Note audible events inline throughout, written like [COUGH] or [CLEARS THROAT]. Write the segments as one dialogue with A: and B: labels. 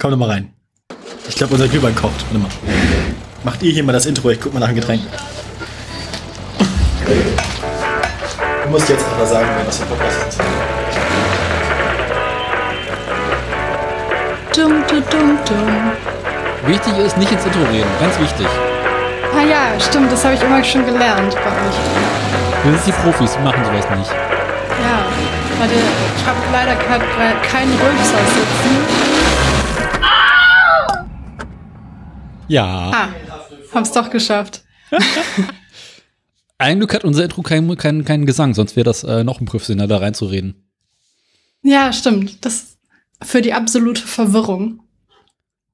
A: Komm doch mal rein. Ich glaube, unser Glühwein kocht. Warte mal. Macht ihr hier mal das Intro, ich guck mal nach dem Getränk. Du musst jetzt aber sagen, wenn das der Podcast ist.
B: Dum, dum, dum, dum.
C: Wichtig ist, nicht ins Intro reden. Ganz wichtig.
B: Ah ja, stimmt, das habe ich immer schon gelernt bei euch.
C: Wir sind die Profis, wir machen sowas nicht.
B: Ja, warte, ich habe leider keinen kein Rülpser sitzen.
C: Ja.
B: Ah, hab's doch geschafft.
C: Ein Glück hat unser Intro keinen keinen keinen Gesang, sonst wäre das äh, noch ein professioneller da reinzureden.
B: Ja, stimmt, das für die absolute Verwirrung.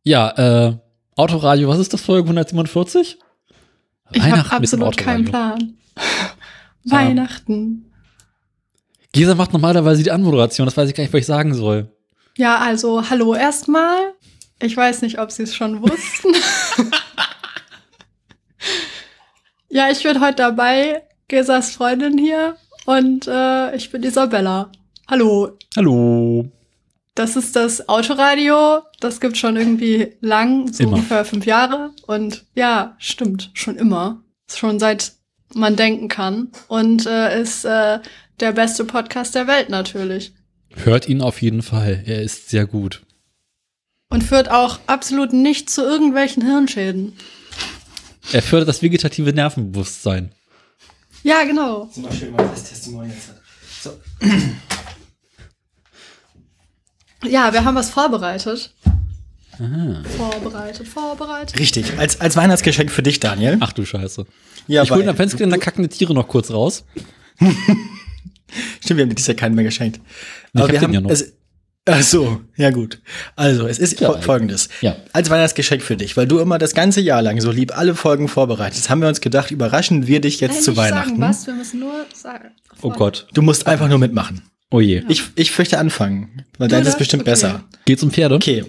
C: Ja, äh, Autoradio, was ist das Folge 147?
B: Ich habe
C: mit dem ne?
B: absolut keinen
C: Autoradio.
B: Plan.
C: Ah.
B: Weihnachten.
C: Gesa macht normalerweise die Anmoderation, das weiß ich gar nicht, was ich sagen soll.
B: Ja, also hallo erstmal. Ich weiß nicht, ob Sie es schon wussten. ja, ich bin heute dabei, Gesas Freundin hier und äh, ich bin Isabella. Hallo,
C: Hallo.
B: das ist das Autoradio. Das gibt schon irgendwie lang, so
C: Immer.
B: ungefähr fünf Jahre. Und ja, stimmt, schon immer. Schon seit man denken kann. Und äh, ist äh, der beste Podcast der Welt natürlich.
C: Hört ihn auf jeden Fall. Er ist sehr gut.
B: Und führt auch absolut nicht zu irgendwelchen Hirnschäden.
C: Er fördert das vegetative Nervenbewusstsein.
B: Ja, genau.
A: Sind wir schön, mal das Testimonial So,
B: Ja, wir haben was vorbereitet.
C: Ah.
B: Vorbereitet, vorbereitet.
A: Richtig, als, als Weihnachtsgeschenk für dich, Daniel.
C: Ach du Scheiße.
A: ja,
C: ich hole in der Fenster kackende Tiere noch kurz raus.
A: Stimmt, wir haben dieses Jahr keinen mehr geschenkt.
C: Ich hab
A: wir
C: den ja noch.
A: Es, ach so, ja gut. Also, es ist
C: Ja,
A: fol- folgendes.
C: ja.
A: Als Weihnachtsgeschenk für dich, weil du immer das ganze Jahr lang so lieb alle Folgen vorbereitest, haben wir uns gedacht, überraschen wir dich jetzt
B: Nein,
A: zu
B: nicht
A: Weihnachten.
B: Sagen, was? Wir müssen nur sagen.
C: Oh Gott.
A: Du musst einfach nur mitmachen.
C: Oh je.
A: Ich, ich fürchte anfangen, weil
B: Du
A: deins ist
B: darfst-
A: bestimmt
B: okay.
A: besser.
C: Geht's um Pferde?
A: Okay.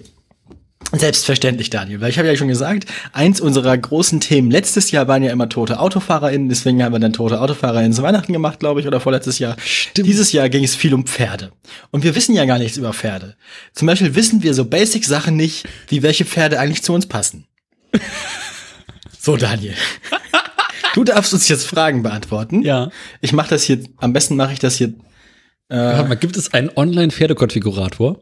A: Selbstverständlich, Daniel, weil ich habe ja schon gesagt, eins unserer großen Themen letztes Jahr waren ja immer tote AutofahrerInnen, deswegen haben wir dann tote AutofahrerInnen zu Weihnachten gemacht, glaube ich, oder vorletztes Jahr.
C: Stimmt.
A: Dieses Jahr ging es viel um Pferde. Und wir wissen ja gar nichts über Pferde. Zum Beispiel wissen wir so basic Sachen nicht, wie welche Pferde eigentlich zu uns passen. so, Daniel. Du darfst uns jetzt Fragen beantworten.
C: Ja.
A: Ich mache das hier, am besten mache ich das hier Äh,
C: Warte mal, gibt es einen Online-Pferdekonfigurator?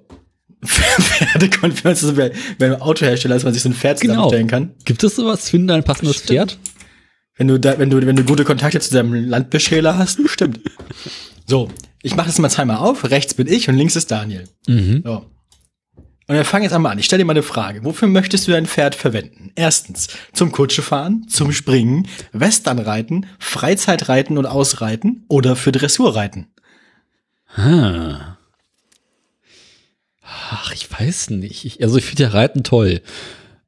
A: Pferdekonferenz, also bei, beim Autohersteller, dass man sich so ein Pferd
C: Genau.
A: zusammenstellen kann.
C: Gibt es sowas? Finde ein passendes Pferd?
A: Wenn du, da, wenn du, wenn du gute Kontakte zu deinem Landbeschäler hast, stimmt. So, ich mache das mal zweimal auf. Rechts bin ich und links ist Daniel.
C: Mhm.
A: So. Und wir fangen jetzt einmal an. Ich stelle dir mal eine Frage. Wofür möchtest du dein Pferd verwenden? Erstens, zum Kutschefahren, zum Springen, Westernreiten, Freizeitreiten und Ausreiten oder für Dressurreiten?
C: Ah. Ach, ich weiß nicht. Ich, also ich finde ja Reiten toll.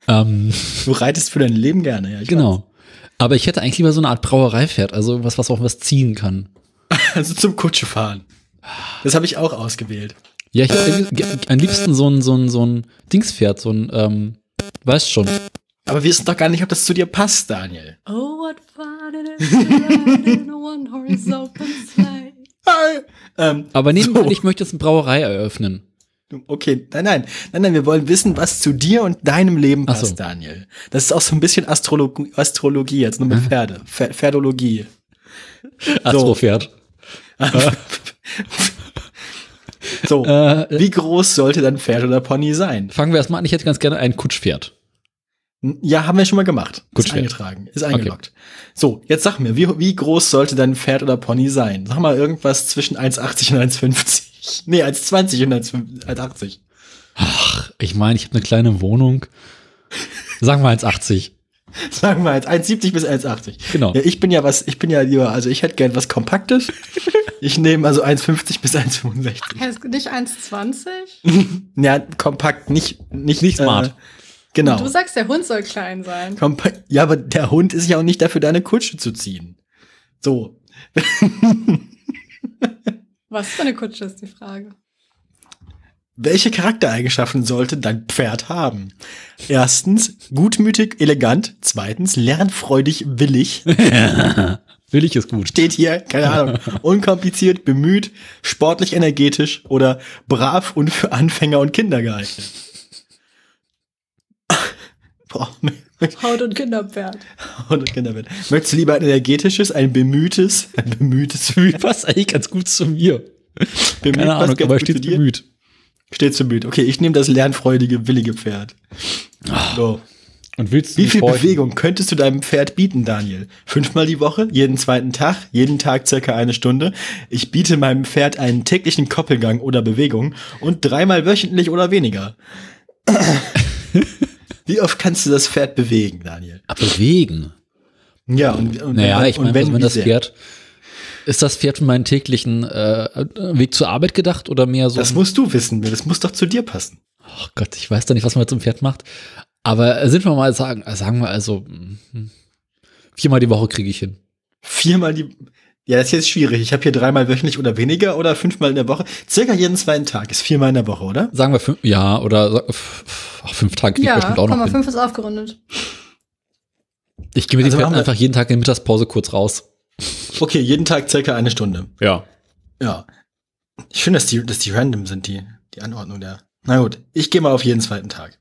C: Ähm,
A: Du reitest für dein Leben gerne, ja. ich
C: genau. Aber ich hätte eigentlich lieber so eine Art Brauereipferd, also irgendwas, was auch was ziehen kann.
A: weiß. [LAUGHS] Also zum Kutschefahren. Das habe ich auch ausgewählt.
C: Ja, ich
A: Äh,
C: hätte am liebsten so ein, so ein, so ein Dingspferd, so ein, ähm, weißt schon.
A: Aber wir wissen doch gar nicht, ob das zu dir passt, Daniel.
B: Oh, what fun it is to ride in a one-horse open sleigh.
A: Hi. Ähm,
C: Aber nehmen
A: So.
C: wir an, ich möchte jetzt eine Brauerei eröffnen.
A: Okay, nein, nein, nein, nein, wir wollen wissen, was zu dir und deinem Leben
C: Ach so.
A: passt, Daniel. Das ist auch so ein bisschen Astrolog Astrologie, jetzt nur mit Pferde. Pfer- Pferdologie.
C: Astropferd.
A: So,
C: Äh,
A: wie groß sollte dein Pferd oder Pony sein?
C: fangen wir erstmal an, ich hätte ganz gerne ein Kutschpferd.
A: Ja, haben wir schon mal gemacht.
C: Gut,
A: ist
C: Pferd.
A: eingetragen, ist eingeloggt. So, jetzt sag mir, wie, wie groß sollte dein Pferd oder Pony sein? Sag mal irgendwas zwischen 1,80 und 1,50. [LAUGHS] Nee, 1,20 und 1,80.
C: Ich meine, ich habe eine kleine Wohnung. Sagen wir 1,80.
A: [LAUGHS] Sagen wir jetzt 1,70 bis 1,80.
C: Genau.
A: Ja, ich bin ja was, ich bin ja lieber, also ich hätte gern was
C: [LAUGHS]
A: Kompaktes. ich nehme also 1,50 bis 1,65.
B: Heißt nicht 1,20?
A: Ja, kompakt, nicht, nicht, äh,
C: Nicht smart.
A: genau.
B: Du sagst, der Hund soll klein sein.
A: Kompakt, ja, aber der Hund ist ja auch nicht dafür, deine Kutsche zu ziehen. So.
B: Was für eine Kutsche ist die Frage.
A: Welche Charaktereigenschaften sollte dein Pferd haben? Erstens, gutmütig, elegant. Zweitens, lernfreudig, willig.
C: Willig ist gut.
A: steht hier, keine
C: [LAUGHS]
A: Ahnung, unkompliziert, bemüht, sportlich energetisch oder brav und für Anfänger und Kinder geeignet. [LAUGHS] Boah,
B: Haut- und Kinderpferd.
A: und Kinder mit. Möchtest du lieber ein energetisches, ein bemühtes, [LAUGHS] ein bemühtes Wühl?
C: Passt eigentlich ganz gut zu mir.
A: Bemüht
C: Keine
A: passt
C: Ahnung,
A: ganz
C: aber
A: gut zu
C: stets
A: dir.
C: bemüht.
A: Stets bemüht. Okay, ich nehme das lernfreudige, willige Pferd.
C: Ah.
A: So.
C: Und willst du
A: Wie viel
C: mich horchen?
A: Bewegung könntest du deinem Pferd bieten, Daniel? Fünfmal die Woche, jeden zweiten Tag, jeden Tag circa eine Stunde. Ich biete meinem Pferd einen täglichen Koppelgang oder Bewegung und dreimal wöchentlich oder
C: [LAUGHS]
A: weniger. Wie oft kannst du das Pferd bewegen, Daniel?
C: Ah, bewegen.
A: Ja, und, und
C: Naja,
A: und-
C: ich meine,
A: und
C: wenn,
A: wie
C: das
A: sehr?
C: Pferd. Ist das Pferd für meinen täglichen äh, Weg zur Arbeit gedacht oder mehr so?
A: Das
C: ein-
A: musst du wissen, das muss doch zu dir passen.
C: oh Gott, ich weiß doch nicht, was man zum Pferd macht. Aber äh, sind wir mal sagen, äh, sagen wir also, mm, viermal die Woche kriege ich hin.
A: Viermal die. Ja, das ist jetzt schwierig. Ich habe hier dreimal wöchentlich oder weniger oder fünfmal in der Woche. Circa jeden zweiten Tag ist viermal in der Woche, oder?
C: Sagen wir fünf, ja, oder sa- f- f- ach, fünf Tage kriege ich
B: Ja,
C: bestimmt auch noch hin.
B: 0,5 ist aufgerundet.
C: Ich gehe mit
A: Also
C: den Pferden
A: machen wir-
C: einfach jeden Tag in der Mittagspause kurz raus.
A: Okay, jeden Tag circa eine Stunde.
C: Ja.
A: Ja. Schön, dass die, dass die random sind, die, die Anordnung der. Na gut, ich gehe mal auf jeden zweiten Tag.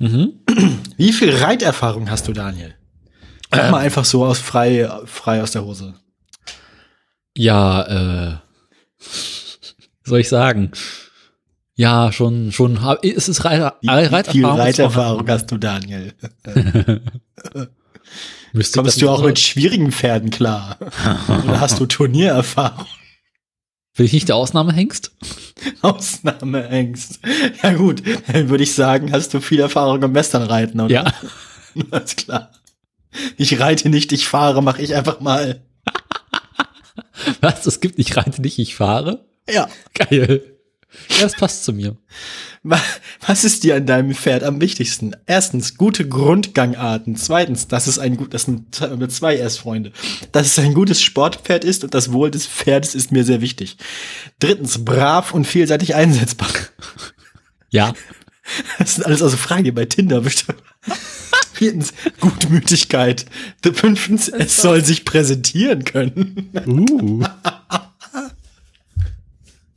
C: Mhm.
A: Wie viel Reiterfahrung hast du, Daniel? Sag
C: Ähm.
A: mal einfach so aus frei, frei aus der Hose.
C: Ja, äh, [LAUGHS] soll ich sagen? Ja, schon, schon, hab- es ist Reiter,
A: Wie, wie viel
C: Reiterfahrung. ist vorhanden.
A: Reiterfahrung hast du, Daniel? Kommst
C: Müsste Oh, das
A: du auch
C: nicht-
A: mit schwierigen Pferden
C: [LAUGHS]
A: klar? Oder hast du Turniererfahrung? [LAUGHS]
C: Bin ich nicht der Ausnahmehengst?
A: Ausnahmeängst. Ja gut, dann würde ich sagen, hast du viel Erfahrung im Westernreiten, oder?
C: Ja.
A: [LAUGHS]
C: [LAUGHS]
A: Alles klar. Ich reite nicht, ich fahre, mache ich einfach mal.
C: Was? Es gibt nicht reite nicht, ich fahre?
A: Ja.
C: Geil. Ja, das passt zu mir.
A: Wa- Was ist dir an deinem Pferd am wichtigsten? Erstens, gute Grundgangarten. Zweitens, dass es ein gut, das sind z- mit zwei Erstfreunde, dass es ein gutes Sportpferd ist und das Wohl des Pferdes ist mir sehr wichtig. Drittens, brav und vielseitig einsetzbar. [LAUGHS]
C: Ja.
A: Das sind alles also Fragen, die bei Tinder bestimmt. Viertens, Gutmütigkeit. Fünftens, es soll sich präsentieren können. [LAUGHS]
C: Uh.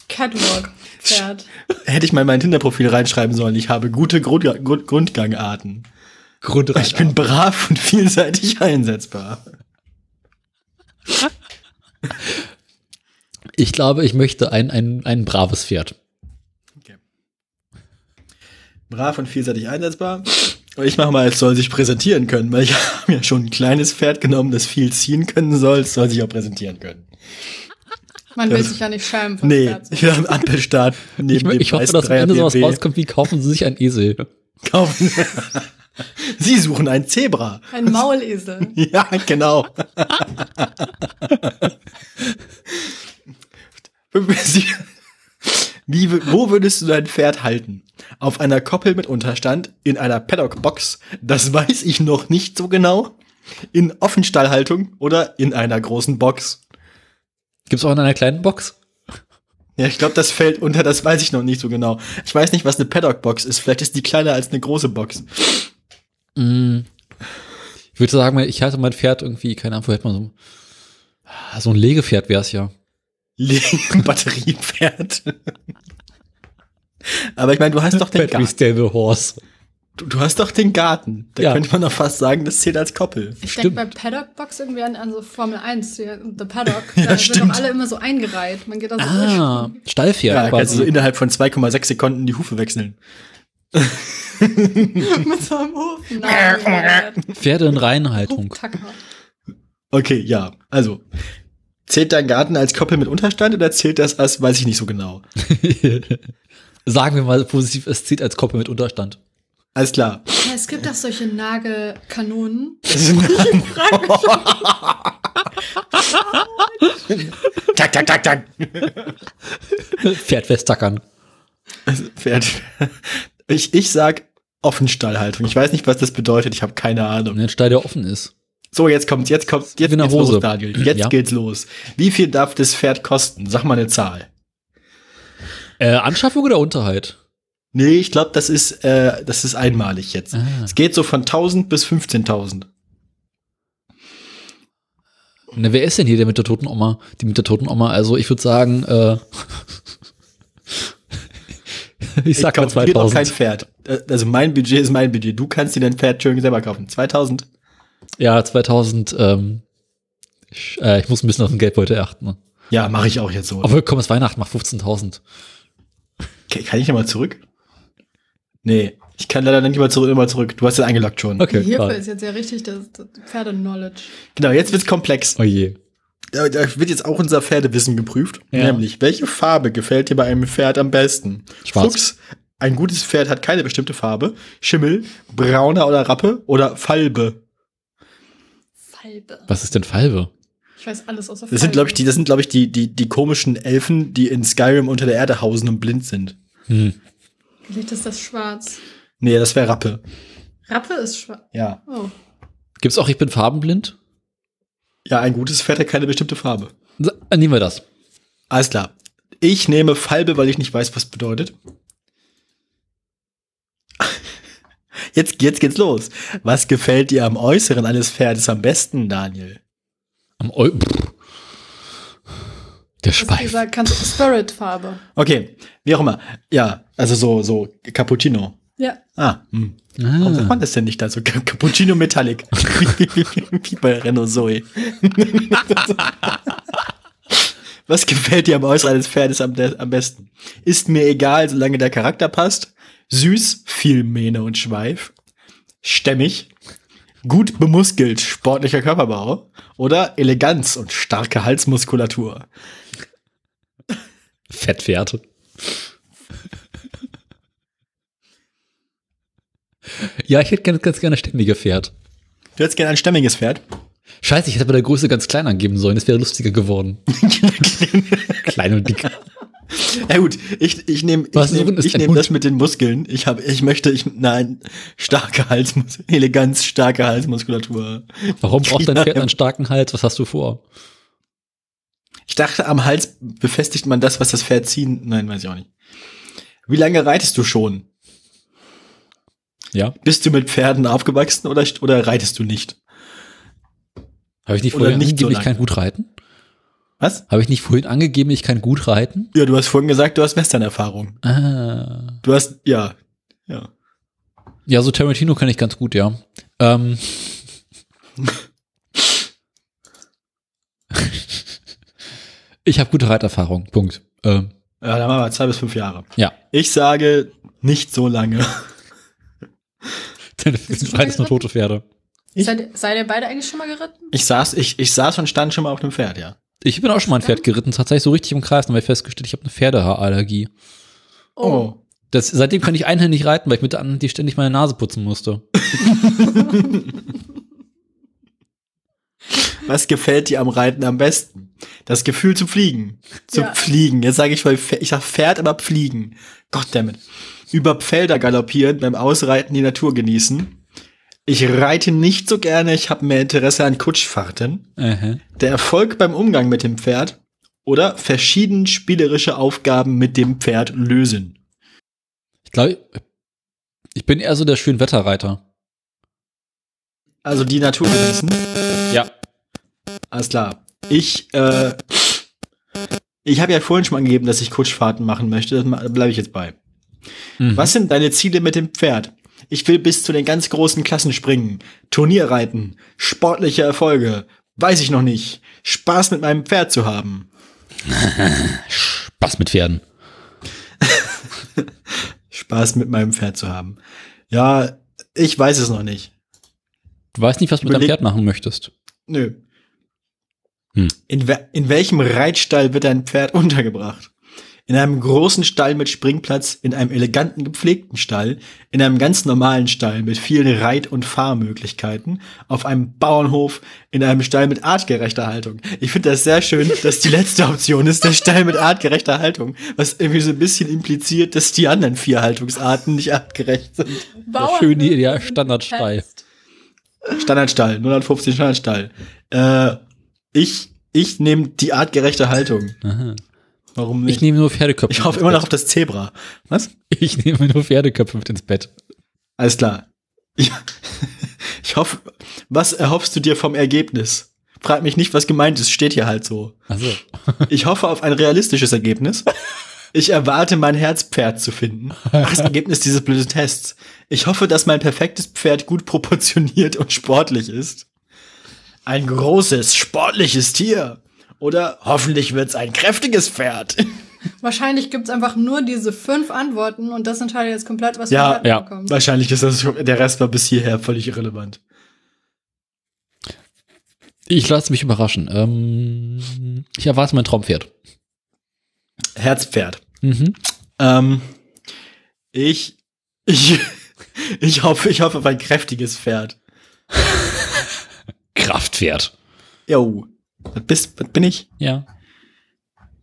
B: Catwalk. Pferd.
A: Hätte ich mal in mein Tinder-Profil reinschreiben sollen. Ich habe gute Grund Grund Grundgangarten. Ich bin brav und vielseitig einsetzbar.
C: Ich glaube, ich möchte ein, ein, ein braves Pferd.
A: Brav und vielseitig einsetzbar. Und ich mache mal, es soll sich präsentieren können, weil ich [LAUGHS] habe ja schon ein kleines Pferd genommen, das viel ziehen können soll. Es soll sich auch präsentieren können.
B: Man will
A: Das-
B: sich ja nicht schämen. vom
A: Nee,
B: Pferd zu
A: ich will am Ampelstart neben
C: Ich, mö-
A: dem
C: ich hoffe,
A: weißen
C: dass am
A: 3er
C: Ende sowas
A: BMW
C: rauskommt wie kaufen Sie sich einen Esel.
A: kaufen. [LAUGHS] Sie suchen ein Zebra.
B: sein. Ein Maulesel.
A: [LAUGHS] Ja, genau. Sie- Wie, wü- wo würdest du dein Pferd halten? Auf einer Koppel mit Unterstand, in einer Paddock-Box, das weiß ich noch nicht so genau, in Offenstallhaltung oder in einer großen Box.
C: Gibt's auch in einer kleinen Box?
A: Ja, ich glaube, das fällt unter, das weiß ich noch nicht so genau. Ich weiß nicht, was eine Paddock-Box ist. Vielleicht ist die kleiner als eine große Box. [LAUGHS]
C: Ich würde sagen, ich hatte mein Pferd irgendwie, keine Ahnung, wo hätte man so ein, so ein Legepferd wär's ja.
A: Le- Batteriepferd. [LAUGHS] Aber ich meine, du hast doch den
C: Battery
A: Garten.
C: Stable Horse.
A: Du, du hast doch den Garten. Da
C: Ja.
A: könnte man doch fast sagen, das zählt als Koppel.
B: Ich denke
C: Stimmt.
B: bei Paddock-Box irgendwie an, an so Formel 1, hier, The Paddock.
A: [LAUGHS] Ja,
B: da sind
A: stimmt.
B: doch alle immer so eingereiht. Man geht da so
C: Ah,
B: durch.
C: Stallpferd.
A: Ja, kannst du so
C: quasi.
A: innerhalb von 2,6 Sekunden die Hufe wechseln.
B: [LAUGHS] mit so
A: [LAUGHS]
B: einem Ofen. Nein,
C: Pferde in Reihenhaltung.
B: Tacker.
A: Okay, ja. Also, zählt dein Garten als Koppel mit Unterstand oder zählt das als, weiß ich nicht so genau.
C: Sagen wir mal positiv, es zählt als Koppel
A: [LAUGHS]
C: mit Unterstand.
A: Alles
C: [LAUGHS]
A: klar.
B: Ja, es gibt doch solche Nagelkanonen.
A: tak, tak, tak, tak.
C: Pferd festtackern.
A: Pferd. Ich, ich sag Offenstallhaltung. Ich weiß nicht, was das bedeutet. Ich habe keine Ahnung.
C: Wenn der Stall der offen ist.
A: So, jetzt kommt's, jetzt kommt's, jetzt
C: Wie in der
A: geht's
C: Hose.
A: los, Daniel. Jetzt
C: Ja.
A: geht's los. Wie viel darf das Pferd kosten? Sag mal eine Zahl.
C: Äh, Anschaffung oder Unterhalt?
A: Nee, ich glaube, das ist äh, das ist einmalig jetzt.
C: Ah.
A: Es geht so von 1000 bis 15.000.
C: Ne, wer ist denn hier der mit der toten Oma? Die mit der toten Oma, also [LAUGHS] ich würde sagen, äh, Ich sag mal
A: kauf dir doch kein
C: 2000.
A: Pferd. Äh, Also mein Budget ist mein Budget. Du kannst dir dein Pferd schön selber kaufen. 2000.
C: Ja, 2000. Ähm, ich, äh, ich muss ein bisschen auf den Geldbeutel achten. Ne?
A: Ja, mache ich auch jetzt so.
C: Aber komm, es ist Weihnachten, mach 15.000.
A: Ke- Kann ich nochmal zurück? Nee, ich kann leider nicht mal zurück. Immer zurück. Du hast ja eingeloggt schon.
C: Okay.
B: Hierfür
C: klar.
B: ist jetzt ja richtig das, das Pferde-Knowledge.
A: Genau, jetzt wird's komplex.
C: Oh je.
A: Da, da wird jetzt auch unser Pferdewissen geprüft.
C: Ja.
A: Nämlich, welche Farbe gefällt dir bei einem Pferd am besten?
C: Schwarz.
A: Fuchs. Ein gutes Pferd hat keine bestimmte Farbe. Schimmel, brauner oder Rappe oder Falbe.
B: Falbe.
C: Was ist denn Falbe?
B: Ich weiß alles außer Falbe.
A: Das sind, glaube ich, die, das sind, glaube ich, die, die, die komischen Elfen, die in Skyrim unter der Erde hausen und blind sind.
C: Hm.
B: Vielleicht ist das schwarz.
A: Nee, das wäre Rappe.
B: Rappe ist schwarz.
A: Ja.
B: Oh.
C: Gibt's auch Ich bin farbenblind?
A: Ja, ein gutes Pferd hat keine bestimmte Farbe.
C: So, äh, Nehmen wir das.
A: Alles klar. Ich nehme Falbe, weil ich nicht weiß, was bedeutet. [LAUGHS] Jetzt, jetzt geht's los. Was gefällt dir am Äußeren eines Pferdes am besten, Daniel?
C: Am Eu Pff. Der
B: Das ist
C: Schweif.
B: dieser ganz Spirit-Farbe.
A: Okay, wie auch immer. Ja, also so, so Cappuccino.
B: Ja.
A: Ah, hm. Warum sagt
C: Ah.
A: man das denn nicht dazu? Ca- Cappuccino Metallic. [LAUGHS] Wie bei Renault Zoe. [LAUGHS] Was gefällt dir am Äußeren eines Pferdes am, de- am besten? Ist mir egal, solange der Charakter passt. Süß, viel Mähne und Schweif. Stämmig. Gut bemuskelt, sportlicher Körperbau. Oder Eleganz und starke Halsmuskulatur.
C: Fettwerte. [LAUGHS] ja, ich hätte ganz, ganz gerne ständiger Pferd.
A: Du hättest gerne ein stämmiges Pferd.
C: Scheiße, ich hätte bei der Größe ganz klein angeben sollen. Das wäre
A: [LAUGHS]
C: lustiger geworden. klein und dick.
A: Ja gut, ich, ich nehme ich
C: Was ist
A: nehm,
C: unten? Ist
A: ich
C: ein
A: nehm
C: Hund?
A: das mit den Muskeln. Ich habe ich möchte ich nein, starke Halsmus [LAUGHS] Eleganz, starke Halsmuskulatur.
C: Warum braucht dein Pferd einen starken Hals? Was hast du vor?
A: Ich dachte, am Hals befestigt man das, was das Pferd ziehen. Nein, weiß ich auch nicht. Wie lange reitest du schon?
C: Ja,
A: Bist du mit Pferden aufgewachsen oder oder reitest du nicht?
C: habe ich nicht
A: Oder
C: vorhin
A: nicht so
C: angegeben, ich
A: lange.
C: kann gut reiten?
A: Was?
C: Habe ich nicht vorhin angegeben, ich kann gut reiten?
A: Ja, du hast vorhin gesagt, du hast Western-Erfahrung.
C: Ah.
A: Du hast ja, ja.
C: Ja, so Tarantino kann ich ganz gut, ja. Ähm. ich habe gute Reiterfahrung. Punkt. Ähm.
A: Ja, dann machen wir zwei bis fünf Jahre.
C: Ja.
A: Ich sage nicht so lange.
C: Dann
B: Bist du
C: sind
B: schon
C: beides nur
B: geritten?
C: tote Pferde.
A: Ich-
B: Seid, ihr- seid ihr beide eigentlich schon mal geritten?
A: Ich saß ich ich saß und stand schon mal auf einem Pferd, ja.
C: Ich bin auch schon mal ein Pferd geritten, tatsächlich so richtig im Kreis, dann habe ich festgestellt, ich habe eine Pferdehaarallergie.
B: Oh.
A: Oh,
C: Das, seitdem kann ich einhändig reiten, weil ich mit der anderen die ständig meine Nase putzen musste.
A: Was gefällt dir am Reiten am besten? Das Gefühl zu fliegen. Zu
B: Ja.
A: fliegen. Jetzt sage ich mal, Pfer- ich sag Pferd, aber fliegen. Goddammit. Über Felder galoppieren, beim Ausreiten die Natur genießen. Ich reite nicht so gerne, ich habe mehr Interesse an Kutschfahrten.
C: Aha.
A: Der Erfolg beim Umgang mit dem Pferd oder verschieden spielerische Aufgaben mit dem Pferd lösen.
C: Ich glaube, ich bin eher so der Schönwetterreiter.
A: Also die Natur genießen.
C: Ja.
A: Alles klar. Ich, äh, ich habe ja vorhin schon angegeben, dass ich Kutschfahrten machen möchte. Da bleibe ich jetzt bei.
C: Mhm.
A: Was sind deine Ziele mit dem Pferd? Ich will bis zu den ganz großen Klassen springen, Turnier reiten, sportliche Erfolge, weiß ich noch nicht, Spaß mit meinem Pferd zu haben.
C: Spaß mit Pferden.
A: Spaß mit meinem Pferd zu haben. Ja, ich weiß es noch nicht.
C: Du weißt nicht, was du mit deinem
A: Überleg-
C: Pferd machen möchtest.
A: Nö.
C: Hm.
A: In, we in welchem Reitstall wird dein Pferd untergebracht? In einem großen Stall mit Springplatz, in einem eleganten, gepflegten Stall, in einem ganz normalen Stall mit vielen Reit- und Fahrmöglichkeiten, auf einem Bauernhof, in einem Stall mit artgerechter Haltung. Ich finde das sehr schön, dass die letzte Option ist, der Stall mit artgerechter Haltung, was irgendwie so ein bisschen impliziert, dass die anderen vier Haltungsarten nicht artgerecht sind.
B: Bauern
C: schöne, ja, Standardstall.
A: Standardstall, 150 Standardstall. Äh, ich ich nehme die artgerechte Haltung.
C: Aha.
A: Warum
C: Ich
A: nicht? Ich,
C: nehme nur Pferdeköpfe. mit
A: hoffe
C: ins
A: immer noch
C: Bett.
A: auf das Zebra. Was?
C: Ich nehme nur Pferdeköpfe mit ins Bett.
A: Alles klar. Ich, [LAUGHS] ich hoffe, was erhoffst du dir vom Ergebnis? Frag mich nicht, was gemeint ist, steht hier halt so.
C: Also,
A: Ich hoffe auf ein realistisches Ergebnis. Ich erwarte, mein Herzpferd zu finden. Ach, das Ergebnis dieses blöden Tests. Ich hoffe, dass mein perfektes Pferd gut proportioniert und sportlich ist. Ein großes, sportliches Tier. Oder hoffentlich wird's ein kräftiges Pferd.
B: Wahrscheinlich gibt's einfach nur diese fünf Antworten und das entscheidet jetzt komplett, was halt
A: Ja,
B: für Daten
C: ja.
B: bekommt.
A: Wahrscheinlich ist das der Rest war bis hierher völlig irrelevant.
C: Ich lasse mich überraschen. Ähm, ich erwarte mein Traumpferd.
A: Herzpferd.
C: Mhm.
A: Ähm, ich, ich, [LAUGHS] ich hoffe, ich hoffe auf ein kräftiges Pferd.
C: Kraftpferd.
A: Jo. Was bist, was bin ich?
C: Ja.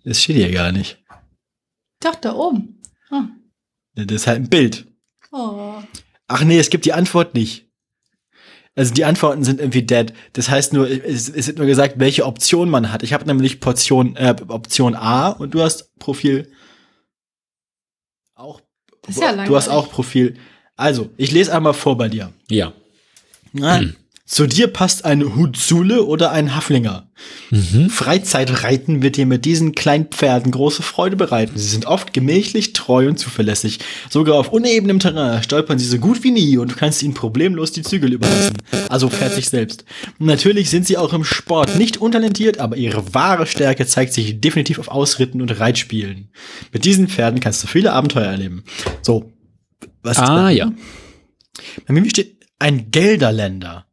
A: Das steht hier gar nicht.
B: Doch, da oben. Ah.
A: Das ist halt ein Bild.
B: Oh.
A: Ach nee, es gibt die Antwort nicht. Also die Antworten sind irgendwie dead. Das heißt nur, es, es wird nur gesagt, welche Option man hat. Ich habe nämlich Portion, äh, Option A und du hast Profil auch.
B: Das ist ja
A: du hast
B: langweilig.
A: auch Profil. Also, ich lese einmal vor bei dir.
C: Ja.
A: Na,
C: Hm.
A: Zu dir passt ein Huzule oder ein Haflinger.
C: Mhm.
A: Freizeitreiten wird dir mit diesen kleinen Pferden große Freude bereiten. Sie sind oft gemächlich, treu und zuverlässig. Sogar auf unebenem Terrain stolpern sie so gut wie nie und du kannst ihnen problemlos die Zügel überlassen. Also fährt sich selbst. Natürlich sind sie auch im Sport nicht untalentiert, aber ihre wahre Stärke zeigt sich definitiv auf Ausritten und Reitspielen. Mit diesen Pferden kannst du viele Abenteuer erleben. So. Was ist
C: Ah,
A: bei-
C: ja.
A: bei mir steht ein Gelderländer.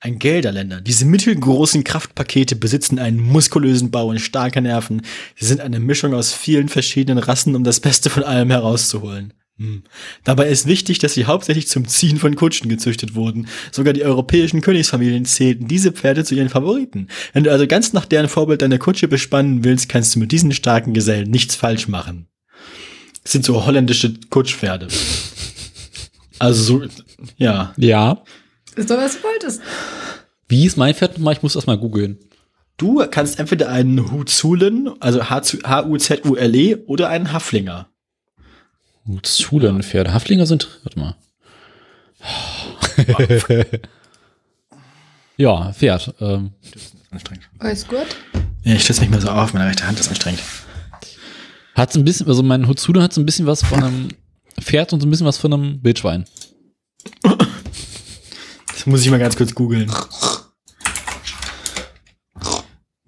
A: Ein Gelderländer. Diese mittelgroßen Kraftpakete besitzen einen muskulösen Bau und starke Nerven. Sie sind eine Mischung aus vielen verschiedenen Rassen, um das Beste von allem herauszuholen. Hm. Dabei ist wichtig, dass sie hauptsächlich zum Ziehen von Kutschen gezüchtet wurden. Sogar die europäischen Königsfamilien zählten diese Pferde zu ihren Favoriten. Wenn du also ganz nach deren Vorbild deine Kutsche bespannen willst, kannst du mit diesen starken Gesellen nichts falsch machen. Das sind so holländische Kutschpferde. Also so, ja.
C: Ja.
B: Ist doch, was du wolltest.
C: Wie ist mein Pferd nochmal? Ich muss das mal googeln.
A: Du kannst entweder einen Huzulen, also H-U-Z-U-L-E, oder einen Haflinger.
C: Zulenpferde. Haflinger sind. Warte
A: [LAUGHS]
C: mal. ja, Pferd. Ähm,
A: Anstrengend.
B: Alles gut?
A: Ja, ich stütze mich mal so auf, meine rechte Hand ist anstrengend.
C: hat's ein bisschen, also mein Hutsuda hat so ein bisschen was von einem Pferd und so ein bisschen was von einem Wildschwein.
A: Das muss ich mal ganz kurz googeln.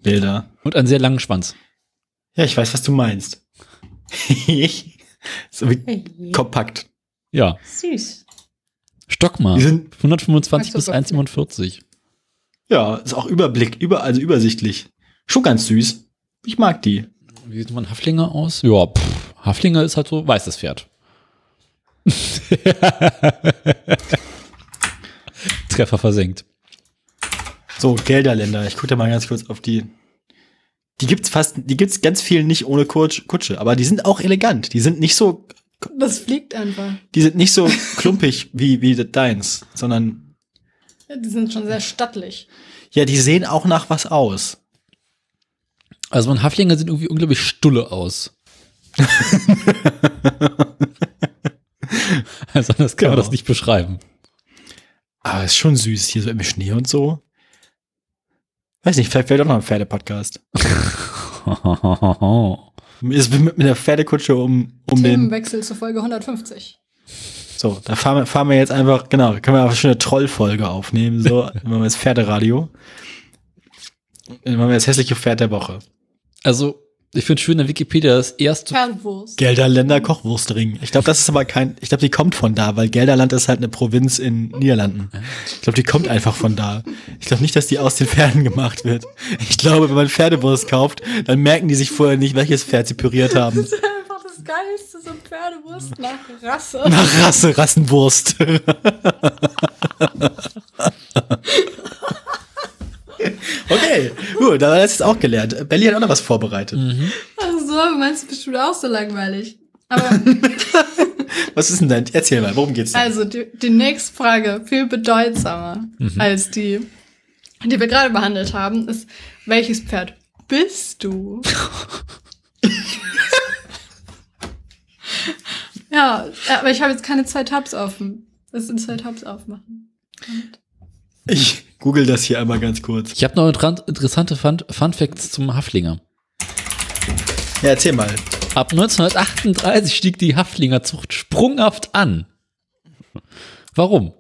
A: Bilder.
C: Und einen sehr langen Schwanz.
A: Ja, ich weiß, was du meinst. [LAUGHS] so wie kompakt.
C: Ja.
B: Süß.
C: Stockmar.
A: Die sind,
C: 125 bis
B: Ach, super.
C: 147.
A: ja, ist auch Überblick, über, also übersichtlich. Schon ganz süß. Ich mag die.
C: Wie sieht man Haflinger aus? Ja, pff, Haflinger ist halt so weißes Pferd. [LAUGHS] Treffer versenkt.
A: So, Gelderländer. Ich gucke da mal ganz kurz auf die. Die gibt's fast, die gibt's ganz viel nicht ohne Kutsch- Kutsche, aber die sind auch elegant. Die sind nicht so,
B: Das fliegt einfach.
A: die sind nicht so klumpig wie, wie das deins, sondern,
B: Ja, die sind schon sehr stattlich.
A: ja, die sehen auch nach was aus.
C: Also mein Haflinger sieht irgendwie unglaublich stulle aus. [LAUGHS] also anders kann man
A: Ja.
C: das nicht beschreiben. [LAUGHS]
A: Aber ist schon süß, hier so im Schnee und so. Weiß nicht, vielleicht wäre doch noch ein Pferdepodcast. Ist mit, mit der Pferdekutsche um, um den,
B: Themenwechsel zur Folge 150.
A: so, da fahren wir, fahren wir jetzt einfach, genau, können wir einfach schon eine Trollfolge aufnehmen, so, dann machen wir jetzt Pferderadio. Dann machen wir jetzt hässliche Pferd der Woche.
C: also ich finde schön, in Wikipedia das erste.
B: Fernwurst.
A: Gelderländer Kochwurstring. Ich glaube, das ist aber kein, ich glaube, die kommt von da, weil Gelderland ist halt eine Provinz in Niederlanden. Ich glaube, die kommt einfach von da. Ich glaube nicht, dass die aus den Pferden gemacht wird. Ich glaube, wenn man Pferdewurst kauft, dann merken die sich vorher nicht, welches Pferd sie püriert haben.
B: Das ist einfach das Geilste, so Pferdewurst nach Rasse. [LAUGHS]
A: Nach Rasse, Rassenwurst. [LAUGHS] Okay, gut, da haben wir das jetzt auch gelernt. Belly hat auch noch was vorbereitet.
B: Ach so, meinst du bestimmt auch so langweilig? Aber
A: Was ist denn dein? Erzähl mal, worum geht's denn?
B: also, die, die nächste Frage, viel bedeutsamer als die, die wir gerade behandelt haben, ist, welches Pferd bist du? ja, aber ich habe jetzt keine zwei Tabs offen. Das sind zwei Tabs aufmachen.
A: ich google das hier einmal ganz kurz.
C: Ich habe noch inter- interessante Fun, Fun Facts zum Haflinger.
A: Ja, erzähl mal.
C: Ab 1938 stieg die Haftlingerzucht sprunghaft an. Warum?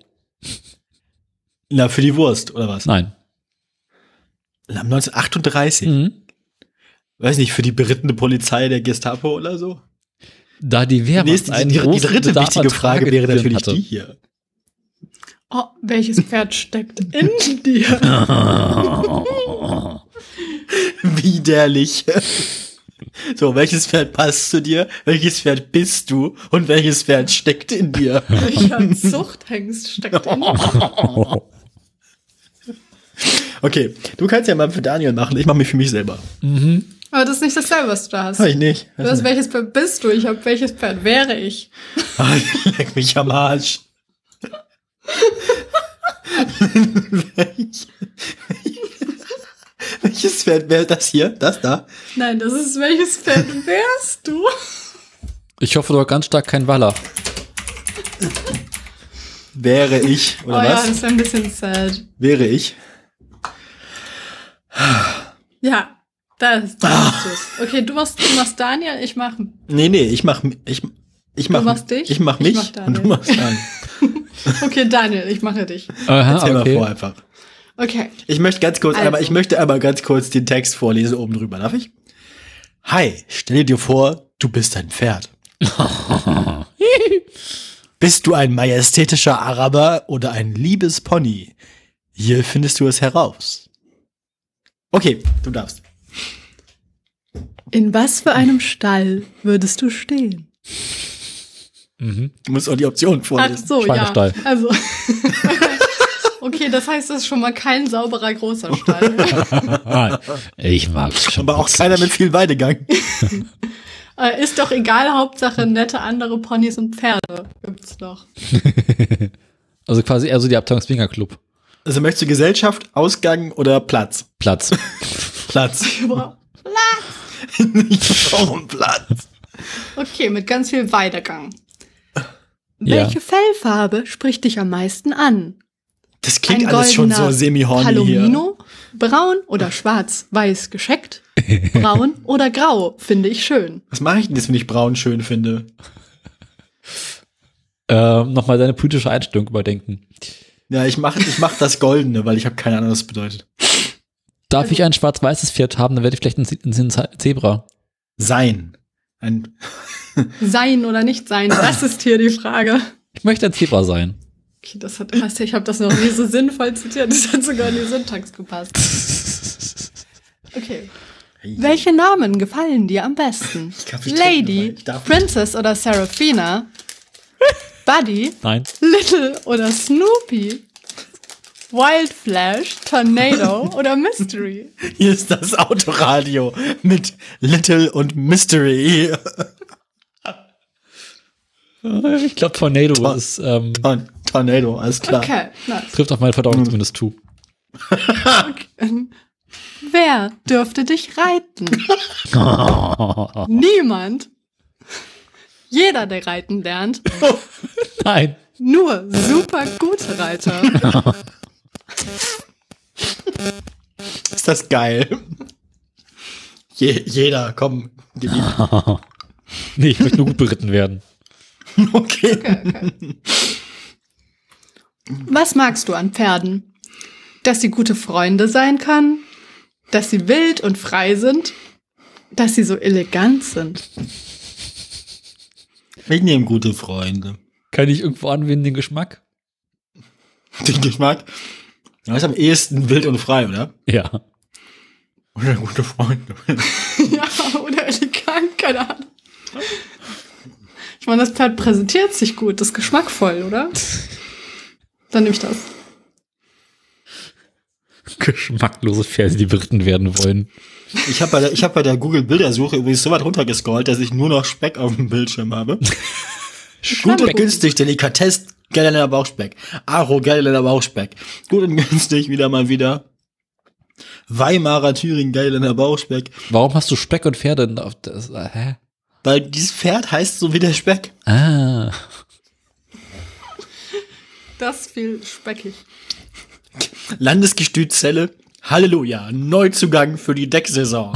A: Na, für die Wurst, oder was?
C: Nein.
A: Na, 1938.
C: Mhm.
A: Weiß nicht, für die berittene Polizei der Gestapo oder so?
C: Da die
A: Die,
C: Wehrmacht
A: nächste, die,
C: einen
A: die, die
C: großen
A: dritte
C: Bedarf
A: wichtige
C: an
A: Frage wäre
C: Tragedien
A: natürlich
C: hatte.
A: die hier. [LAUGHS]
B: Oh, welches Pferd steckt in dir?
A: Widerlich. [LAUGHS] So, welches Pferd passt zu dir? Welches Pferd bist du? Und welches Pferd steckt in
C: [LAUGHS]
A: dir?
B: Welcher Zuchthengst steckt in dir?
A: Okay, du kannst ja mal für Daniel machen. Ich mache mich für mich selber.
B: Aber das ist nicht dasselbe, was du da hast.
A: Mach ich [LAUGHS] nicht.
B: Du hast welches Pferd bist du? Ich habe welches Pferd wäre ich?
A: Ah, Leck mich am Arsch. [LAUGHS] Welch- [LAUGHS] Welches Pferd wäre das hier? Das da?
B: Nein, das ist welches Pferd wärst du?
C: Ich hoffe doch ganz stark kein Wallach.
A: Wäre ich, oder
B: oh ja,
A: was?
B: das wäre ein bisschen sad.
A: Wäre ich.
B: Ja, das, das ist es. Okay, du machst, du machst Daniel, ich mach.
A: Nee, nee, ich mach, mi- ich, ich mach,
B: machst dich?
A: ich mach
B: Ich
A: mich
B: mach Daniel.
A: und du machst Daniel.
B: Okay, Daniel, ich mache dich.
A: Erzähl mal
C: Aha,
A: vor
C: Ah, okay.
A: einfach.
B: Okay.
A: Ich möchte ganz kurz,
B: Also.
A: aber ich möchte aber ganz kurz den Text vorlesen oben drüber, darf ich? Hi, stelle dir vor, du bist ein Pferd. bist du ein majestätischer Araber oder ein liebes Pony? Hier findest du es heraus. Okay, du darfst.
B: In was für einem Stall würdest du stehen?
C: Mhm.
A: Du musst auch die Optionen
B: Ach
A: vorlesen.
B: so, ja.
C: Schweinestall.
B: Also. [LAUGHS] Okay, das heißt, das ist schon mal kein sauberer großer Stall.
C: Ich mag's schon.
A: aber auch keiner mit viel Weidegang.
B: Äh, ist doch egal, Hauptsache nette andere Ponys und Pferde gibt's doch.
C: Also quasi eher so die Abteilung Swinger Club.
A: Also möchtest du Gesellschaft, Ausgang oder Platz? [LAUGHS]
C: Platz.
B: [LAUGHS]
A: Platz.
B: Überhaupt.
A: ich brauche einen Platz.
B: Okay, mit ganz viel Weidegang.
C: Ja.
B: Welche Fellfarbe spricht dich am meisten an?
A: Das klingt alles schon so
B: goldener
A: semi-horny hier.
B: Palomino, braun oder schwarz-weiß gescheckt,
A: [LAUGHS]
B: braun oder grau finde ich schön.
A: Was mache ich denn jetzt, wenn ich braun schön finde?
C: ähm, Nochmal deine politische Einstellung überdenken.
A: Ja, ich mach, ich mach das Goldene, weil ich habe keine Ahnung, was das bedeutet.
C: Darf ich ein schwarz-weißes Pferd haben, dann werde ich vielleicht ein, Ze- ein Ze- Zebra.
A: Sein. Ein, [LAUGHS]
B: Sein oder nicht sein, das ist hier die Frage.
C: Ich möchte ein Zebra sein.
B: Okay, das hat, weißt du, ich habe das noch nie so sinnvoll zitiert, das hat sogar in die Syntax gepasst. Okay. Welche Namen gefallen dir am besten?
A: Ich kann nicht trinken,
B: Lady,
A: aber ich darf nicht.
B: Princess
A: [LAUGHS]
B: oder Serafina? Buddy,
C: Nein.
B: Little oder Snoopy? Wild Flash, [LAUGHS] Tornado oder Mystery?
A: hier ist das Autoradio mit Little und Mystery.
C: Ich glaube, Tornado ist, ähm,
A: Und Tornado, alles klar.
B: Okay, nice.
C: trifft auf meine
A: Hm.
C: Verdauung zumindest zu.
B: Wer dürfte dich [LAUGHS] reiten? Niemand. Jeder, der reiten lernt.
C: Nein.
B: Nur super gute Reiter.
A: Ist das geil? Je, jeder, komm. gib ihm.
B: [LAUGHS]
C: Nee, ich möchte nur gut beritten werden.
A: Okay.
B: Was magst du an Pferden? Dass sie gute Freunde sein können? Dass sie wild und frei sind? Dass sie so elegant sind?
A: Ich nehme gute Freunde.
C: Kann ich irgendwo anwenden den Geschmack?
A: [LAUGHS] Den Geschmack. Das ist am ehesten wild und frei, oder?
C: Ja.
A: Oder gute Freunde.
B: ja, oder elegant, keine Ahnung. Ich meine, das Pferd präsentiert sich gut, ist geschmackvoll, oder? Dann nehme ich das.
C: Geschmacklose Pferde, die beritten werden wollen.
A: Ich habe bei, der- ich hab bei der Google-Bildersuche übrigens so weit runtergescrollt, dass ich nur noch Speck auf dem Bildschirm habe. Gut und
B: Speck.
A: günstig, Delikatesse, Gelderländer Bauchspeck. Aro, Gelderländer Bauchspeck. Gut und günstig, wieder mal wieder. Weimarer Thüringen, Gelderländer Bauchspeck.
C: Warum hast du Speck und Pferde auf das? äh, Hä?
A: Weil dieses Pferd heißt so wie der Speck.
C: Ah.
B: Das viel speckig.
A: Landesgestüt Zelle. Halleluja, Neuzugang für die Decksaison.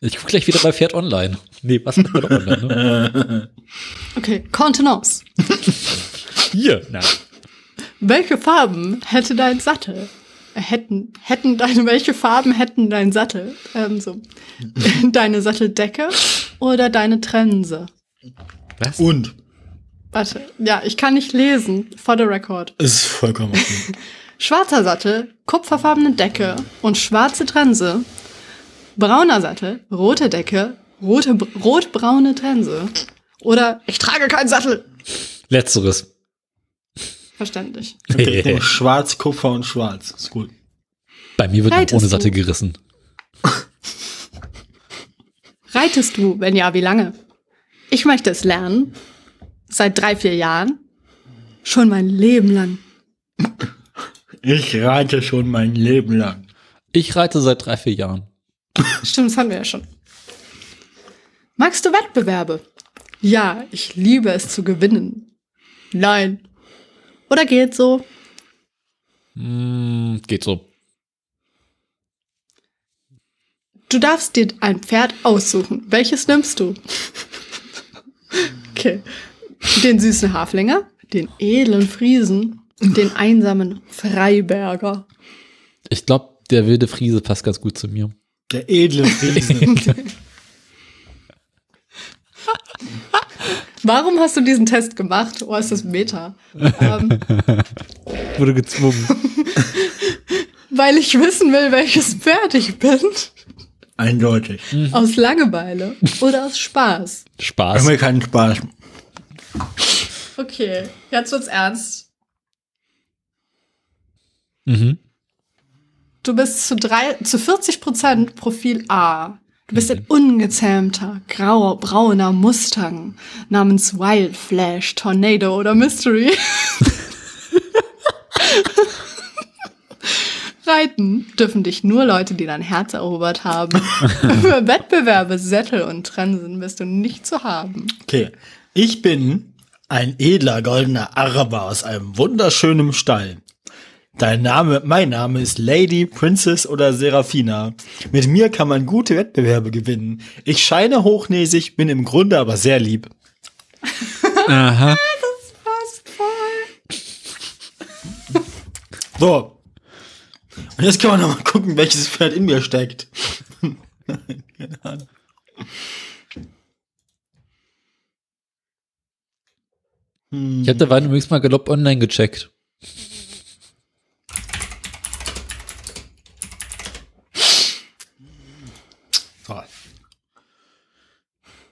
C: Ich gucke gleich wieder bei Pferd online. Nee, was bei Pferd online, ne?
B: Okay, Kontenance.
C: Hier. Na.
B: Welche Farben hätte dein Sattel? Äh, Hätten, hätten deine, welche Farben hätten dein Sattel? Ähm, so. [LAUGHS] deine Satteldecke oder deine Trense?
C: Was?
A: Und
B: Warte, ja, ich kann nicht lesen, for the record.
A: es ist vollkommen okay.
B: Schwarzer Sattel, kupferfarbene Decke und schwarze Trense. Brauner Sattel, rote Decke, rote, rotbraune Trense. Oder ich trage keinen Sattel.
C: Letzteres.
B: Verständlich.
A: Okay, [LAUGHS] nur Schwarz, Kupfer und Schwarz. Ist gut.
C: Bei mir wird
B: Reitest
C: noch ohne
B: du?
C: Sattel gerissen.
B: Reitest du? Wenn ja, wie lange? Ich möchte es lernen. Seit drei, vier Jahren. Schon mein Leben lang.
A: Ich reite schon mein Leben lang.
C: Ich reite seit drei, vier Jahren.
B: Stimmt, das haben wir ja schon. Magst du Wettbewerbe? Ja, ich liebe es zu gewinnen. Nein. Oder geht so?
C: Hm, geht so.
B: Du darfst dir ein Pferd aussuchen. Welches nimmst
C: [LAUGHS]
B: du? okay. Den süßen Haflinger, den edlen Friesen, den einsamen Freiberger.
C: Ich glaube, der wilde Friese passt ganz gut zu mir.
A: Der edle Friesen.
B: Warum hast du diesen Test gemacht? Oh, ist das Meta? ähm,
C: [LAUGHS] Wurde gezwungen.
B: [LAUGHS] weil ich wissen will, welches Pferd ich bin.
A: Eindeutig.
C: Mhm.
B: Aus Langeweile oder aus Spaß.
A: Mach
C: Spaß.
A: mir keinen Spaß.
B: Okay, jetzt wird's ernst.
C: Mhm.
B: Du bist zu, drei, zu 40 Prozent Profil A. Du bist ein ungezähmter, grauer, brauner Mustang namens Wild Flash, Tornado oder Mystery. Reiten dürfen dich nur Leute, die dein Herz erobert haben. Für Wettbewerbe, Sättel und Trensen bist du nicht zu haben.
A: Okay. Ich bin ein edler goldener Araber aus einem wunderschönen Stall. Dein Name, mein Name ist Lady, Princess oder Serafina. Mit mir kann man gute Wettbewerbe gewinnen. Ich scheine hochnäsig, bin im Grunde aber sehr lieb.
C: Aha.
B: Fast voll.
A: So. Und jetzt können wir nochmal gucken, welches Pferd in mir steckt.
C: Ich habe derweil übrigens mal Galopp online gecheckt.
A: So.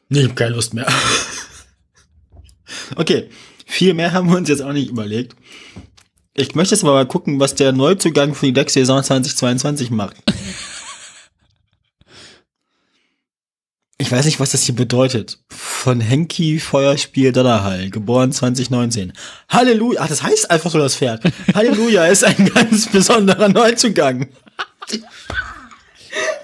A: Nee, ich hab keine Lust mehr. [LAUGHS] okay, viel mehr haben wir uns jetzt auch nicht überlegt. Ich möchte jetzt aber mal gucken, was der Neuzugang für die Deck-Saison 2022 macht. Ich weiß nicht, was das hier bedeutet. Von Henki Feuerspiel Dadahall, geboren 2019. Halleluja, ach, das heißt einfach so das Pferd. Halleluja ist ein [LAUGHS] ganz besonderer Neuzugang.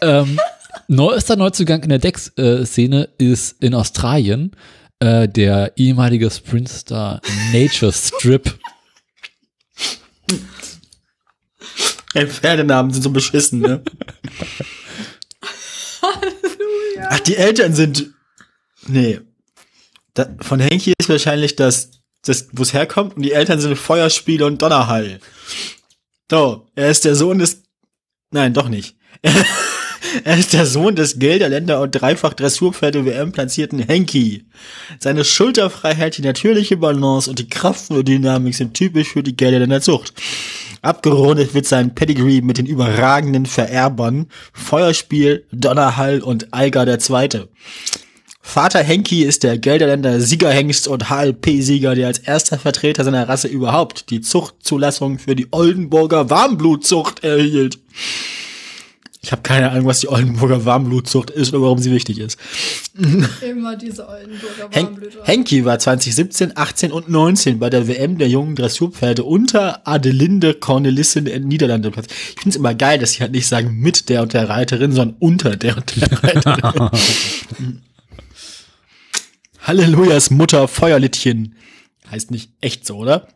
C: ähm, neuester Neuzugang in der Dex-Szene ist in Australien äh, der ehemalige Sprintstar Nature Strip.
A: Ey, Pferdenamen sind so beschissen, ne? Ach, die Eltern sind. Nee. Da, von Henki ist wahrscheinlich das, das wo es herkommt, und die Eltern sind Feuerspiele und Donnerhall. So, er ist der Sohn des. Nein, doch nicht. [LAUGHS] er ist der Sohn des Gelderländer und dreifach Dressurpferde WM platzierten Henki. Seine Schulterfreiheit, die natürliche Balance und die Kraft und Dynamik sind typisch für die Gelderländer Zucht. Abgerundet wird sein Pedigree mit den überragenden Vererbern Feuerspiel, Donnerhall und Algar der Zweite. Vater Henki ist der Gelderländer Siegerhengst und HLP-Sieger, der als erster Vertreter seiner Rasse überhaupt die Zuchtzulassung für die Oldenburger Warmblutzucht erhielt. Ich habe keine Ahnung, was die Oldenburger Warmblutzucht ist oder warum sie wichtig ist.
B: Immer diese Oldenburger
A: Hen Henki war 2017, 18 und 19 bei der WM der jungen Dressurpferde unter Adelinde Cornelissen in Niederlande platz. Ich finde es immer geil, dass sie halt nicht sagen mit der und der Reiterin, sondern unter der und der Reiterin. Hallelujas Mutter Feuerlittchen. Heißt nicht echt so, oder?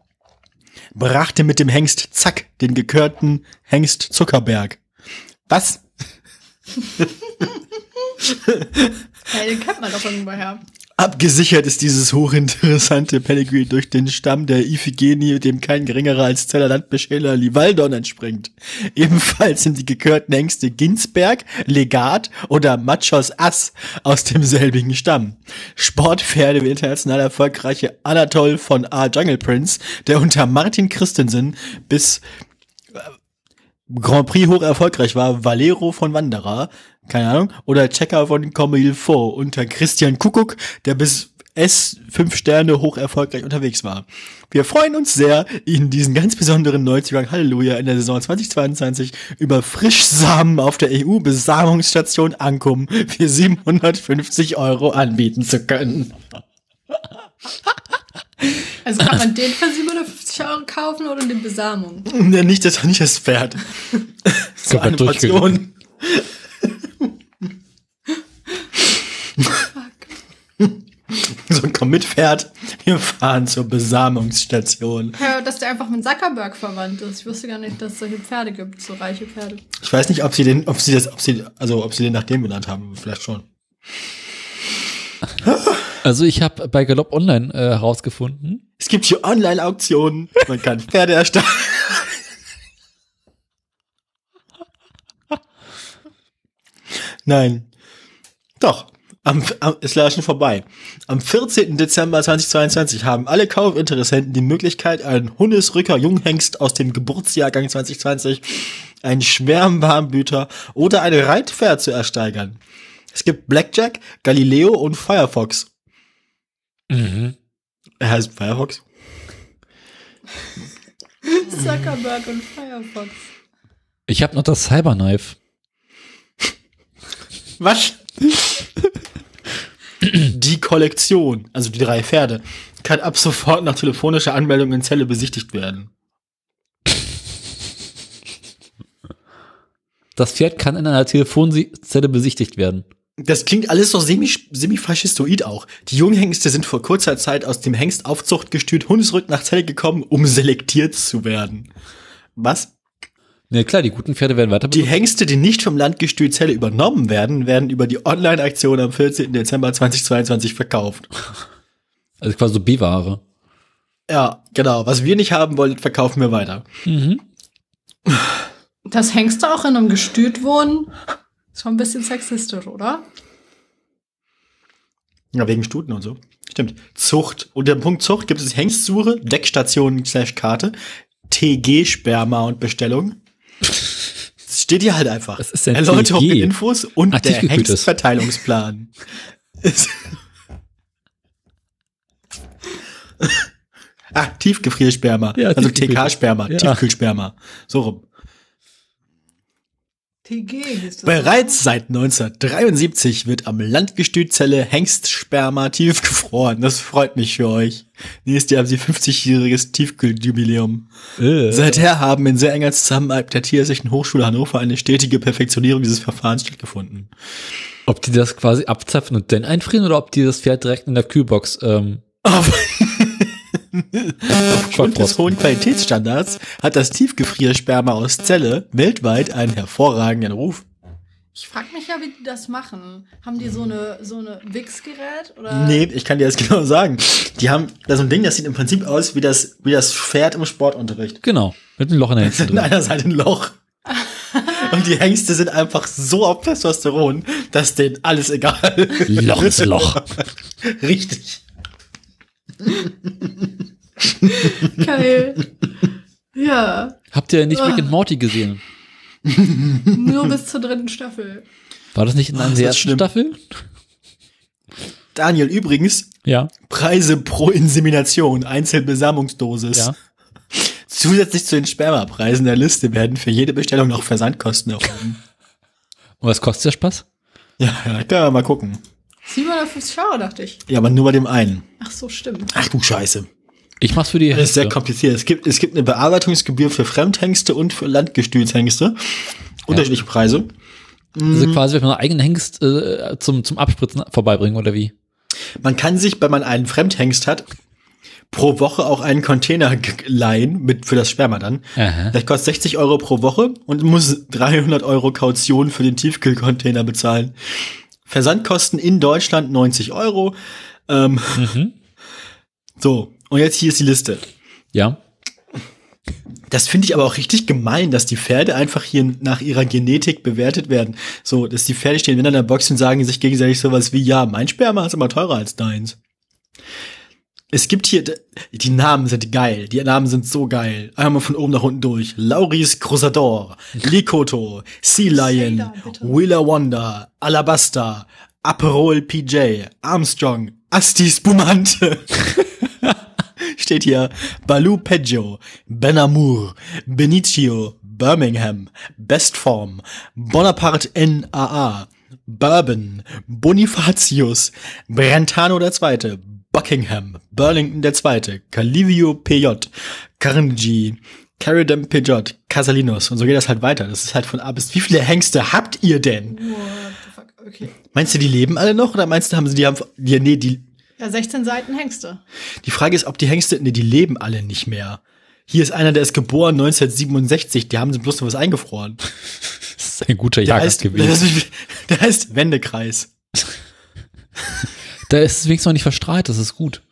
A: Brachte mit dem Hengst Zack den gekörten Hengst Zuckerberg. Was?
B: Ja, den kennt man doch irgendwoher.
A: Abgesichert ist dieses hochinteressante Pedigree durch den Stamm der Iphigenie, dem kein geringerer als Zeller Landbeschäler Livaldon entspringt. Ebenfalls sind die gekörten Hengste Ginsberg, Legat oder Machos Ass aus demselbigen Stamm. Sportpferde wie international erfolgreiche Anatol von A. Jungle Prince, der unter Martin Christensen bis Grand Prix hoch erfolgreich war, Valero von Wanderer, keine Ahnung, oder Checker von Comme il faut unter Christian Kuckuck, der bis S fünf Sterne hoch erfolgreich unterwegs war. Wir freuen uns sehr, Ihnen diesen ganz besonderen Neuzugang Halleluja in der Saison 2022 über Frischsamen auf der EU-Besamungsstation Ankum für 750 Euro anbieten zu können.
B: Also kann man den für 750 Euro kaufen oder den Besamung?
A: [LAUGHS] Ne, Nicht das, nicht das Pferd. so
C: Sogar
A: eine Portion. So komm mit Pferd, wir fahren zur Besamungsstation.
B: Ja, dass der einfach mit Zuckerberg verwandt ist. Ich wusste gar nicht, dass es solche Pferde gibt, so reiche Pferde.
A: Ich weiß nicht, ob sie den, ob sie das, ob sie, also ob sie den nach dem benannt haben, vielleicht schon.
C: Also ich habe bei Galopp Online äh, herausgefunden,
A: Es gibt hier Online-Auktionen, man kann Pferde erstellen. Nein. Doch. Am, am, es war schon vorbei. Am 14. Dezember 2022 haben alle Kaufinteressenten die Möglichkeit, einen Hundesrücker Junghengst aus dem Geburtsjahrgang 2020, einen Schwärmwarmbüter oder ein Reitpferd zu ersteigern. Es gibt Blackjack, Galileo und Firefox. Er heißt Firefox.
B: [LAUGHS] Zuckerberg und Firefox.
C: ich habe noch das Cyberknife.
A: Was? Die Kollektion, also die drei Pferde, kann ab sofort nach telefonischer Anmeldung in Zelle besichtigt werden.
C: Das Pferd kann in einer Telefonzelle besichtigt werden.
A: Das klingt alles so semi- semi-faschistoid auch. Die Junghengste sind vor kurzer Zeit aus dem Hengstaufzuchtgestüt Hundesrück nach Zelle gekommen, um selektiert zu werden. Was?
C: Na Ne, klar, die guten Pferde werden weiter
A: Die Hengste, die nicht vom Landgestüt Zelle übernommen werden, werden über die Online-Aktion am 14. Dezember 2022 verkauft.
C: Also quasi so B-Ware.
A: Ja, genau. Was wir nicht haben wollen, verkaufen wir weiter.
B: Dass Hengste auch in einem Gestüt wohnen, ist schon ein bisschen sexistisch, oder?
A: Ja, wegen Stuten und so. Stimmt. Zucht. Unter dem Punkt Zucht gibt es Hengstsuche, Deckstationen slash Karte, TG-Sperma und Bestellung. Das steht hier halt einfach.
C: Was ist denn
A: Erläuterung
C: TG?
A: in Infos und
C: Aktiv
A: der
C: gekühltes. [LAUGHS]
A: Hengstverteilungsplan. Ist- Ah, Tiefgefriersperma.
C: Ja,
A: also
C: Tiefgekühl-
A: TK-Sperma,
C: Ja.
A: Tiefkühlsperma. So rum.
B: TG hieß das. ne?
A: Bereits seit 1973 wird am Landgestüt Zelle Hengstsperma tiefgefroren. Das freut mich für euch. Nächstes Jahr haben sie 50-jähriges Tiefkühljubiläum. Seither haben in sehr enger Zusammenarbeit der Tierärztlichen Hochschule Hannover eine stetige Perfektionierung dieses Verfahrens stattgefunden.
C: Ob die das quasi abzapfen und dann einfrieren oder ob die das Pferd direkt in der Kühlbox ähm,
A: Aufgrund des hohen Qualitätsstandards hat das Tiefgefriersperma aus Zelle weltweit einen hervorragenden Ruf.
B: Ich frag mich ja, wie die das machen. Haben die so eine, so eine Wix-Gerät? Oder?
A: Nee, ich kann dir das [LAUGHS] genau sagen. Die haben da so ein Ding, das sieht im Prinzip aus wie das, wie das Pferd im Sportunterricht.
C: Genau, mit einem Loch in der
A: [LAUGHS]
C: Hälfte
A: in
C: drin.
A: einer Seite ein Loch. Und die Hengste sind einfach so auf Testosteron, dass denen alles egal ist.
C: Loch ist Loch.
A: [LAUGHS] Richtig.
B: Geil. ja,
C: Habt ihr nicht Rick and Morty gesehen?
B: nur bis zur dritten Staffel.
C: War das nicht in einer
A: ist
C: der
A: das
C: ersten
A: schlimm.
C: Staffel?
A: Daniel, übrigens,
C: Ja.
A: Preise pro Insemination, Einzelbesamungsdosis.
C: Ja.
A: Zusätzlich zu den Spermapreisen der Liste werden für jede Bestellung noch Versandkosten erhoben.
C: Und was kostet der Spaß?
A: ja, ja, können wir mal gucken.
B: 750 Euro, dachte ich.
A: Ja, aber nur bei dem einen.
B: Ach so, stimmt.
A: Ach du Scheiße.
C: Ich mach's für die
A: Das ist sehr
C: Hälfte.
A: kompliziert. Es gibt, es gibt eine Bearbeitungsgebühr für Fremdhengste und für Landgestütshengste. Unterschiedliche Preise.
C: Also
A: Mhm.
C: quasi, wenn man einen eigenen Hengst äh, zum, zum Abspritzen vorbeibringen, oder wie?
A: Man kann sich, wenn man einen Fremdhengst hat, pro Woche auch einen Container g- leihen mit, für das Sperma dann.
C: Aha.
A: Das kostet 60 Euro pro Woche und muss 300 Euro Kaution für den Tiefkühlcontainer bezahlen. Versandkosten in Deutschland 90 Euro. Ähm,
C: Mhm.
A: [LAUGHS] so, und jetzt hier ist die Liste.
C: Ja.
A: Das finde ich aber auch richtig gemein, dass die Pferde einfach hier nach ihrer Genetik bewertet werden. So, dass die Pferde stehen, wenn in der Box und sagen sich gegenseitig sowas wie, ja, mein Sperma ist aber teurer als deins. Es gibt hier, die Namen sind geil, die Namen sind so geil. Einmal von oben nach unten durch. Lauris Crusador, Likoto, Sea Lion,
B: Sailor, bitte.
A: Wheeler Wonder, Alabasta, Aperol PJ, Armstrong, Asti Spumante. Steht hier Balu Peggio, Benamour, Benicio, Birmingham, Best Form, Bonaparte NAA, Bourbon, Bonifatius, Brentano II., Buckingham, Burlington II., Calivio PJ, Carnegie, Caridam PJ, Casalinos. Und so geht das halt weiter. Das ist halt von A bis. Wie viele Hengste habt ihr denn?
B: What the fuck? Okay.
A: Meinst du, die leben alle noch? Oder meinst du, haben sie die haben. Die, nee, die,
B: Ja, 16 Seiten Hengste.
A: die Frage ist, ob die Hengste, nee, die leben alle nicht mehr. Hier ist einer, der ist geboren 1967, die haben sie bloß noch was eingefroren.
C: Das ist ein guter
A: Der
C: Jagd
A: heißt, [LAUGHS]
C: gewesen.
A: der heißt Wendekreis. [LAUGHS]
C: Da ist es wenigstens noch nicht verstrahlt, das ist gut.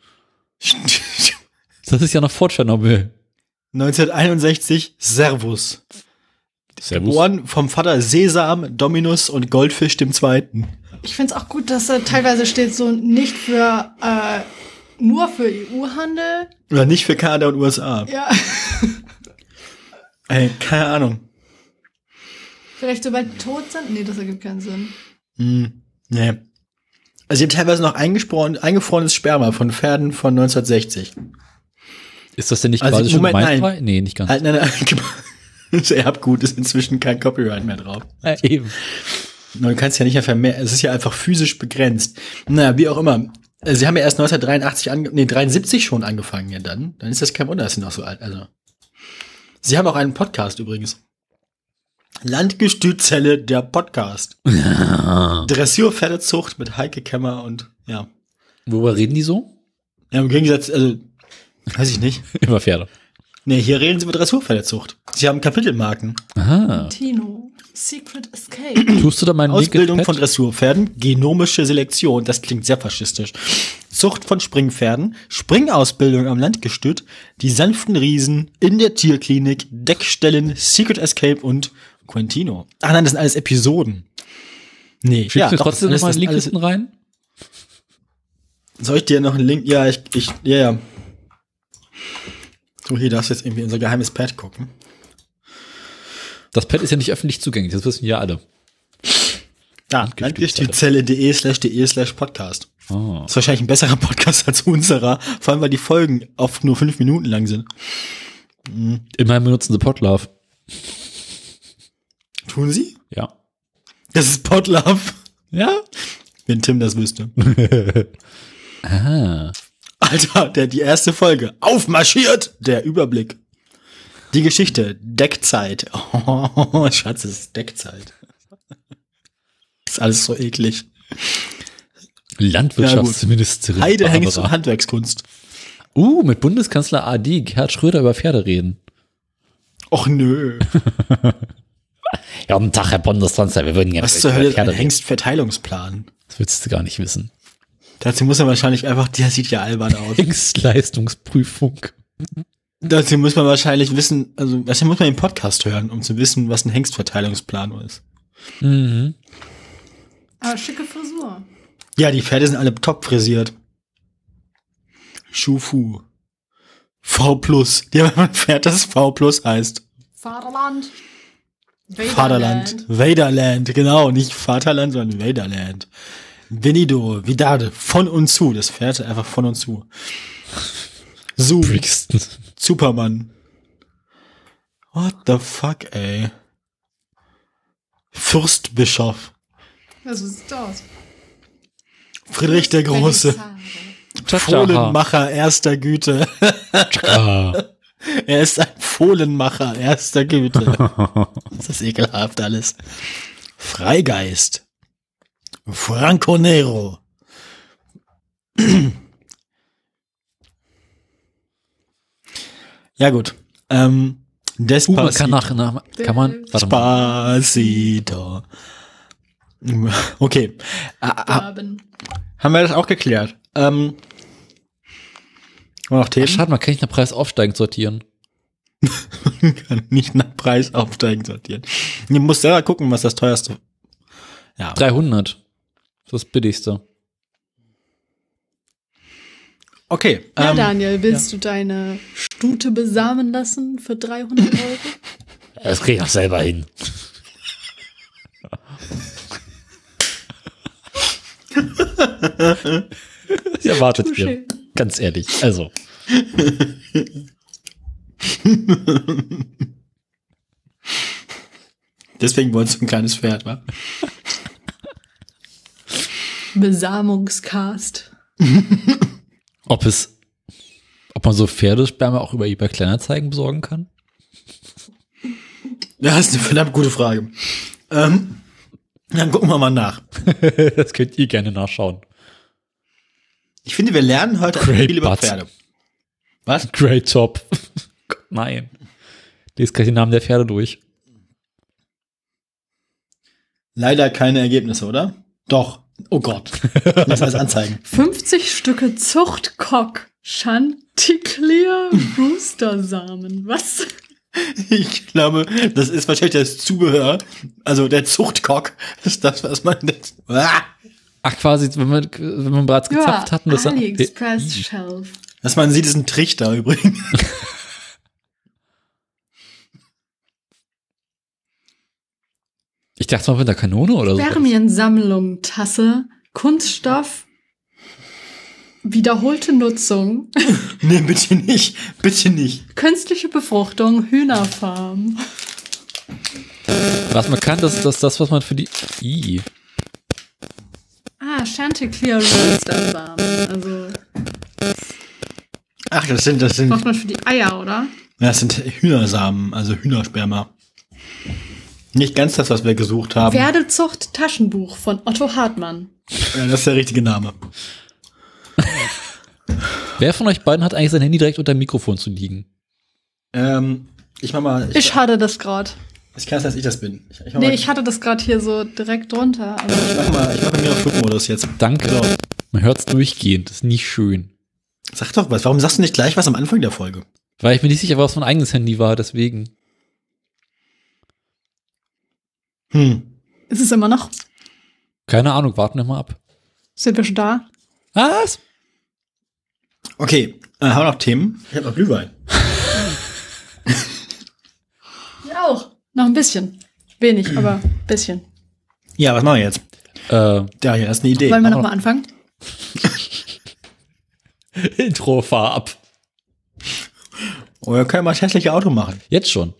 C: Das ist ja noch Fort Tschernobyl.
A: 1961 Servus. Geboren vom Vater Sesam, Dominus und Goldfisch dem Zweiten.
B: Ich find's auch gut, dass da teilweise steht so nicht für äh, nur für E EU-Handel.
A: Oder nicht für Kanada und USA.
B: Ja.
A: Ey, keine Ahnung.
B: Vielleicht sobald die tot sind? Nee, das ergibt keinen Sinn.
A: Hm, nee. Also sie haben teilweise noch eingesporen- eingefrorenes Sperma von Pferden von 1960.
C: Ist das denn nicht
A: Also,
C: quasi schon
A: Moment,
C: gemeinfrei?
A: nein.
C: Nee, nicht ganz.
A: Halt, nein, nein, [LAUGHS] das Erbgut ist inzwischen kein Copyright mehr drauf.
C: Äh, eben.
A: Man kann es ja nicht mehr vermehren. Es ist ja einfach physisch begrenzt. Naja, wie auch immer. Äh, Sie haben ja erst 1983, ange nee, 73 schon angefangen, ja dann. Dann ist das kein Wunder, dass sie noch so alt, also. Sie haben auch einen Podcast übrigens. Landgestützelle, der Podcast. Dressurpferdezucht mit Heike Kemmer und, ja.
C: Worüber reden die so? [LAUGHS]
A: Ja, im Gegensatz, also, weiß ich nicht.
C: Über Pferde.
A: Nee, hier reden sie über Dressurpferdezucht. Sie haben Kapitelmarken.
C: Aha.
B: Tino. Secret Escape.
C: Tust du da meinen
A: Ausbildung
C: Link
A: von Dressurpferden, genomische Selektion, das klingt sehr faschistisch. Zucht von Springpferden, Springausbildung am Landgestüt, die sanften Riesen, in der Tierklinik, Deckstellen, Secret Escape und Quentino. Ach nein, das sind alles Episoden. Nee,
C: Schickst
A: doch,
C: du
A: das
C: trotzdem
A: alles-
C: nochmal
A: das
C: einen Link
A: alles-
C: hinten rein?
A: Soll ich dir noch einen Link? Ja, ich, ich, ja, ja. So, hier darfst du jetzt irgendwie unser geheimes Pad gucken.
C: Das Pad ist ja nicht öffentlich zugänglich, das wissen ja alle.
A: Da, landgestützelle.de slash de slash podcast.
C: Ah.
A: Ist wahrscheinlich ein besserer [LAUGHS] Podcast als unserer, vor allem weil die Folgen oft nur fünf Minuten lang sind.
C: Immerhin benutzen sie Podlove.
A: Tun sie?
C: Ja.
A: Das ist Podlove.
C: Ja?
A: Wenn Tim das wüsste.
C: Ah.
A: Alter, der die erste Folge. Aufmarschiert! Der Überblick. Die Geschichte. Deckzeit. [LAUGHS] Oh, Schatz, es ist Deckzeit. Ist alles so eklig.
C: Landwirtschaftsministerin.
A: Heidehengst und
C: Barbara.
A: Handwerkskunst.
C: Uh, mit Bundeskanzler AD Gerhard Schröder über Pferde reden.
A: Och nö.
C: Ja, guten Tag, Herr Bundeskanzler, wir würden gerne
A: Was zur Hölle ist ein Hengstverteilungsplan?
C: Das willst du gar nicht wissen.
A: Dazu muss man wahrscheinlich einfach, der sieht ja albern aus.
C: Hengstleistungsprüfung.
A: Dazu muss man wahrscheinlich wissen, also dazu muss man den Podcast hören, um zu wissen, was ein Hengstverteilungsplan ist.
C: Mhm.
B: Aber Ah, schicke Frisur.
A: Ja, die Pferde sind alle top frisiert. Schufu. V plus. Die haben ein Pferd, das V plus heißt.
B: Vaterland.
A: Vaterland. Vaderland, genau. Nicht Vaterland, sondern Vaderland. Venido, Vidade, von und zu. Das Pferd ist einfach von und zu. Zoom,
C: Brixton.
A: Superman. What the fuck, ey. Fürstbischof.
B: Ja, so sieht's aus.
A: Friedrich der Große, Fohlenmacher erster Güte.
C: Ah.
A: [LAUGHS] Er ist ein Fohlenmacher erster Güte. Das ist ekelhaft alles. Freigeist. Franco Nero. [CLEARS THROAT] Ja gut. Ähm,
C: Uh, man kann
A: Despacito.
C: nach, nach kann man, warte mal.
A: Despacito. Okay. Ah, ah,
B: Bourbon.
A: haben wir das auch geklärt? Ähm, haben wir noch Themen?
C: Schade, man kann nicht nach Preis aufsteigend sortieren.
A: kann nicht nach Preis aufsteigen sortieren. Ihr müsst selber gucken, was das teuerste. Ja.
C: 300. Das ist das billigste.
A: Okay.
B: Ja,
A: ähm,
B: Daniel, willst du deine Stute besamen lassen für
A: [LAUGHS]
B: 300 Euro?
C: Das kriege ich auch selber hin. Sie erwartet
B: Touché.
C: [LAUGHS] ihr. Ganz ehrlich. Also.
A: deswegen wolltest du ein kleines Pferd, wa?
B: Besamungscast.
C: Ob es, ob man so Pferdesperma auch über eBay Kleinanzeigen besorgen kann?
A: Das ist eine verdammt gute Frage. Ähm, dann gucken wir mal nach.
C: [LAUGHS] das könnt ihr gerne nachschauen.
A: Ich finde, wir lernen heute
C: Great
A: viel über
C: Butts.
A: Pferde. Was?
C: Great job. [LAUGHS] Gott, Nein. Lest gleich den Namen der Pferde durch.
A: Leider keine Ergebnisse, oder? Doch. Oh [LAUGHS] Gott. Lass mal das anzeigen.
B: 50 Stücke Zuchtkock. Chanticleer Roostersamen. Was?
A: [LAUGHS] Ich glaube, das ist wahrscheinlich das Zubehör. Also der Zuchtkock ist das, was man. Das, ah,
C: Ach, quasi, wenn man, wenn man bereits gezapft hatten, das dann-
B: AliExpress Shelf.
A: was man sieht, ist ein Trichter übrigens. [LAUGHS]
C: Ich dachte mal mit einer Kanone oder so.
B: Spermiensammlung, Tasse, Kunststoff, wiederholte Nutzung, [LAUGHS]
A: nee, bitte nicht. Bitte nicht.
B: künstliche Befruchtung, Hühnerfarm.
C: Was man kann, das ist das, das, was man für die. I.
B: Ah, Chanticleer Roostersamen. Also,
A: Ach, das sind, das
B: braucht
A: sind,
B: man für die Eier, oder?
A: das sind Hühnersamen, also Hühnersperma. Nicht ganz das, was wir gesucht haben.
B: Pferdezucht Taschenbuch von Otto Hartmann.
A: Ja, das ist der richtige Name.
C: Wer von euch beiden hat eigentlich sein Handy direkt unter dem Mikrofon zu liegen?
A: Ähm, ich mach mal. Ich,
B: Ich
A: ich,
B: hatte das gerade.
A: kann es, dass ich das bin. Ich, ich mach
B: Nee,
A: mal,
B: ich hatte das gerade hier so direkt drunter. Aber
A: ich mach mal, ich mach bei mir auf Flugmodus jetzt.
C: Danke. Man hört's durchgehend. Das ist nicht schön.
A: Sag doch was. Warum sagst du nicht gleich was am Anfang der Folge?
C: Weil ich mir nicht sicher war, was mein eigenes Handy war, deswegen.
A: Hm.
B: ist es immer noch?
C: Keine Ahnung, warten wir mal ab.
B: Sind wir schon da?
C: Was?
A: Okay, äh, haben wir noch Themen? Ich habe noch Glühwein.
B: Ja, auch. Noch ein bisschen. Wenig, aber ein bisschen.
A: Ja, was machen wir jetzt?
C: Äh,
A: Ja, ja, das ist eine Idee. ne?
B: Wollen wir nochmal anfangen?
C: Intro, fahr ab.
A: Oh, wir können mal das hässliche Auto machen.
C: Jetzt schon.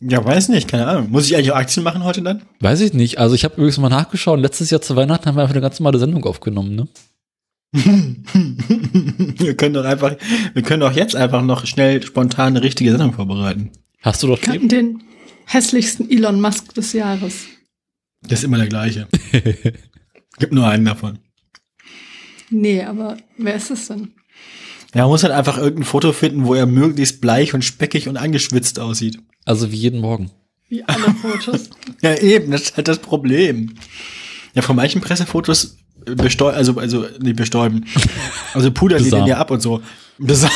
A: Ja, weiß nicht, keine Ahnung. Muss ich eigentlich auch Aktien machen heute dann? [LAUGHS]
C: Weiß ich nicht. Also ich habe übrigens mal nachgeschaut. Letztes Jahr zu Weihnachten haben wir einfach eine ganz normale Sendung aufgenommen, ne?
A: Wir können doch einfach, wir können doch jetzt einfach noch schnell spontan eine richtige Sendung vorbereiten.
C: Hast du doch
B: Wir hatten den hässlichsten Elon Musk des Jahres.
A: Das ist immer der
B: [LAUGHS]
A: gleiche. Gibt nur einen davon.
B: Nee, aber wer ist es denn?
A: Ja, man muss halt einfach irgendein Foto finden, wo er möglichst bleich und speckig und angeschwitzt aussieht.
C: Also wie jeden Morgen.
B: Wie alle [LAUGHS] Fotos.
A: Ja, eben, das ist halt das Problem. Ja, von manchen Pressefotos äh, bestäu also, also, nicht bestäuben. Also pudern die
C: Besamen.
A: den ja ab und so. Besa-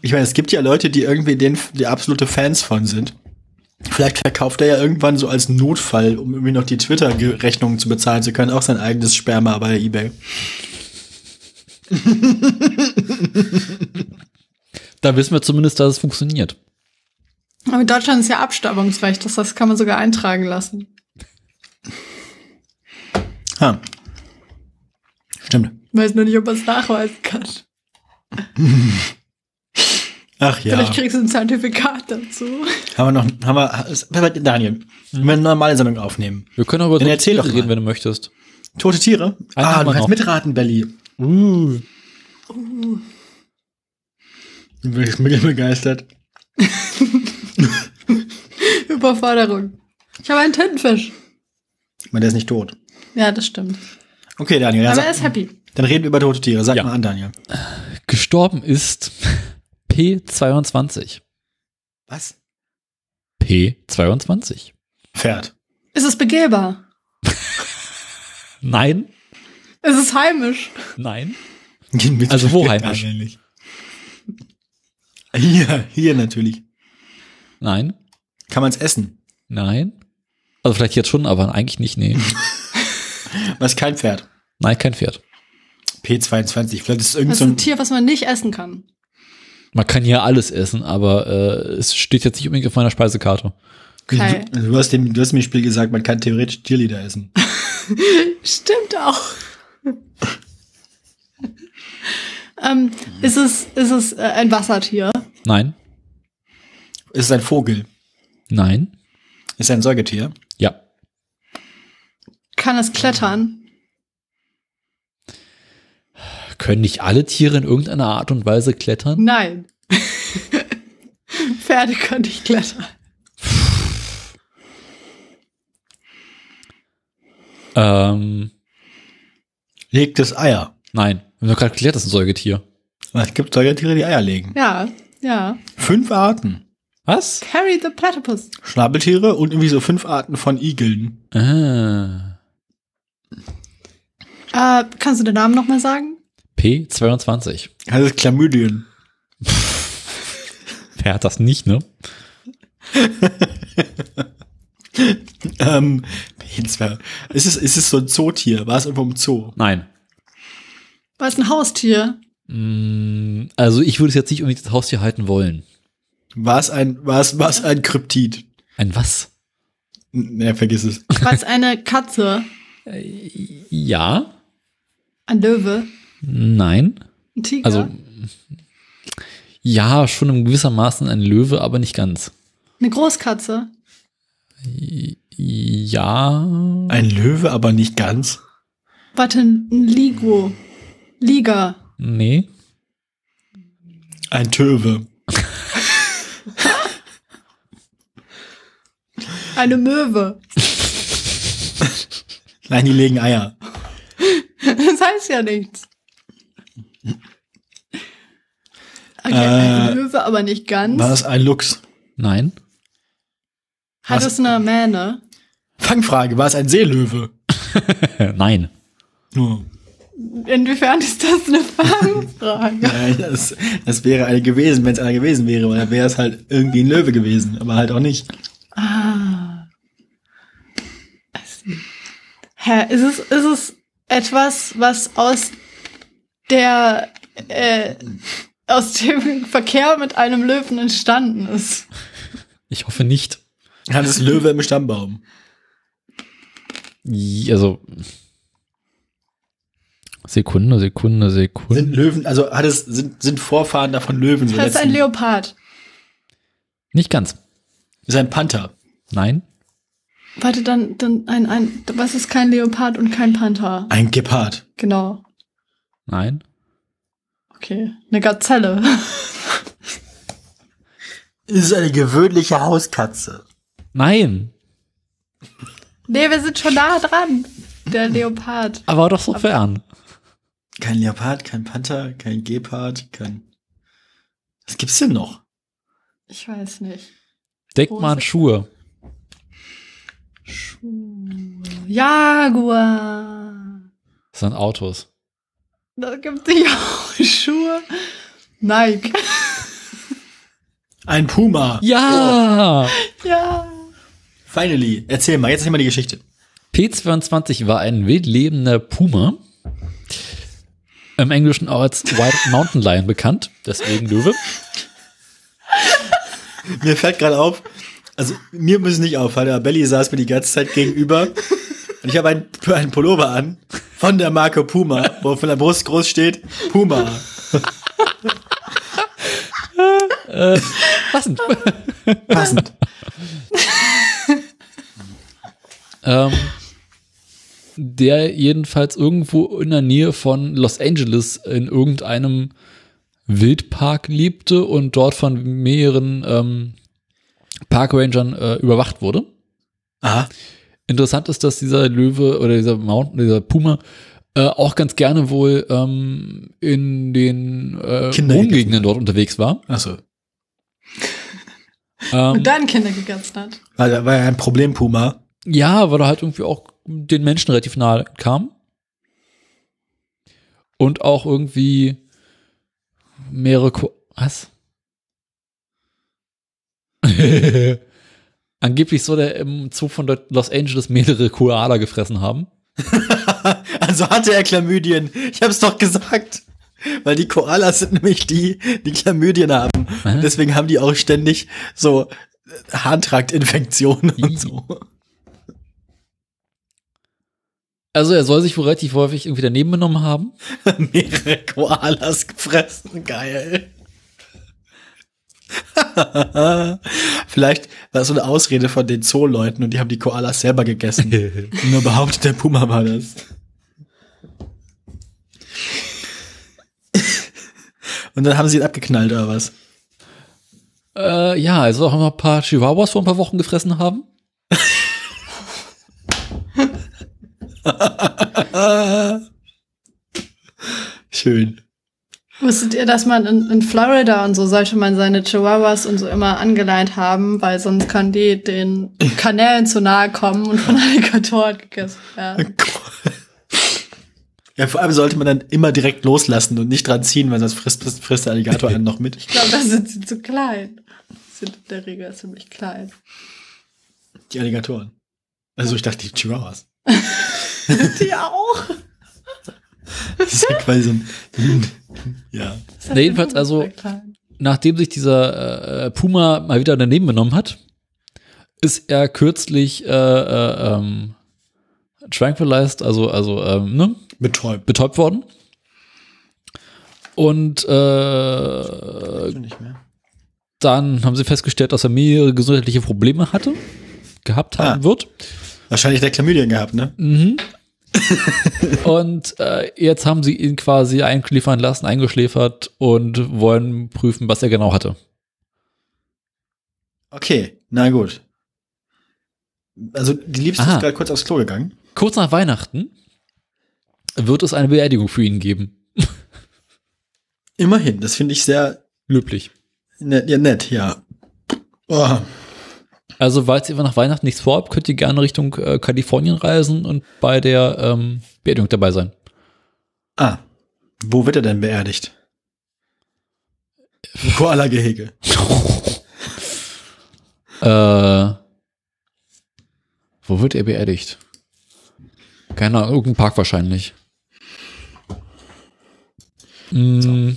A: Ich meine, es gibt ja Leute, die irgendwie den, die absolute Fans von sind. Vielleicht verkauft er ja irgendwann so als Notfall, um irgendwie noch die Twitter-Rechnungen zu bezahlen zu können, auch sein eigenes Sperma bei eBay.
C: Da wissen wir zumindest, dass es funktioniert.
B: aber in Deutschland ist ja Abstammungsrecht, das heißt, kann man sogar eintragen lassen.
A: Ha. Stimmt.
B: Weiß nur nicht, ob man es nachweisen kann.
A: Ach ja.
B: Vielleicht kriegst du ein Zertifikat dazu. [LAUGHS]
A: Haben wir noch, haben wir, ist- Daniel, wenn wir eine normale Sendung aufnehmen.
C: Wir können aber
A: Dann
C: über
A: erzähl
C: Tiere
A: doch mal.
C: reden, wenn du möchtest.
A: Tote Tiere?
C: Einen
A: ah,
C: haben
A: du
C: wir
A: kannst
C: noch.
A: mitraten, Belly.
C: Uh.
A: Du bist mega [LAUGHS] begeistert.
B: Überforderung. Ich habe einen Tintenfisch.
A: Aber der ist nicht tot.
B: Ja, das stimmt.
A: Okay, Daniel, dann,
B: Aber
A: sag,
B: er ist happy.
A: dann reden wir über tote Tiere. Sag
C: Ja.
A: mal an, Daniel.
C: [LAUGHS] Gestorben ist P22.
A: Was?
C: P22.
A: Pferd.
B: Ist es begehbar?
C: Nein,
B: Ist es heimisch?
C: nein.
A: Mit
C: [LAUGHS] Also wo
A: Pferd
C: heimisch?
A: angeln nicht. [LAUGHS] Hier, hier natürlich.
C: Nein,
A: Kann man es essen?
C: nein. Also vielleicht jetzt schon, aber eigentlich nicht, nee.
A: Was kein Pferd.
C: Nein, kein Pferd.
A: P22. Vielleicht ist es irgend
B: Das
A: so
B: ist ein
A: ein
B: Tier, was man nicht essen kann.
C: Man kann ja alles essen, aber äh, es steht jetzt nicht unbedingt auf meiner Speisekarte.
B: Okay.
A: Du, du, hast dem, du hast mir im Spiel gesagt, man kann theoretisch Cheerleader essen.
B: Stimmt auch. ähm, ist es, ist es äh, ein Wassertier?
C: Nein,
A: Ist es ein Vogel?
C: nein,
A: Ist es ein Säugetier?
C: ja.
B: Kann es klettern?
C: Können nicht alle Tiere in irgendeiner Art und Weise klettern?
B: Nein. [LAUGHS] Pferde können nicht klettern.
C: Ähm,
A: Legt es Eier?
C: nein. Wir haben doch gerade geklärt, das ist ein Säugetier.
A: Es gibt Säugetiere, die Eier legen.
B: Ja, ja.
A: Fünf Arten.
C: Was?
B: Harry the Platypus.
A: Schnabeltiere und irgendwie so fünf Arten von Igeln.
C: Ah.
B: Äh, kannst du den Namen nochmal sagen?
C: P22.
A: Heißt es Chlamydien.
C: Wer hat das nicht, ne?
A: Ähm, P2. ist es, ist es so ein Zootier? War es irgendwo im Zoo?
C: Nein.
B: War es ein Haustier?
C: Mm, Also ich würde es jetzt nicht unbedingt das Haustier halten wollen.
A: War es ein, war es, war es ein Kryptid?
C: Ein was?
A: N- Ne, vergiss es.
B: War es eine Katze?
C: Ja?
B: Ein Löwe?
C: Nein?
B: Ein Tiger?
C: Also ja, schon in gewissermaßen ein Löwe, aber nicht ganz.
B: eine Großkatze?
C: Ja.
A: Ein Löwe, aber nicht ganz.
B: Warte, ein Ligo? Liga?
C: Nee.
A: Ein Töwe.
B: Eine Möwe?
A: Nein, die legen Eier.
B: Das heißt ja nichts. Okay,
A: Äh,
B: ein Löwe, aber nicht ganz.
A: War es ein Luchs?
C: Nein.
B: Hat
A: was-
B: es eine Mähne?
A: Fangfrage, war es ein Seelöwe? Hm.
C: Nein.
A: Nur.
B: Inwiefern ist
A: [LAUGHS]
B: das eine Fangfrage?
A: Nein, das, das wäre eine gewesen, wenn es einer gewesen wäre, weil dann wäre es halt irgendwie ein Löwe gewesen, aber halt auch nicht.
B: ah. Hä, ist es, ist es etwas, was aus der, äh, aus dem Verkehr mit einem Löwen entstanden ist?
C: Ich hoffe nicht.
A: Hat es Löwe im Stammbaum?
C: J- Also. Sekunde, Sekunde, Sekunde.
A: Sind Löwen, also hat es, sind, sind Vorfahren davon Löwen? so
B: Das ist ein
A: letzten-
B: Leopard.
C: Nicht ganz.
A: Ist ein Panther.
C: Nein.
B: Warte, dann, dann ein, ein, was ist kein Leopard und kein Panther?
A: Ein Gepard.
B: Genau.
C: Nein.
B: Okay, eine Gazelle. [LAUGHS]
A: Ist es eine gewöhnliche Hauskatze?
C: Nein.
B: Nee, wir sind schon nah dran. Der Leopard.
C: Aber doch so fern.
A: Kein Leopard, kein Panther, kein Gepard, kein. Was gibt's denn noch?
B: Ich weiß nicht.
C: Denk
B: Wo
C: mal an
B: ist es?
C: Schuhe.
B: Schuhe. Jaguar.
C: Das sind Autos.
B: Da gibt [LAUGHS] es auch Schuhe. Nike. [LAUGHS]
A: Ein Puma.
C: Ja!
B: Ja.
A: Finally. Erzähl mal, jetzt erzähl mal die Geschichte.
C: P22 war ein wildlebender Puma. Im Englischen auch als White Mountain Lion bekannt. Deswegen Löwe.
A: Mir fällt gerade auf, also mir muss es nicht auffallen, aber Belly saß mir die ganze Zeit [LAUGHS] gegenüber und ich habe einen, einen Pullover an von der Marke Puma, wo von der Brust groß steht Puma.
C: Was denn?
A: Passend.
C: ähm, der jedenfalls irgendwo in der Nähe von Los Angeles in irgendeinem Wildpark lebte und dort von mehreren ähm, Parkrangern äh, überwacht wurde.
A: Aha.
C: Interessant ist, dass dieser Löwe oder dieser Mountain, dieser Puma äh, auch ganz gerne wohl ähm, in den äh,
A: Kinderecken.
C: Wohngegenden dort unterwegs war.
A: Achso.
B: [LAUGHS]
C: Ähm,
B: Und dann Kinder gegessen hat.
A: Weil er war ja ein Problempuma.
C: Ja, weil er halt irgendwie auch den Menschen relativ nahe kam. Und auch irgendwie mehrere Ko Was? Angeblich soll er im Zoo von Lo- Los Angeles mehrere Koala gefressen haben.
A: Also hatte er Chlamydien. Ich hab's doch gesagt. Weil die Koalas sind nämlich die, die Chlamydien haben. Und deswegen haben die auch ständig so äh, Harntraktinfektionen
C: Ih.
A: und so.
C: Also er soll sich wohl relativ häufig irgendwie daneben benommen haben.
A: [LAUGHS] Mehrere Koalas gefressen. Geil. [LAUGHS] Vielleicht war es so eine Ausrede von den Zooleuten und die haben die Koalas selber [LAUGHS] gegessen. Nur behauptet, der Puma war das. [LAUGHS] Und dann haben sie ihn abgeknallt oder was?
C: Äh, ja, er soll auch noch ein paar Chihuahuas vor ein paar Wochen gefressen haben.
A: Schön. [LAUGHS]
B: Wusstet ihr, dass man in, in Florida und so sollte man seine Chihuahuas und so immer angeleint haben, weil sonst können die den Kanälen zu nahe kommen und von Alligatoren gegessen werden.
A: Ja, vor allem sollte man dann immer direkt loslassen und nicht dran ziehen, weil sonst frisst, frisst, frisst der Alligator einen noch mit.
B: Ich glaube, da sind sie zu klein. Sie sind in der Regel ziemlich klein.
A: Die Alligatoren. Also ich dachte, die Chihuahuas.
B: Die auch.
A: Das ist ja quasi so ein, [LAUGHS] ja.
C: Na, jedenfalls also, nachdem sich dieser äh, Puma mal wieder daneben benommen hat, ist er kürzlich äh, äh, ähm, tranquilized, also, also ähm, ne,
A: Betäubt.
C: betäubt worden. Und äh,
A: Nicht mehr.
C: dann haben sie festgestellt, dass er mehrere gesundheitliche Probleme hatte, gehabt haben
A: Ah.
C: wird.
A: Wahrscheinlich der Chlamydien gehabt, ne?
C: Mhm. [LAUGHS] Und äh, jetzt haben sie ihn quasi einschläfern lassen, eingeschläfert und wollen prüfen, was er genau hatte.
A: Okay, na gut. Also die Liebste
C: Aha.
A: ist gerade kurz aufs Klo gegangen.
C: Kurz nach Weihnachten wird es eine Beerdigung für ihn geben.
A: Immerhin, das finde ich sehr
C: Löblich.
A: nett, ja, nett ja. Oh,
C: Also, falls ihr nach Weihnachten nichts vorhabt, könnt ihr gerne Richtung äh, Kalifornien reisen und bei der ähm, Beerdigung dabei sein.
A: Ah, wo wird er denn beerdigt? Im Koala-Gehege.
C: Äh, wo wird er beerdigt? Keine Ahnung, irgendein Park wahrscheinlich. Mm,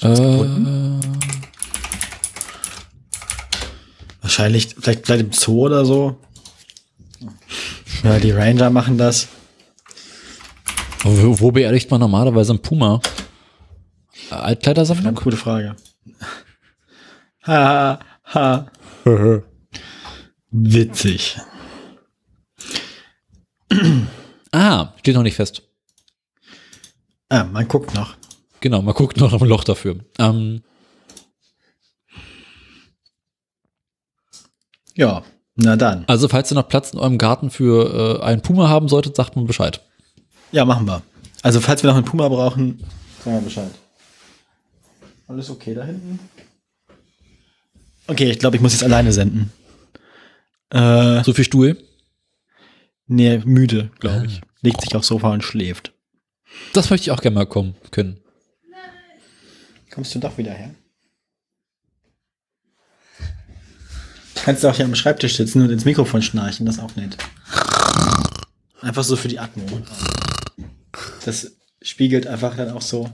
C: Äh,
A: Wahrscheinlich, vielleicht, vielleicht im Zoo oder so. Ja, die Ranger machen das.
C: wo, wo beerdigt man normalerweise einen Puma? Äh, Altkleidersammlung?
A: Gute Frage. [LAUGHS] Ha, ha. Witzig.
C: Ah, steht noch nicht fest.
A: Ah, man guckt noch.
C: Genau, mal gucken [LAUGHS] noch ein Loch dafür. Ähm,
A: Ja, na dann.
C: also, falls ihr noch Platz in eurem Garten für äh, einen Puma haben solltet, sagt mir Bescheid.
A: Ja, machen wir. Also, falls wir noch einen Puma brauchen, sagen wir Bescheid. Alles okay da hinten? Okay, ich glaube, ich muss jetzt alleine senden. Äh,
C: So viel Stuhl.
A: nee, müde, glaube ich. Legt sich aufs Sofa und schläft.
C: Das möchte ich auch gerne mal kommen können.
A: Kommst du doch wieder her? Kannst du auch hier am Schreibtisch sitzen und ins Mikrofon schnarchen, das ist auch nett. Einfach so für die Atmung. Das spiegelt einfach dann auch so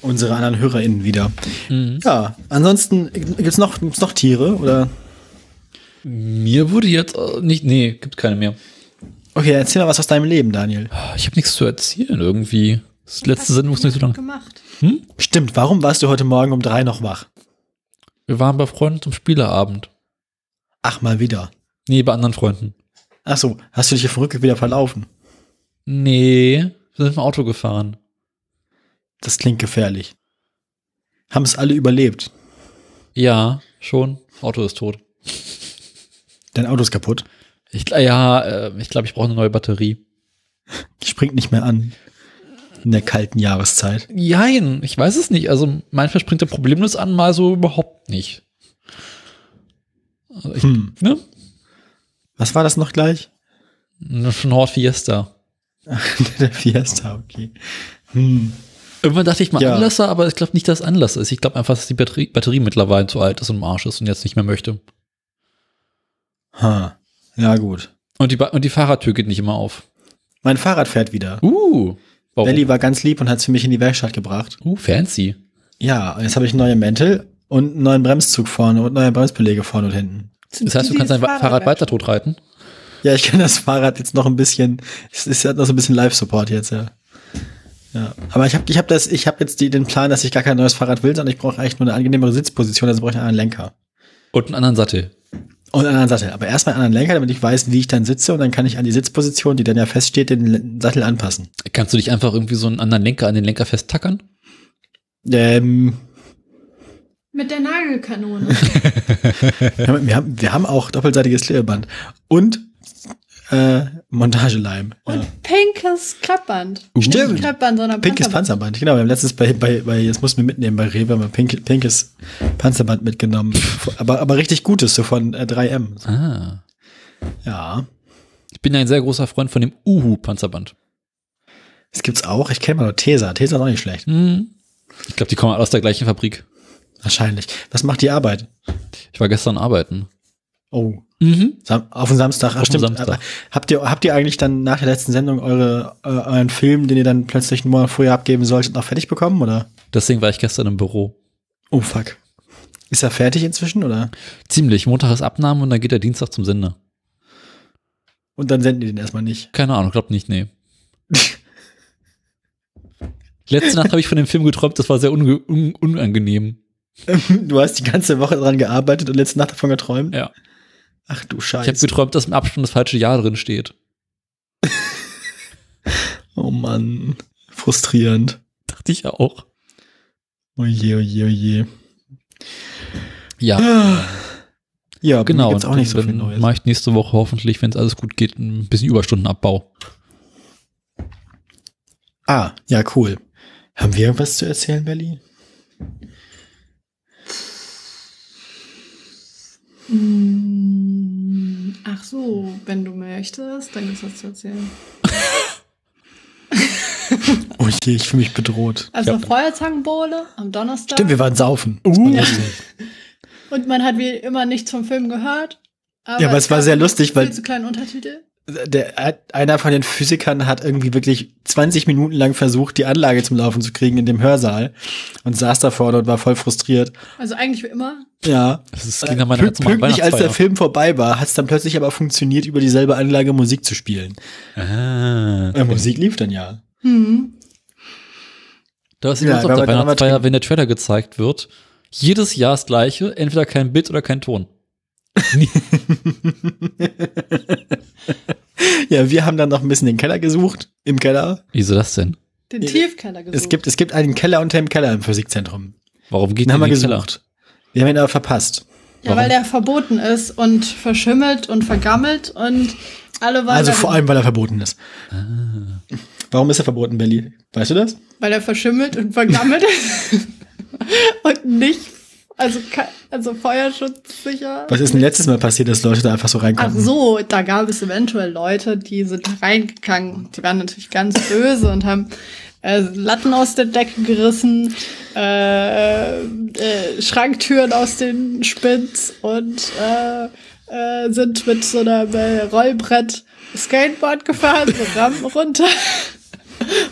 A: unsere anderen HörerInnen wieder. Ja, ansonsten gibt's noch, gibt's noch Tiere oder?
C: Mir wurde jetzt äh, nicht. Nee, gibt keine mehr. Ah,
A: Okay, erzähl mal was aus deinem Leben, Daniel.
C: Ich habe nichts zu erzählen irgendwie. Das letzte Sendung ist nicht so lang.
B: gemacht.
A: Stimmt, warum warst du heute Morgen um drei noch wach?
C: Wir waren bei Freunden zum Spieleabend.
A: Ach, mal wieder.
C: Nee, bei anderen Freunden.
A: Ach so, hast du dich auf dem Rückweg wieder verlaufen?
C: Nee, wir sind im Auto gefahren.
A: Das klingt gefährlich. Haben es alle überlebt?
C: Ja, schon. Auto ist tot.
A: Dein Auto ist kaputt.
C: äh, Ich, gl- ja, äh, ich glaube, ich brauche eine neue Batterie.
A: springt nicht mehr an. In der kalten Jahreszeit.
C: Jein, ich weiß es nicht. Also manchmal springt er problemlos an, mal so überhaupt nicht. Also ich, ne?
A: Hm. Was war das noch gleich? [LAUGHS]
C: Eine Fnord Fiesta.
A: der Fiesta, okay. Hm.
C: Irgendwann dachte ich mal
A: Ja.
C: Anlasser, aber ich glaube nicht, dass es Anlasser ist. Ich glaube einfach, dass die Batterie, Batterie mittlerweile zu alt ist und im Arsch ist und jetzt nicht mehr möchte.
A: Ha. Ja, gut.
C: Und die, Ba- und die Fahrradtür geht nicht immer auf.
A: Mein Fahrrad fährt wieder.
C: Uh, warum?
A: Belly war ganz lieb und hat es für mich in die Werkstatt gebracht.
C: Uh, fancy.
A: Ja, jetzt habe ich neue Mäntel und einen neuen Bremszug vorne und neue Bremsbeläge vorne und hinten.
C: Das heißt, du kannst dein Fahrrad, weiter tot reiten.
A: Ja, ich kann das Fahrrad jetzt noch ein bisschen, es ist ja noch so ein bisschen Live-Support jetzt, ja. Ja, aber ich habe ich hab das, ich habe jetzt die, den Plan, dass ich gar kein neues Fahrrad will, sondern ich brauche eigentlich nur eine angenehmere Sitzposition, also brauche ich einen anderen Lenker.
C: Und einen anderen Sattel.
A: Und einen anderen Sattel. Aber erstmal einen anderen Lenker, damit ich weiß, wie ich dann sitze und dann kann ich an die Sitzposition, die dann ja feststeht, den Le- Sattel anpassen.
C: Kannst du dich einfach irgendwie so einen anderen Lenker an den Lenker festtackern?
A: Ähm,
B: Mit der Nagelkanone.
A: wir, haben, wir, haben, wir haben auch doppelseitiges Klebeband und äh, Montageleim.
B: Und pinkes Klappband.
A: Stimmt.
B: Klappband, sondern
A: Pinkes
B: Panzerband.
A: Panzerband, genau. Wir haben letztens bei, bei, bei jetzt mussten wir mitnehmen, bei Rewe haben wir pink, pinkes Panzerband mitgenommen. Aber, aber richtig gutes, so von äh, 3M.
C: Ah.
A: Ja.
C: Ich bin ein sehr großer Freund von dem Uhu-Panzerband.
A: Das gibt's auch. Ich kenne mal nur Tesa. Tesa ist auch nicht schlecht.
C: Hm. Ich glaube, die kommen alle aus der gleichen Fabrik.
A: Wahrscheinlich. Was macht die Arbeit?
C: Ich war gestern arbeiten.
A: Oh.
C: Mhm.
A: Sam auf den Samstag. Ach,
C: Auf den
A: stimmt.
C: Samstag.
A: Aber habt ihr, habt ihr eigentlich dann nach der letzten Sendung eure, äh, euren Film, den ihr dann plötzlich einen Monat vorher abgeben solltet, noch fertig bekommen, oder?
C: Deswegen war ich gestern im Büro.
A: Oh, fuck. Ist er fertig inzwischen, oder?
C: Ziemlich. Montag ist Abnahme und dann geht der Dienstag zum Sender.
A: Und dann senden die den erstmal nicht.
C: Keine Ahnung, glaub nicht, nee. Letzte Nacht habe ich von dem Film geträumt, das war sehr unge- un unangenehm.
A: Du hast die ganze Woche dran gearbeitet und letzte Nacht davon geträumt.
C: Ja.
A: Ach du
C: Ich
A: Scheiße.
C: habe geträumt, dass im Abspann das falsche Jahr drin steht. [LAUGHS]
A: Oh Mann, frustrierend. Oh
C: Dachte ich ja auch.
A: Oje, oje, oje.
C: Ja,
A: Ja,
C: genau.
A: Gibt's auch
C: Und
A: nicht so
C: dann
A: viel Neues.
C: Mache ich nächste Woche hoffentlich, wenn es alles gut geht, ein bisschen Überstundenabbau.
A: Ah, ja, cool. Haben wir irgendwas zu erzählen, Belly?
B: Mm, Ach so, wenn du möchtest, dann gibt's was zu erzählen.
A: Oh je, ich fühle mich bedroht.
B: Also
C: Ja.
B: Feuerzangenbowle am Donnerstag.
A: Stimmt, wir waren saufen. Das
C: Uh.
A: war lustig.
B: Und man hat wie immer nichts vom Film gehört.
A: Ja, aber es war
B: gab
A: sehr lustig, weil-
B: Viel zu kleinen Untertitel.
A: Der, einer von den Physikern hat irgendwie wirklich 20 Minuten lang versucht, die Anlage zum Laufen zu kriegen in dem Hörsaal und saß da vorne und war voll frustriert.
B: Also eigentlich wie immer.
A: Ja.
C: Das ist klingt nach meiner
A: Glück-
C: ganzen Weihnachts-
A: Glücklich, Äh, als der
C: Weihnachtsfeier.
A: Film vorbei war, hat es dann plötzlich aber funktioniert, über dieselbe Anlage Musik zu spielen.
C: Ah.
A: Äh, Musik lief dann ja.
B: Hm.
C: Da ist
A: Ja,
C: übrigens auf
A: wenn
C: der
A: wir- wenn wir
C: Weihnachtsfeier, wenn der Trailer gezeigt wird, jedes Jahr das gleiche, entweder kein Bild oder kein Ton.
A: Ja, wir haben dann noch ein bisschen den Keller gesucht. Im Keller.
C: Wieso das denn?
B: Den
A: Ja.
B: Tiefkeller gesucht.
A: Es gibt, es gibt einen Keller unter dem Keller im Physikzentrum.
C: Warum geht
A: Den haben wir
C: denn die
A: gesucht. Wir haben ihn aber verpasst.
B: ja, weil der verboten ist und verschimmelt und vergammelt und alle waren
A: Also
B: dann-
A: vor allem, weil er verboten ist. Warum ist er verboten, Belly? Weißt du das?
B: weil er verschimmelt
A: [LAUGHS]
B: und vergammelt ist und nicht also ke- also feuerschutzsicher.
A: Was ist denn letztes Mal passiert, dass Leute da einfach so
B: Ach
A: reinkommen?
B: so, da gab es eventuell Leute, die sind da reingegangen und die waren natürlich ganz böse und haben äh, Latten aus der Decke gerissen, äh, äh, Schranktüren aus den Spitz und äh, äh, sind mit so einem äh, Rollbrett Skateboard gefahren, so Rampen runter.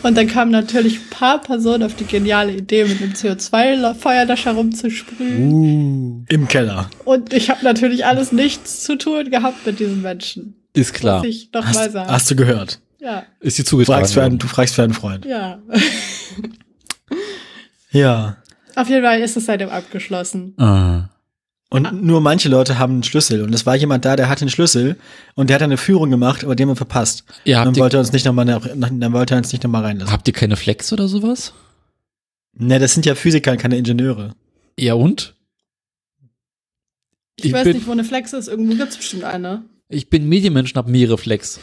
B: Und dann kamen natürlich ein paar Personen auf die geniale Idee, mit einem CO2-Feuerlöscher rumzusprühen.
A: Im Keller.
B: Und ich habe natürlich alles nichts zu tun gehabt mit diesen Menschen.
C: Ist klar.
B: Muss ich noch mal
A: Hast,
B: sagen.
A: hast du gehört?
B: Ja,
C: Ist die
A: Du fragst, für einen,
C: zugetragen?
A: du fragst für einen Freund.
B: ja. [LAUGHS]
A: Ja.
B: Auf jeden Fall ist es seitdem abgeschlossen.
C: Ah.
A: Und nur manche Leute haben einen Schlüssel. Und es war jemand da, der hat den Schlüssel und der hat eine Führung gemacht, aber den haben wir verpasst.
C: Ihr
A: Dann
C: habt, ihr,
A: wollte er uns nicht nochmal, dann wollte er uns nicht nochmal reinlassen.
C: habt ihr keine Flex oder sowas?
A: Ne, das sind ja Physiker, und keine Ingenieure.
C: Ja und?
B: Ich,
C: Ich
B: weiß
A: [LAUGHS]
C: bin-
B: nicht, wo eine Flex ist. Irgendwo gibt es bestimmt eine.
C: Ich bin Medienmensch und hab mehrere Flex.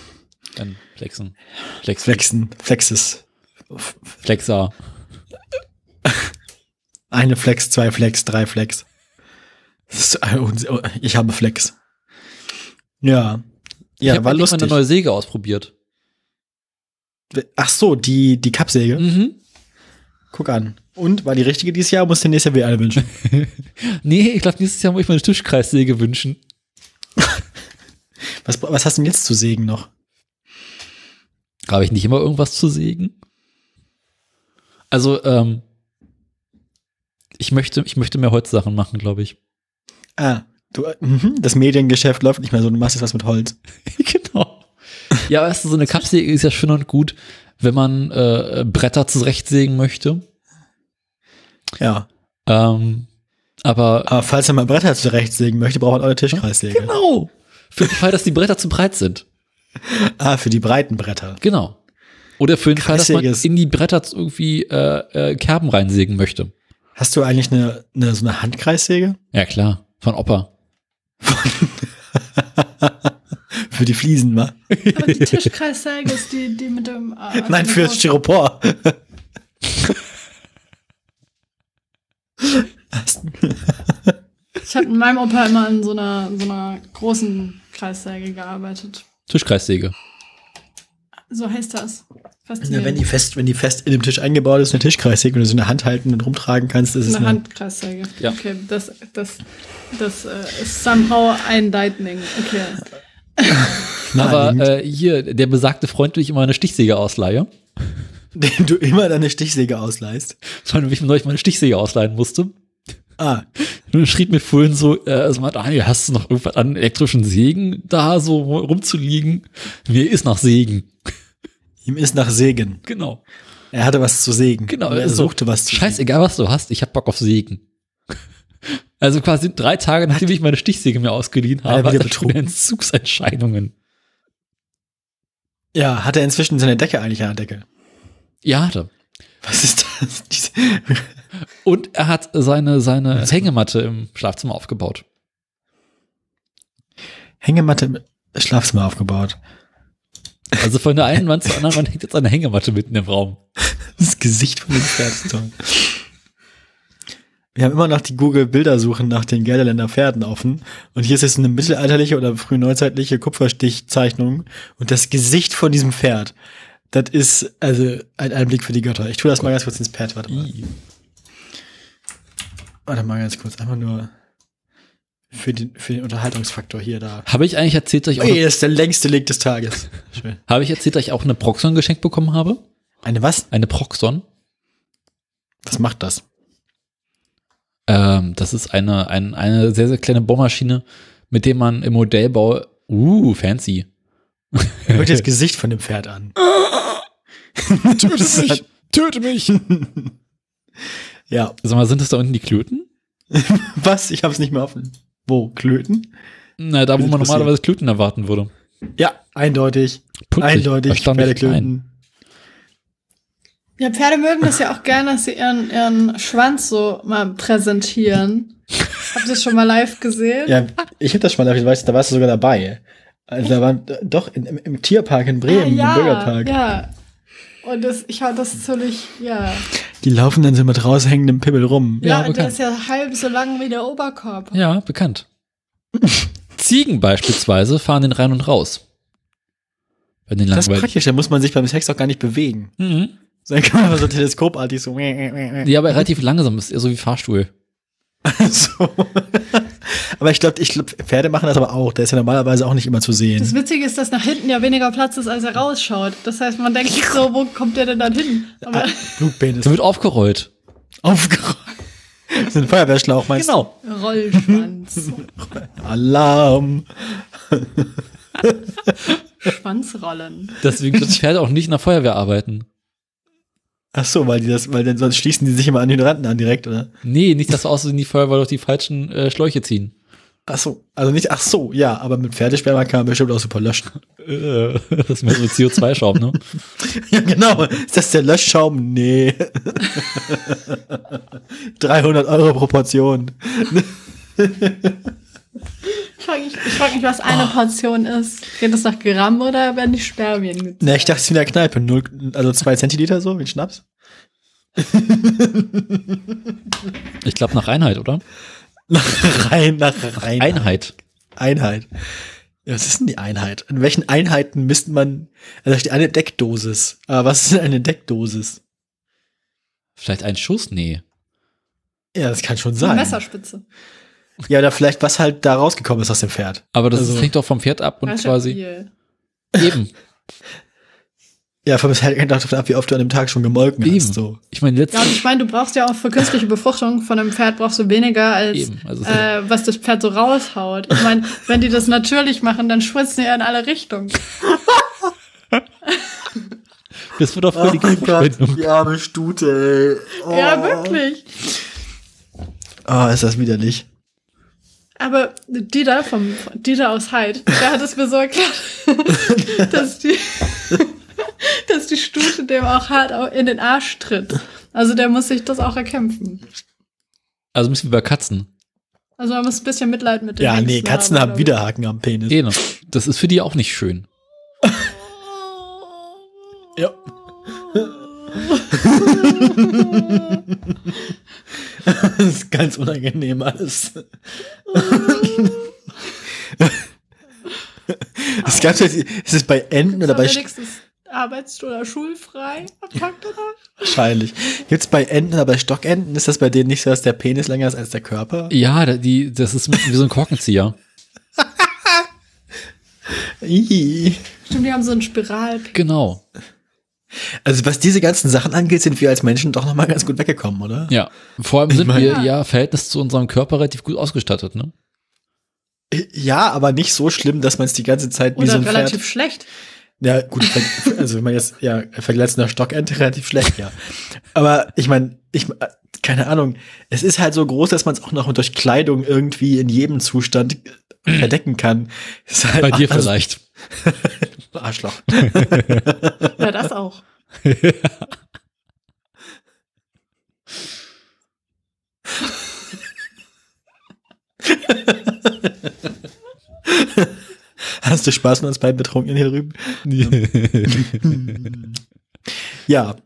C: Ein Flexen. Flex,
A: Flexen, Flexes.
C: Flexer.
A: Eine Flex, zwei Flex, drei Flex. Das ist ein uns- Ich habe Flex. Ja.
C: ich
A: Ja,
C: hab
A: war
C: endlich mal
A: lustig.
C: eine neue Säge ausprobiert.
A: Ach so, die, die Kappsäge.
C: Mhm.
A: Guck an. Und war die richtige dieses Jahr? Muss dir nächstes Jahr wieder eine
C: [LAUGHS]
A: wünschen.
C: Nee, ich glaube, nächstes Jahr muss ich mir eine Tischkreissäge wünschen.
A: Was, was hast du denn jetzt zu sägen noch?
C: Habe ich nicht immer irgendwas zu sägen? Also, ähm, ich möchte, ich möchte mehr Holzsachen machen, glaube ich. [LAUGHS]
A: Ah, du, äh, mhm, das Mediengeschäft läuft nicht mehr so. Du machst jetzt was mit Holz.
C: genau. Ja, weißt du, so eine Kappsäge ist ja schön und gut, wenn man äh, Bretter zurechtsägen möchte.
A: Ja.
C: Ähm, aber
A: Aber falls er mal Bretter zurechtsägen möchte, braucht man eure Tischkreissäge.
C: genau. Für den Fall, dass die Bretter zu breit sind.
A: Ah, für die breiten Bretter.
C: Genau. Oder für den Fall, dass man
A: Kreissäges.
C: in die Bretter irgendwie äh, äh, Kerben reinsägen möchte.
A: Hast du eigentlich eine, eine so eine Handkreissäge?
C: Ja, klar. Von Opa.
A: Für die Fliesen, wa?
B: Aber die Tischkreissäge ist die, die mit dem. Äh,
A: Nein,
C: genau.
A: für
B: Stift.
A: Styropor. Hast-
B: Ich habe in meinem Opa immer in so einer, so einer großen Kreissäge gearbeitet.
C: Tischkreissäge.
B: So heißt das.
A: Na,
B: Faszinierend.
A: wenn, die fest, wenn die fest in dem Tisch eingebaut ist, eine Tischkreissäge, wenn du so eine Hand halten und rumtragen kannst, ist ne? es
B: Eine
A: eine [LAUGHS]
B: Handkreissäge.
C: Ja.
B: Okay, das, das, das äh, ist somehow enlightening. Okay.
C: Aber
A: naheliegend,
C: äh, hier, der besagte Freund, dem ich immer eine Stichsäge ausleihe.
A: dem du immer deine Stichsäge ausleihst.
C: Sondern ich mir neulich meine Stichsäge ausleihen musste.
A: Ah,
C: Nun schrieb mir vorhin so, äh, also mal, Daniel, hast du noch irgendwas an elektrischen Sägen da so rumzuliegen? Mir ist nach Sägen.
A: ihm ist nach Segen.
C: Genau.
A: Er hatte was zu sägen.
C: Genau.
A: er
C: so,
A: suchte was zu sägen.
C: Scheißegal, was du hast, ich hab Bock auf Sägen. [LAUGHS] Also quasi drei Tage, nachdem ich meine Stichsäge mir
A: Hat
C: ausgeliehen
A: er
C: habe,
A: wieder
C: hatte ich schon
A: betrunken?
C: Entzugsentscheidungen.
A: Ja, hat er inzwischen seine Decke eigentlich an der Decke.
C: Ja, hatte.
A: Was ist das? [LAUGHS] Diese-
C: Und er hat seine, seine Hängematte im Schlafzimmer aufgebaut.
A: Hängematte im Schlafzimmer aufgebaut.
C: Also von der einen Wand zur anderen Wand hängt jetzt eine Hängematte mitten im Raum.
A: Das Gesicht von dem Pferd ist toll. Wir haben immer noch die Google-Bildersuche nach den Gelderländer Pferden offen. Und hier ist jetzt eine mittelalterliche oder frühneuzeitliche Kupferstichzeichnung. Und das Gesicht von diesem Pferd, das ist also ein Einblick für die Götter. Ich tue das mal ganz kurz ins Pferd. Warte mal.
C: I.
A: Warte mal ganz kurz. Einfach nur für den, für den Unterhaltungsfaktor hier da.
C: Habe ich eigentlich erzählt, dass ich auch,
A: Ey, das ist der längste Link des Tages. [LAUGHS] Schön.
C: habe ich erzählt, dass ich auch eine Proxon geschenkt bekommen habe?
A: Eine was?
C: Eine Proxon?
A: Was macht [LAUGHS] das?
C: Ähm, das ist eine, ein, eine sehr, sehr kleine Bohrmaschine, mit der man im Modellbau, uh, fancy.
A: Er guckt das Gesicht von dem Pferd [LAUGHS] an.
C: Töte mich! Töte mich!
A: [LAUGHS] Ja.
C: Sag mal, sind das da unten die Klöten?
A: Was? Ich hab's nicht mehr offen. Wo? Klöten?
C: Na, da, wo
A: Ist
C: man
A: passiert.
C: normalerweise Klöten erwarten würde.
A: Ja, eindeutig.
C: Putzig,
A: eindeutig.
C: erstaunlich
A: Pferdeklöten.
B: Ja, Pferde mögen
A: [LAUGHS]
B: das ja auch gern, dass sie ihren, ihren Schwanz so mal präsentieren. Habt ihr das schon mal live gesehen?
A: Ja, ich hab das schon mal, ich weiß, da warst du sogar dabei. Also, da waren äh, doch in, im, im Tierpark in Bremen,
B: ah, ja,
A: im Bürgerpark.
B: Ja. Und das, ich fand das ziemlich, ja.
A: Die laufen dann so mit raushängendem Pimmel rum.
C: Ja,
B: Ja, und der
C: bekannt.
B: ist ja halb so lang wie der Oberkörper.
A: [LAUGHS]
C: Ja, bekannt. Ziegen beispielsweise fahren den rein und raus. Bei den
A: Das ist
C: langweiligen.
A: praktisch, da muss man sich beim Sex auch gar nicht bewegen.
C: Mhm.
A: So, Dann kann man so teleskopartig so. [LAUGHS] Ja.
C: Ja, aber relativ langsam, ist eher so wie Fahrstuhl.
A: [LAUGHS] so. Aber ich glaube, ich glaub, Pferde machen das aber auch. Der ist ja normalerweise auch nicht immer zu sehen.
B: Das Witzige ist, dass nach hinten ja weniger Platz ist, als er rausschaut. Das heißt, man denkt sich so, wo kommt der denn dann hin? Aber
A: Ah, Blutpenis.
C: Der wird aufgerollt.
A: Aufgerollt. So ein Feuerwehrschlauch, meinst du?
C: Genau.
B: [LAUGHS] Rollschwanz.
A: Alarm.
B: Schwanzrollen.
C: Deswegen können Pferde auch nicht in der Feuerwehr arbeiten.
A: Ach so, weil die das, weil denn sonst schließen die sich immer an den Randen an direkt, oder?
C: Nee, nicht, dass wir außerdem die Feuerwehr durch die falschen äh, Schläuche ziehen.
A: Ach so, also nicht, ach so, ja, aber mit Pferdesperma kann man bestimmt auch super löschen.
C: Äh, das ist mehr so CO2-Schaum, ne?
A: [LAUGHS] ja, genau. Ist das der Löschschaum? [LAUGHS] Nee. 300 Euro Proportion.
B: Ich frage mich, ich frag mich, was eine
A: Ah.
B: Portion ist. Geht das nach Gramm oder werden die Spermien gezählt?
A: Ne, ich dachte, es ist wie in der Kneipe. Null, also zwei Zentiliter so, wie ein Schnaps.
C: Ich glaube nach Einheit, oder?
A: Nach [LAUGHS] rein, nach rein.
C: Einheit.
A: Einheit. Ja, was ist denn die Einheit? In welchen Einheiten misst man? Also da steht eine Deckdosis. Aber was ist denn eine Deckdosis?
C: Vielleicht ein Schuss? Nee.
A: Ja, das kann schon
B: Eine
A: sein.
B: Messerspitze.
A: Ja, oder vielleicht, was halt da rausgekommen ist aus dem Pferd.
C: Aber das
A: Also-
C: hängt doch vom Pferd ab und
B: Das ist ja
C: quasi
B: viel.
C: eben.
A: Ja, vom Pferd hängt auch davon ab, wie oft du an dem Tag schon gemolken
C: Eben.
A: hast. So.
C: Ich meine,
B: Ja, und
C: letztens
B: ich meine, du brauchst ja auch für künstliche Befruchtung von einem Pferd brauchst du weniger als
C: eben. Also,
B: äh, was das Pferd so raushaut. Ich meine, wenn die das natürlich machen, dann schwitzen die ja in alle Richtungen.
C: das wird doch voll Oh, die
A: Oh
C: Gegenverschwendung.
A: die arme Stute, ey. Oh.
B: Ja, wirklich.
A: Oh, ist das widerlich.
B: Aber die da vom, die da aus Heid, der hat es mir so erklärt, [LAUGHS] dass die, [LAUGHS] dass die Stute dem auch hart au- in den Arsch tritt. Also der muss sich das auch erkämpfen.
C: Also ein bisschen wie bei Katzen.
B: Also man muss ein bisschen Mitleid mit den
A: Ja, nee,
B: Hengsten
A: Katzen haben
B: glaub ich.
A: Widerhaken am Penis.
C: Genau. Das ist für die auch nicht schön.
A: Ja. [LAUGHS] das ist ganz unangenehm alles. [LAUGHS] es gab ja, die- ist es bei Enten oder
B: Oder
A: bei Sch-
B: also wenigstens arbeits- oder schulfrei am Tag danach.
A: wahrscheinlich gibt's bei Enten oder bei Stockenten ist das bei denen nicht so, dass der Penis länger ist als der Körper?
C: Ja, da- die, das ist wie so ein Korkenzieher.
A: Ii.
B: Stimmt, die haben so einen Spiralpick.
C: Genau.
A: Also was diese ganzen Sachen angeht, sind wir als Menschen doch noch mal ganz gut weggekommen, oder?
C: Ja. Vor allem sind
A: meine-
C: wir ja im Verhältnis zu unserem Körper relativ gut ausgestattet, ne?
A: Ja, aber nicht so schlimm, dass man es die ganze Zeit wie
B: Oder
A: so ein
B: relativ
A: Pferd
B: schlecht.
A: Ja, gut, ver- also wenn man jetzt, ja, vergleicht einer Stockente [LAUGHS] relativ schlecht, ja. Aber ich meine, ich, äh, keine Ahnung, es ist halt so groß, dass man es auch noch durch Kleidung irgendwie in jedem Zustand äh, verdecken kann. Ist halt
C: Mhm. Bei dir
A: also-
C: vielleicht.
A: [LAUGHS] Arschloch. [LAUGHS]
B: Ja, das auch.
A: Hast du Spaß mit uns beiden Betrunkenen hier drüben? Ja.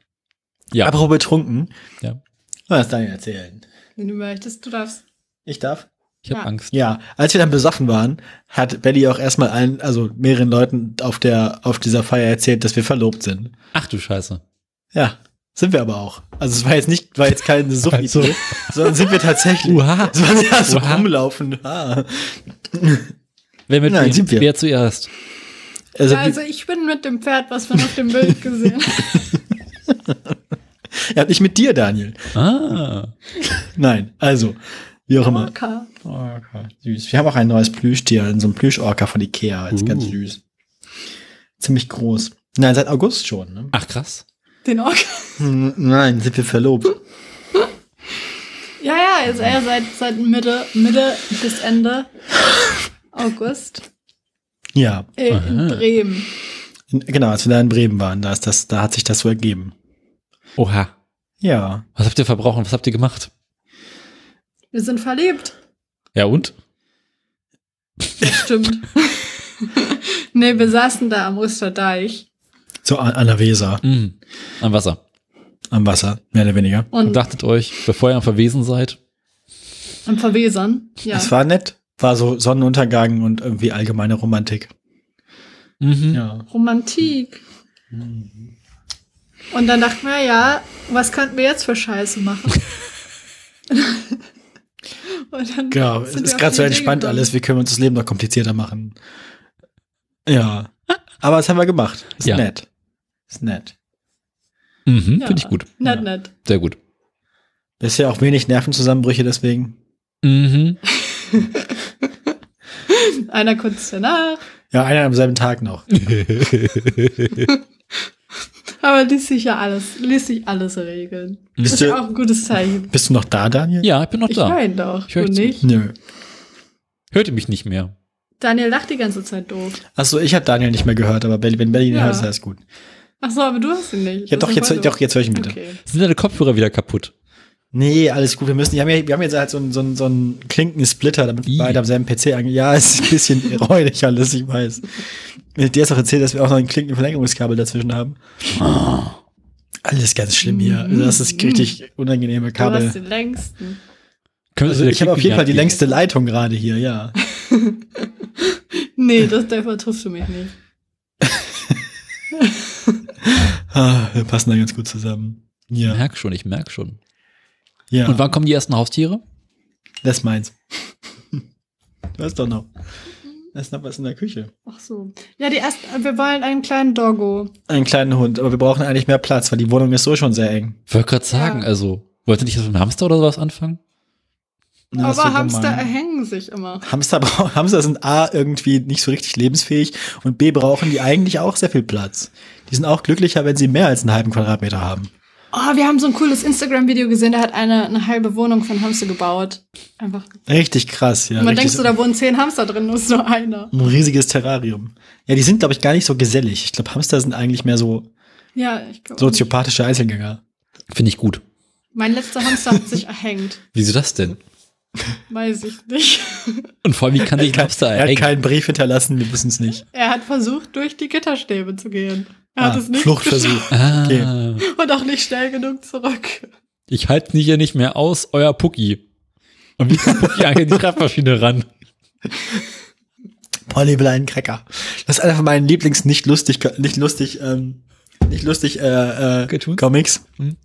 C: Ja.
A: Apropos betrunken.
C: Ja.
A: Was Daniel erzählen?
B: Wenn du möchtest, du darfst.
A: Ich darf?
C: Ich habe
B: Ja.
C: Angst.
A: Ja, als wir dann besoffen waren, hat Belly auch erstmal allen, also mehreren Leuten auf der, auf dieser Feier erzählt, dass wir verlobt sind.
C: Ach du Scheiße.
A: Ja, sind wir aber auch. Also es war jetzt nicht, war jetzt keine Suppe, sondern sind wir tatsächlich.
C: Uha.
A: Es war ja so
C: Uha.
A: rumlaufen. Ah.
C: Wer mit
A: Nein,
C: wem?
A: sind wir.
C: Wer zuerst?
A: Also,
B: Ja, also ich bin mit dem Pferd, was man auf dem Bild
A: [LAUGHS]
B: gesehen hat.
A: ja, nicht mit dir, Daniel.
C: Ah.
A: Nein, also, wie auch immer.
B: Orca.
A: Orca, Oh süß. Wir haben auch ein neues Plüschtier, so ein Plüschorca von Ikea. Ist ganz
C: Uh.
A: süß. Ziemlich groß. Nein, seit August schon. Ne?
C: Ach krass.
B: Den Orca.
A: Hm, Nein, sind wir verlobt.
B: Ja, ja, also er seit, seit Mitte, Mitte bis Ende August
A: Ja,
B: äh, in
C: Aha.
B: Bremen.
A: in, genau, als wir da in Bremen waren, da, ist das, da hat sich das so ergeben.
C: Oha.
A: Ja,
C: Was habt ihr verbrochen? Was habt ihr gemacht?
B: Wir sind verliebt.
C: Ja und?
B: Stimmt. [LAUGHS] nee, wir saßen da am Rüsterdeich
A: so an, an der Weser,
C: Mhm. Am Wasser.
A: am Wasser, mehr oder weniger.
C: Und
B: und
C: dachtet euch, bevor ihr am Verwesen seid,
B: am Verwesern. Ja.
A: Es war nett. War so Sonnenuntergang und irgendwie allgemeine Romantik.
C: mhm.
A: Ja.
B: Romantik. Und dann dachten wir, ja, was könnten wir jetzt für Scheiße machen? Und dann
A: Genau, es
B: sind wir
A: ist
B: auf
A: gerade
B: die
A: so
B: Idee
A: entspannt
B: gekommen.
A: alles. Wir können uns das Leben noch komplizierter machen.
B: [LAUGHS]
A: Ja. Aber das haben wir gemacht. Ist
C: Ja.
A: nett. Ist nett.
C: Mhm,
B: Ja.
C: Finde ich gut.
B: Nett,
A: Ja.
B: nett.
C: Sehr gut.
A: Bisher auch wenig Nervenzusammenbrüche deswegen.
C: Mhm.
B: Einer kurz danach,
A: Ja, einer am selben Tag
B: [LAUGHS]
A: noch.
B: aber ließ sich ja alles, ließ sich alles regeln. Das ist
A: Bist du-
B: ja auch ein gutes Zeichen.
A: Bist du noch da, Daniel?
C: Ja, ich bin noch
B: Ich
C: da.
B: weine doch,
C: Ich
B: du
C: höre dich zu.
B: nicht.
A: Nö.
C: Hört ihr mich nicht mehr?
B: Daniel lacht die ganze Zeit doof.
A: Achso, ich habe Daniel nicht mehr gehört, aber Bell- wenn Berlin ihn
B: Ja.
A: hört, ist alles gut.
B: Ach so, aber du hast ihn nicht.
A: Ja,
B: Das
A: doch, jetzt,
B: wollte-
A: doch, jetzt höre ich ihn wieder.
B: Okay.
C: Sind deine Kopfhörer wieder kaputt?
A: Nee, alles gut. Wir müssen, wir haben, ja, wir haben jetzt halt so einen, so einen, so einen Klinkensplitter, damit wir
C: Ih.
A: beide am selben PC angehen. Ja, ist ein bisschen räudig alles, ich weiß. Mir hat dir ist auch erzählt, dass wir auch noch ein Klinkenverlängerungskabel dazwischen haben. Alles ganz schlimm hier. Also Das ist richtig unangenehme
B: Du
A: Kabel.
B: hast den längsten.
C: Könntest
A: Also
C: du der
A: ich habe auf jeden
C: Klicken
A: Fall die
C: abgeben?
A: längste Leitung gerade hier, ja.
B: Nee, das, dafür triffst du mich nicht.
A: Ah, wir passen da ganz gut zusammen.
C: Ich
A: Ja.
C: merk schon, ich merk schon.
A: ja.
C: Und wann kommen die ersten Haustiere?
A: Das ist meins. [LAUGHS] du hast doch noch. Da ist noch was in der Küche.
B: Ach so. Ja, die ersten, wir wollen einen kleinen Doggo.
A: Einen kleinen Hund, aber wir brauchen eigentlich mehr Platz, weil die Wohnung ist so schon sehr eng.
C: Wollte gerade sagen,
B: Ja.
C: also, wollte nicht das mit dem Hamster oder sowas anfangen?
A: Na, das ist
B: Aber
A: so
B: Hamster
A: gemein.
B: erhängen sich immer.
A: Hamster, [LAUGHS] brau- Hamster sind A, irgendwie nicht so richtig lebensfähig und B, brauchen die eigentlich auch sehr viel Platz. Die sind auch glücklicher, wenn sie mehr als einen halben Quadratmeter haben.
B: Oh, wir haben so ein cooles Instagram-Video gesehen, da hat einer eine halbe Wohnung von Hamster gebaut. Einfach.
A: Richtig krass, ja.
B: man
A: richtig
B: denkt so, da wohnen zehn Hamster drin, nur ist nur einer.
A: ein riesiges Terrarium. Ja, die sind, glaube ich, gar nicht so gesellig. Ich glaube, Hamster sind eigentlich mehr so
B: Ja, ich glaube.
A: soziopathische Einzelgänger.
C: Finde ich gut.
B: Mein letzter Hamster hat sich erhängt.
C: Wieso das denn?
B: Weiß ich nicht.
C: Und vor allem, wie kann sich ein Hamster
A: er hat
C: erhängen?
A: keinen Brief hinterlassen, wir wissen es nicht.
B: Er hat versucht, durch die Gitterstäbe zu gehen. Er hat
A: Ah,
B: es nicht
A: Fluchtversuch.
C: Ah,
A: Okay.
B: geschafft und auch nicht schnell genug zurück.
C: Ich halte mich hier nicht mehr aus, euer Pucki. Und wie kommt Pucki eigentlich an die Treffmaschine ran?
A: Polly will einen Cracker. Das ist einer von meinen Lieblings nicht lustig, nicht lustig, ähm, nicht lustig äh, äh,
C: Cartoons?
A: Comics.
C: Hm.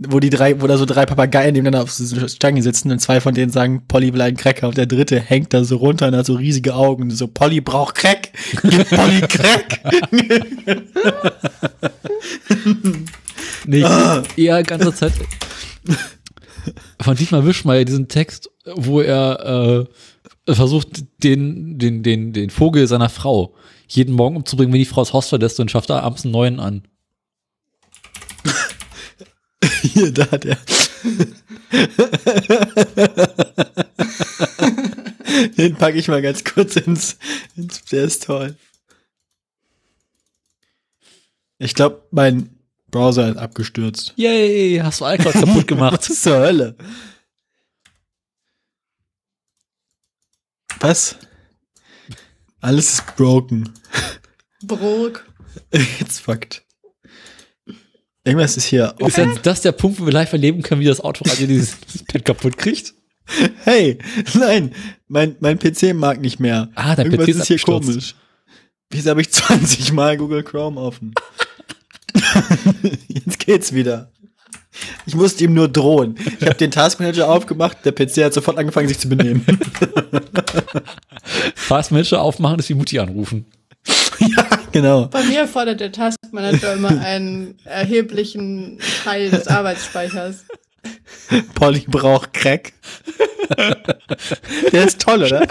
A: Wo die drei, wo da so drei Papageien nebeneinander auf so Stangen sitzen und zwei von denen sagen, Polly will einen Cracker und der dritte hängt da so runter und hat so riesige Augen und so, Polly braucht
C: [LAUGHS]
A: Crack, gib Polly Crack.
C: Nee, ich krieg [LAUGHS] eher ganze Zeit von Dietmar Wischmeier diesen Text, wo er äh, versucht, den, den, den, den Vogel seiner Frau jeden Morgen umzubringen, wenn die Frau das Haus verlässt und schafft da abends einen neuen an.
A: Hier, da hat er. Den packe ich mal ganz kurz ins, ins. Der ist toll. Ich glaube, mein Browser ist abgestürzt.
C: Yay, hast du [LAUGHS] iCloud kaputt
A: Was
C: gemacht.
A: ist zur Hölle? Was? Alles ist broken. [LAUGHS]
B: Brok.
A: It's fucked. Irgendwas ist hier.
C: Ist denn das der Punkt, wo wir live erleben können, wie [LAUGHS] das Autoradio dieses Pad kaputt kriegt?
A: [LAUGHS] Hey, nein, mein, mein PC mag nicht mehr.
C: Ah, dein
A: Irgendwas
C: PC ist
A: ist hier
C: abgestürzt.
A: komisch. Wieso habe ich [LAUGHS] 20 Mal Google Chrome offen? [LAUGHS] Jetzt geht's wieder. Ich musste ihm nur drohen. Ich habe den Taskmanager aufgemacht, der PC hat sofort angefangen, sich zu benehmen. [LAUGHS]
C: Fast Manager aufmachen ist wie Mutti [LAUGHS] anrufen.
A: ja, genau.
B: Bei mir fordert der Taskmanager immer einen erheblichen Teil des Arbeitsspeichers.
A: Polly braucht Crack. [LAUGHS] der ist toll, oder?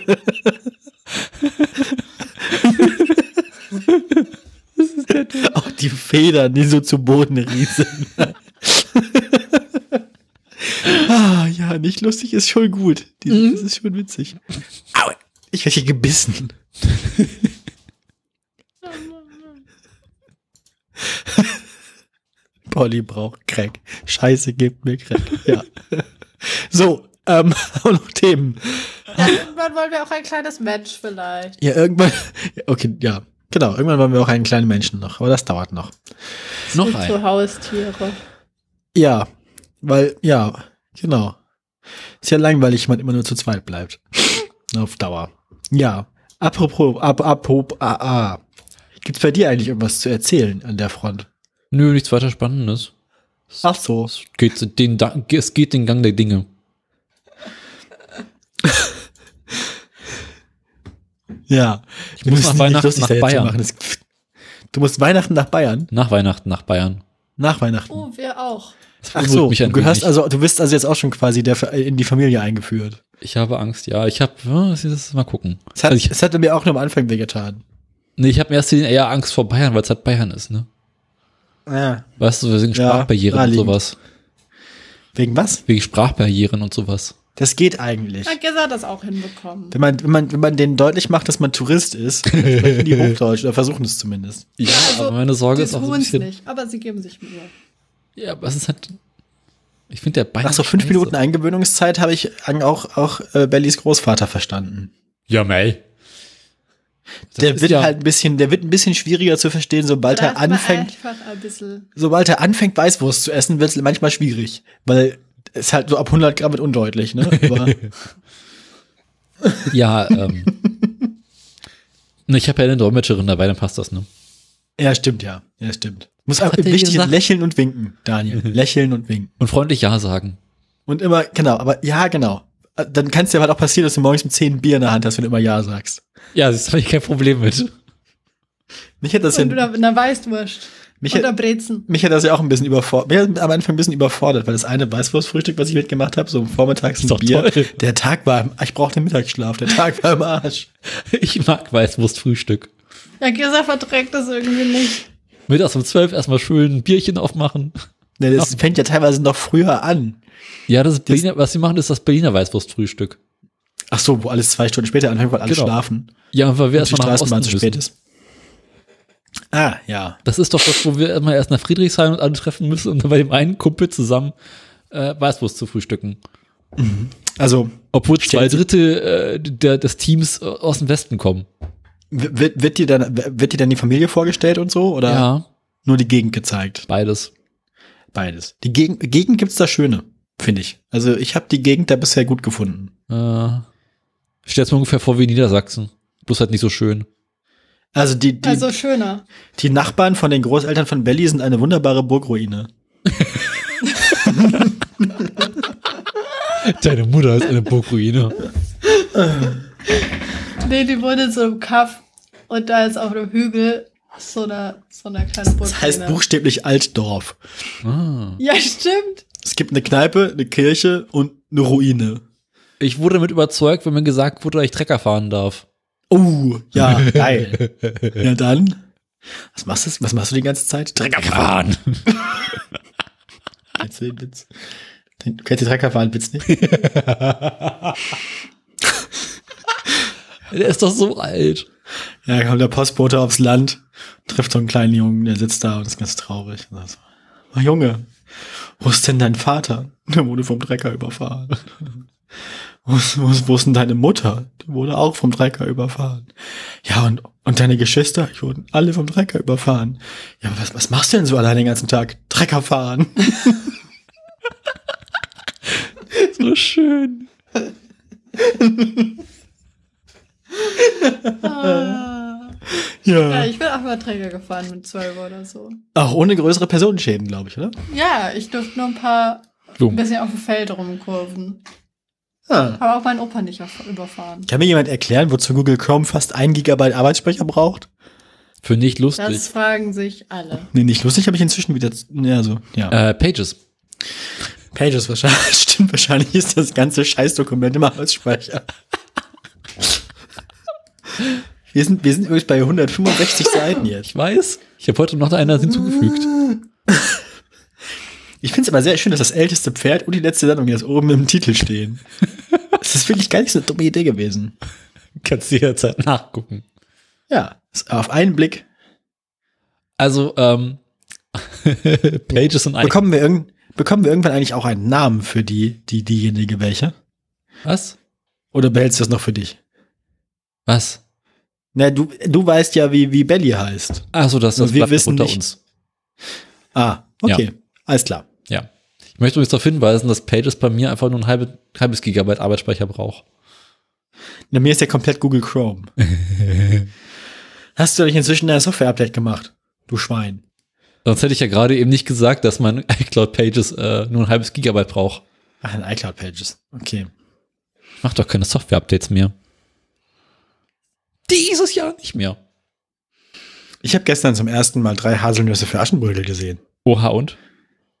A: [LAUGHS] Auch die Federn, die so zu Boden rieseln. ah, ja, nicht lustig ist schon gut. Die, Das ist schon witzig. Aua, ich werde hier gebissen. [LAUGHS] Polly braucht Crack. Scheiße, gebt mir Crack. Ja. So, ähm, [LAUGHS] auch noch Themen.
B: Dann wollen wir auch ein kleines Match vielleicht.
A: Ja, irgendwann. Okay, ja. Genau, irgendwann wollen wir auch einen kleinen Menschen noch, aber das dauert noch.
C: Noch
B: Mit so
C: ein.
B: Haustiere.
A: Ja, weil, ja, genau. Ist ja langweilig, wenn man immer nur zu zweit
C: [LAUGHS]
A: bleibt. Auf Dauer. Ja. Apropos, ap, apop, a, a. Gibt's bei dir eigentlich irgendwas zu erzählen an der Front?
C: Nö, nichts weiter Spannendes.
A: Ach so.
C: Es geht den, Da- es geht den Gang der Dinge.
A: Ja. Ich
C: muss nach Weihnachten nach Bayern.
A: Das, du musst Weihnachten nach Bayern?
C: Nach Weihnachten, nach Bayern.
A: Nach Weihnachten.
B: Oh, wir auch.
C: Das
A: Ach
C: beunruhigt
A: so,
C: mich
A: du
C: ein
A: gehörst
C: wenig.
A: also, du bist also jetzt auch schon quasi der, in die Familie eingeführt.
C: Ich habe Angst, ja. Ich habe, ja, das ist- mal gucken.
A: Es hat,
C: Also ich,
A: es hatte mir auch nur am Anfang wehgetan.
C: nee, ich habe mir erst eher Angst vor Bayern, weil es halt Bayern ist, ne?
A: Ja.
C: Weißt du, wegen
A: Ja,
C: Sprachbarrieren und
A: naheliegend.
C: sowas.
A: Wegen was?
C: Wegen Sprachbarrieren und sowas.
A: Das geht eigentlich.
B: Hat gesagt, das auch hinbekommen.
A: Wenn man, wenn man, wenn man denen deutlich macht, dass man Tourist ist, sprechen
C: [LAUGHS]
A: die Hochdeutsch oder versuchen es zumindest.
C: Ja,
B: Also,
C: aber meine Sorge ist auch so ein
B: tun's
C: bisschen.
B: nicht, aber sie geben sich Mühe.
C: Ja, aber es ist halt. Ich finde der Bein.
A: Nach so fünf Minuten Eingewöhnungszeit habe ich an- auch, auch äh, Bellys Großvater verstanden.
C: Ja, mei. Das
A: der
C: ist
A: wird
C: ja-
A: halt ein bisschen, der wird ein bisschen schwieriger zu verstehen, sobald er
B: Vielleicht mal äh.
A: anfängt,
B: Einfach ein bisschen.
A: sobald er anfängt, Weißwurst zu essen, wird es manchmal schwierig, weil es halt so ab 100 Gramm wird undeutlich, ne? Aber
C: [LAUGHS] Ja, ähm.
A: [LAUGHS]
C: ne, ich habe ja eine Dolmetscherin dabei, dann passt das, ne?
A: ja, stimmt ja, ja stimmt. Muss auch
C: hat der
A: wichtig
C: gesagt?
A: lächeln und winken,
C: [LAUGHS]
A: Daniel, lächeln und winken.
C: Und freundlich Ja sagen.
A: Und immer, genau, aber ja, genau. Äh, Dann kann es dir halt auch passieren, dass du morgens um 10 ein Bier in der Hand hast, wenn du immer Ja sagst.
C: Ja, das habe ich kein Problem mit. [LAUGHS]
A: Mich hat das,
B: Und
A: ja,
B: oder einer Weißwurst.
A: mich
B: oder
A: hat,
B: Brezen.
A: mich hat das ja auch ein bisschen überfordert. Mich hat am Anfang ein bisschen überfordert, weil das eine Weißwurstfrühstück, was ich mitgemacht habe, so vormittags
C: Ist
A: ein
C: doch
A: Bier.
C: toll.
A: Der Tag war, im- ich brauchte Mittagsschlaf, der Tag war im Arsch.
C: Ich mag Weißwurstfrühstück.
B: Ja, Gesa verträgt das irgendwie nicht.
C: Mittags um zwölf erstmal schön ein Bierchen aufmachen.
A: Ne, Das fängt ja teilweise noch früher an.
C: Ja, das ist Berliner, was sie machen, ist das Berliner Weißwurstfrühstück.
A: Ach so, wo alles zwei Stunden später anfängt, weil alle
C: Genau.
A: schlafen.
C: Ja, weil wir
A: Und die
C: erstmal nach
A: Straßenbahn
C: Osten
A: zu spät
C: müssen.
A: ist. Ah, ja.
C: Das ist doch das, wo wir erstmal erst nach Friedrichshain und alle treffen müssen, um dann bei dem einen Kumpel zusammen äh, Weißwurst zu frühstücken.
A: Also,
C: Obwohl
A: Stellen
C: zwei
A: Sie-
C: Drittel äh, der, des Teams äh, aus dem Westen kommen.
A: w- wird, wird dir dann, wird dir dann die Familie vorgestellt und so? Oder
C: Ja,
A: nur die Gegend gezeigt?
C: beides.
A: Beides. Die Gegend, Gegend gibt's da schöne, finde ich. Also ich habe die Gegend da bisher gut gefunden.
C: Äh, Stellt mir ungefähr vor wie Niedersachsen. Bloß halt nicht so schön.
A: Also die, die,
B: Also schöner.
A: die Nachbarn von den Großeltern von Belly sind eine wunderbare Burgruine.
C: [LAUGHS] Deine Mutter ist eine Burgruine.
B: Nee, die wurde in so einem Kaff und da ist auf einem Hügel so eine, so eine kleine Burg.
A: Das heißt buchstäblich Altdorf.
C: Ah.
B: Ja,
C: [LAUGHS]
B: stimmt.
A: Es gibt eine Kneipe, eine Kirche und eine Ruine.
C: Ich wurde damit überzeugt, wenn mir gesagt wurde, dass ich Trecker fahren darf.
A: Oh, ja, geil. ja, dann. Was machst du, was machst du die ganze Zeit? Trecker fahren. [LAUGHS] Kennst du den Witz? Den, du kennst den Trecker fahren Witz nicht?
C: Der ist doch so alt.
A: ja, kommt der Postbote aufs Land, trifft so einen kleinen Jungen, der sitzt da und ist ganz traurig. Und sagt so, oh, Junge, wo ist denn dein Vater? [LAUGHS] Der wurde vom Trecker überfahren. [LAUGHS] Wo ist, wo, ist, wo ist denn deine Mutter? Die wurde auch vom Trecker überfahren. Ja, und, und deine Geschwister? Die wurden alle vom Trecker überfahren. Ja, aber was, was machst du denn so allein den ganzen Tag? Trecker fahren. [LAUGHS]
C: So schön.
B: Ah. Ja,
A: Ja.
B: ich bin auch mal Träger gefahren mit zwölf oder so.
A: Auch ohne größere Personenschäden, glaube ich, oder?
B: Ja, ich durfte nur ein paar, ein
C: Dumm.
B: bisschen auf dem Feld rumkurven.
A: Ah.
B: Habe auch meinen Opa nicht auf- überfahren.
A: Kann mir jemand erklären, wozu Google Chrome fast ein Gigabyte Arbeitsspeicher braucht?
C: Für nicht
B: Das
C: lustig.
B: fragen sich alle.
A: Nee, nicht lustig, habe ich inzwischen wieder. z- Ja, so, ja.
C: Äh, Pages.
A: Pages wahrscheinlich. [LAUGHS] Stimmt, wahrscheinlich ist das ganze Scheißdokument im Arbeitsspeicher. Wir sind, wir sind übrigens bei 165 Seiten jetzt.
C: Ich weiß. Ich habe heute noch einer hinzugefügt. [LAUGHS]
A: Ich finde es aber sehr schön, dass das älteste Pferd und die letzte Sendung jetzt oben im Titel stehen. Das ist wirklich gar nicht so eine dumme Idee gewesen.
C: Kannst du jederzeit nachgucken.
A: Ja, ist auf einen Blick.
C: Also, ähm, [LAUGHS] Pages und Icons.
A: Bekommen wir, irgend, bekommen wir irgendwann eigentlich auch einen Namen für die, die, diejenige welche?
C: Was?
A: Oder behältst du das noch für dich?
C: Was?
A: Na, du, du weißt ja, wie, wie Belly heißt.
C: Achso, das, das
A: Und wir
C: bleibt
A: wissen
C: unter
A: nicht-
C: uns.
A: Ah, okay. Alles klar.
C: Ja. Ich möchte übrigens darauf hinweisen, dass Pages bei mir einfach nur ein halbe, halbes Gigabyte Arbeitsspeicher braucht.
A: Na, mir ist ja komplett Google
C: [LAUGHS]
A: Chrome. Hast du dich inzwischen ein Software-Update gemacht? Du Schwein.
C: Sonst hätte ich ja gerade eben nicht gesagt, dass mein [LAUGHS] iCloud Pages äh, nur ein halbes Gigabyte braucht.
A: Ach, in iCloud Pages. Okay.
C: Ich mache doch keine Software-Updates mehr. Dieses Jahr nicht mehr.
A: Ich habe gestern zum ersten Mal drei Haselnüsse für Aschenbrödel gesehen.
C: Oha und?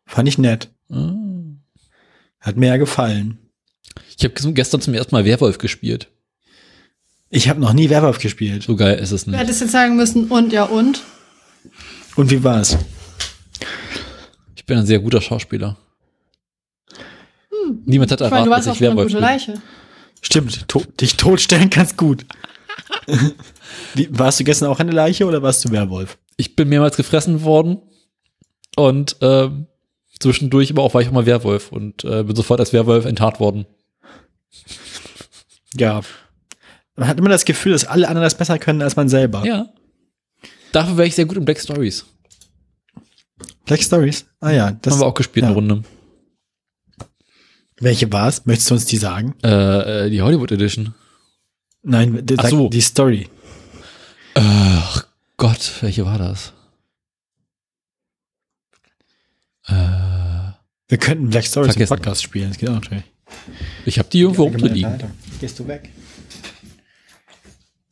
A: Fand ich nett.
C: Ah.
A: Hat mir ja gefallen.
C: Ich habe gestern zum ersten Mal Werwolf gespielt.
A: Ich habe noch nie Werwolf gespielt.
C: So geil ist es
B: Du
C: nicht.
B: hättest jetzt sagen müssen, und ja und?
A: Und wie war's?
C: Ich bin ein sehr guter Schauspieler. Niemand hat
B: Hm. Ich meine,
C: erwartet,
B: du warst
C: dass
B: auch
C: ich Werwolf
B: schon eine gute
C: bin.
B: Leiche.
A: Stimmt, to dich totstellen kannst
C: [LAUGHS]
A: gut. Wie, warst du gestern auch eine Leiche oder warst du Werwolf?
C: Ich bin mehrmals gefressen worden und ähm, zwischendurch aber auch war ich auch mal Werwolf und äh, bin sofort als Werwolf enttarnt worden.
A: Ja. Man hat immer das Gefühl, dass alle anderen das besser können als man selber.
C: Ja. Dafür wäre ich sehr gut in Black Stories.
A: Black Stories? Ah ja, das
C: Haben wir auch gespielt
A: ja.
C: eine Runde.
A: Welche war's? Möchtest du uns die sagen?
C: Äh, äh, die Hollywood Edition.
A: Nein, die,
C: Ach so.
A: die Story.
C: Ach Gott, welche war das?
A: Wir könnten Black Stories
C: Vergessen.
A: im Podcast spielen. Das geht auch natürlich.
C: Ich habe die irgendwo rumliegen.
A: Gehst du weg?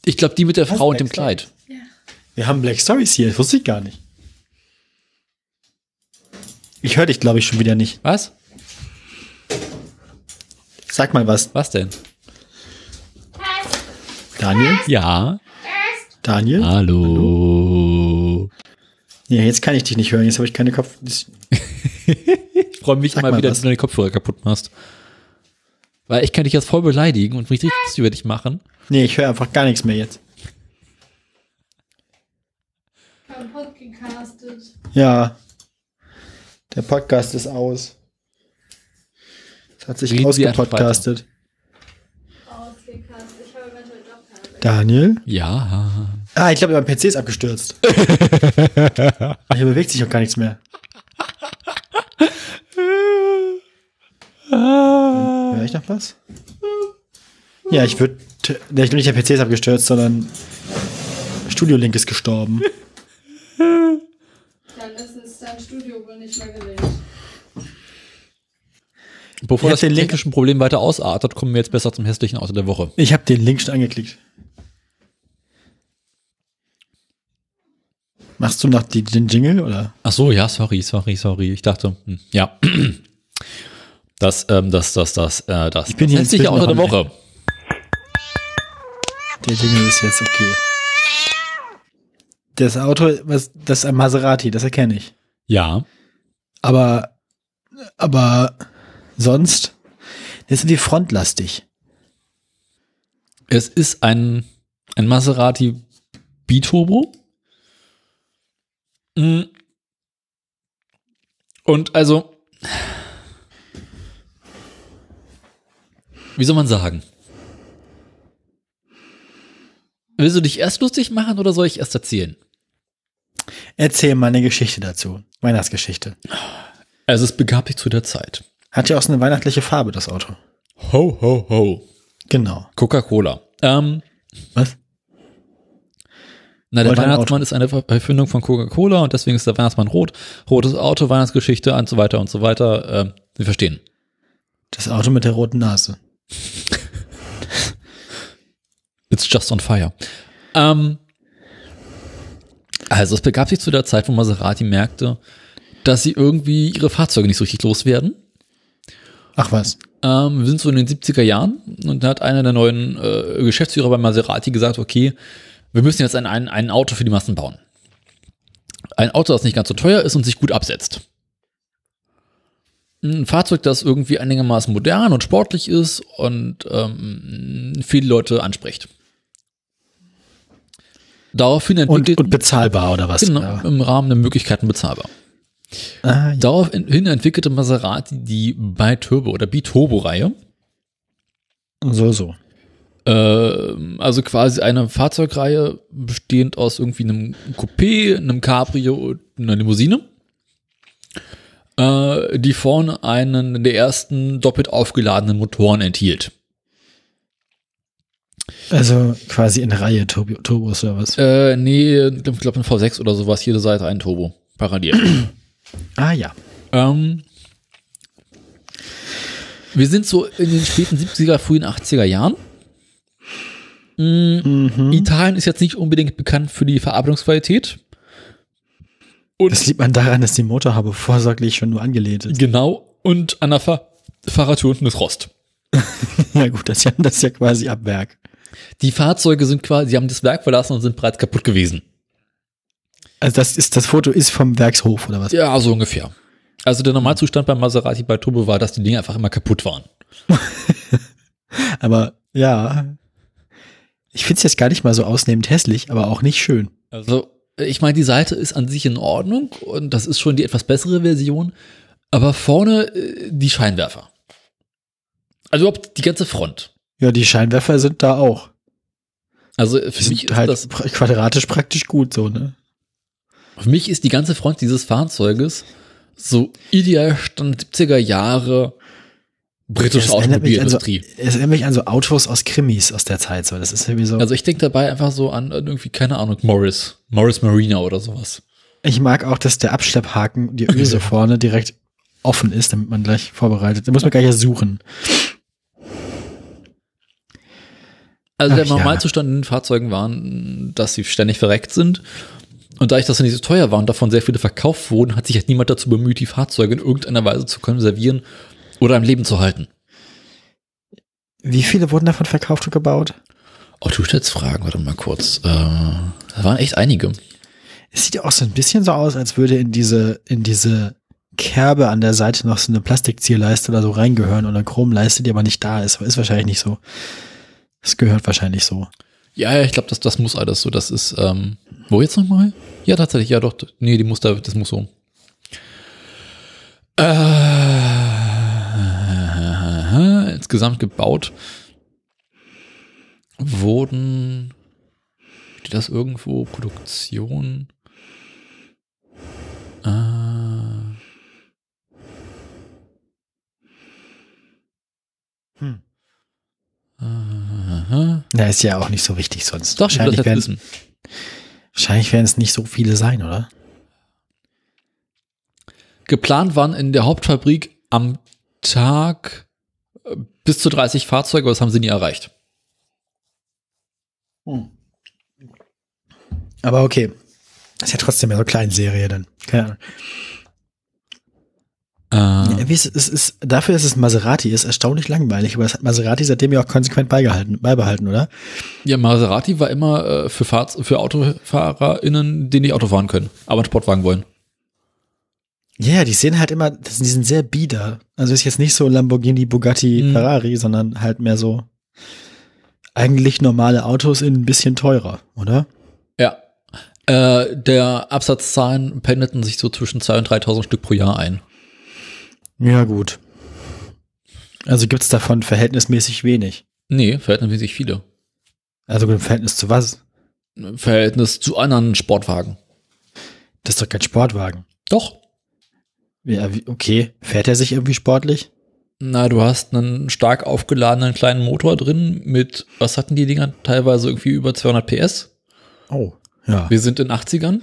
C: Ich glaube, die mit der
A: Was,
C: Frau und dem
A: Black Stories?
C: Kleid.
A: Wir haben Black Stories hier. Das wusste ich gar nicht. Ich höre dich, glaube ich, schon wieder nicht.
C: Was?
A: Sag mal was.
C: Was denn?
A: Daniel?
C: Ah. Ja.
A: Daniel?
C: Ah. Hallo.
A: Ja, jetzt kann ich dich nicht hören. Jetzt habe ich keine Kopf. das-
C: Ich freue mich
A: Sag
C: immer
A: mal
C: wieder,
A: was.
C: dass du deine Kopfhörer kaputt machst. Weil ich kann dich jetzt voll beleidigen und mich richtig was über dich machen.
A: Nee, ich höre einfach gar nichts mehr jetzt.
B: Kaputt gecastet.
A: Ja. Der Podcast ist aus. Es hat sich
C: Reden Sie einfach
A: ausgepodcastet. Daniel?
C: Ja.
A: Ah, ich glaube, mein PC ist [LAUGHS] abgestürzt. Hier bewegt sich auch gar nichts mehr. Hör ich noch was? Ja, ich würde. Ich glaube nicht, der PC ist abgestürzt, sondern Studio Link ist gestorben.
B: Dann ist es dein Studio wohl nicht mehr gelegt.
C: Bevor
A: Ich
C: das
A: hab den Link-
C: technische Problem weiter ausartet, kommen wir jetzt besser zum hässlichen Auto der Woche.
A: [LAUGHS] Ich habe den Link schon angeklickt. Machst du noch die, den Jingle oder?
C: Ach so, ja, sorry, sorry, sorry. Ich dachte, hm, ja. Das, ähm, das, das, das, äh, das. Ich
A: bin hier
C: das hässliche
A: inzwischen
C: Auto der
A: noch am
C: Woche.
A: Der Jingle ist jetzt okay. Das Auto, was, das ist ein Maserati, das erkenne ich.
C: Ja.
A: Aber, aber sonst, das sind die frontlastig.
C: Es ist ein, ein Maserati Biturbo. Mm. Und also, wie soll man sagen? Willst du dich erst lustig machen oder soll ich erst erzählen?
A: Erzähl mal eine Geschichte dazu. Weihnachtsgeschichte.
C: Also es begab sich zu der Zeit.
A: Hat ja auch so eine weihnachtliche Farbe, das Auto.
C: Ho, ho, ho.
A: Genau.
C: Coca-Cola. Ähm,
A: Was?
C: na, der
A: Wollte ein
C: Weihnachtsmann ist eine Ver- Erfindung von Coca-Cola und deswegen ist der Weihnachtsmann rot. Rotes Auto, Weihnachtsgeschichte und so weiter und so weiter. Ähm, Sie verstehen.
A: Das Auto mit der roten Nase.
C: It's just on fire. Ähm, also es begab sich zu der Zeit, wo Maserati merkte, dass sie irgendwie ihre Fahrzeuge nicht so richtig loswerden.
A: Ach was.
C: Ähm, wir sind so in den 70er Jahren und da hat einer der neuen äh, Geschäftsführer bei Maserati gesagt, okay, wir müssen jetzt ein, ein, ein Auto für die Massen bauen. Ein Auto, das nicht ganz so teuer ist und sich gut absetzt. Ein Fahrzeug, das irgendwie einigermaßen modern und sportlich ist und ähm, viele Leute anspricht. Daraufhin
A: Und,
C: entwickelt
A: und bezahlbar oder was?
C: genau,
A: Ja.
C: im Rahmen der Möglichkeiten bezahlbar.
A: Ah, ja.
C: Daraufhin entwickelte Maserati die Biturbo oder Biturbo-Reihe.
A: So, so.
C: Ähm, also quasi eine Fahrzeugreihe bestehend aus irgendwie einem Coupé, einem Cabrio und einer Limousine, äh, die vorne einen der ersten doppelt aufgeladenen Motoren enthielt.
A: Also quasi in Reihe Turbo, Turbos oder was?
C: Äh, nee, ich glaube glaub ein V6 oder sowas, jede Seite ein Turbo, parallel.
A: Ah ja.
C: ähm, wir sind so in den späten 70er, frühen 80er Jahren. Mm, Italien ist jetzt nicht unbedingt bekannt für die Verarbeitungsqualität.
A: Das liegt man daran, dass die Motorhaube vorsorglich schon nur angelehnt
C: [LAUGHS]
A: ist.
C: Genau, und an der Fahr Fahrradtür unten ist Rost.
A: Ja gut, das ist ja, das ist ja quasi ab Werk.
C: Die Fahrzeuge sind quasi, sie haben das Werk verlassen und sind bereits kaputt gewesen.
A: Also das ist das Foto ist vom Werkshof oder was?
C: Ja, so ungefähr. Also der Normalzustand beim Maserati bei Turbo war, dass die Dinge einfach immer kaputt waren.
A: Aber ja, ich finde es jetzt gar nicht mal so ausnehmend hässlich, aber auch nicht schön.
C: Also ich meine, die Seite ist an sich in Ordnung und das ist schon die etwas bessere Version, aber vorne äh, die Scheinwerfer. Also überhaupt die ganze Front.
A: Ja, die Scheinwerfer sind da auch.
C: Also äh, für mich,
A: Sind
C: ist
A: halt
C: das,
A: pra- quadratisch praktisch gut so, ne?
C: für mich ist die ganze Front dieses Fahrzeuges so ideal Stand 70er Jahre britische
A: Das erinnert mich an so-
C: Automobilindustrie.
A: Es erinnert mich an so Autos aus Krimis aus der Zeit so. Das ist irgendwie so.
C: Also ich denke dabei einfach so an irgendwie, keine Ahnung, Morris. Morris Marina oder sowas.
A: ich mag auch, dass der Abschlepphaken, die
C: [LAUGHS]
A: Öse vorne direkt offen ist, damit man gleich vorbereitet. Da muss man gleich erst suchen.
C: Also der
A: Ach ja.
C: Normalzustand in den Fahrzeugen waren, dass sie ständig verreckt sind. Und da ich das nicht so teuer war und davon sehr viele verkauft wurden, hat sich halt niemand dazu bemüht, die Fahrzeuge in irgendeiner Weise zu konservieren oder am Leben zu halten.
A: Wie viele wurden davon verkauft und gebaut?
C: Oh, du stellst Fragen, warte mal kurz. Äh, da waren echt einige.
A: Es sieht ja auch so ein bisschen so aus, als würde in diese, in diese Kerbe an der Seite noch so eine Plastikzierleiste oder so reingehören oder Chromleiste, die aber nicht da ist. Aber Ist wahrscheinlich nicht so. Es gehört wahrscheinlich so.
C: Ja, ja, ich glaube, das, das muss alles so. Das ist, ähm, wo jetzt nochmal? Ja, tatsächlich, ja doch. Nee, die muss da, das muss so. Äh, insgesamt gebaut wurden, steht das irgendwo, Produktion? Äh,
A: Hm.
C: aha.
A: Na, ist ja auch nicht so wichtig sonst.
C: Doch, ich will das
A: wahrscheinlich
C: jetzt
A: werden,
C: wissen.
A: wahrscheinlich werden es nicht so viele sein, oder?
C: Geplant waren in der Hauptfabrik am Tag äh, bis zu 30 Fahrzeuge, aber das haben sie nie erreicht. Hm.
A: Aber okay. Ist ja trotzdem ja so eine kleine Serie dann. Keine Ahnung.
C: Äh,
A: Ja, wie es, es ist, dafür, dass es Maserati ist, erstaunlich langweilig, aber das hat Maserati seitdem ja auch konsequent beigehalten, beibehalten, oder?
C: ja, Maserati war immer äh, für, Fahrz für AutofahrerInnen, die nicht Auto fahren können, aber einen Sportwagen wollen.
A: Ja, ja, die sehen halt immer, das, die sind sehr bieder. Also ist jetzt nicht so Lamborghini, Bugatti,
C: Mhm.
A: Ferrari, sondern halt mehr so eigentlich normale Autos in ein bisschen teurer, oder?
C: Ja. Äh, der Absatzzahlen pendelten sich so zwischen 2.000 und 3.000 Stück pro Jahr ein.
A: Ja, gut. Also gibt's davon verhältnismäßig wenig.
C: Nee, verhältnismäßig viele.
A: Also gut, im Verhältnis zu was?
C: Im Verhältnis zu anderen Sportwagen.
A: Das ist doch kein Sportwagen.
C: Doch.
A: Ja, wie, okay. Fährt er sich irgendwie sportlich?
C: Na, du hast einen stark aufgeladenen kleinen Motor drin mit, was hatten die Dinger? Teilweise irgendwie über 200 PS.
A: Oh. Ja.
C: Wir sind in 80ern.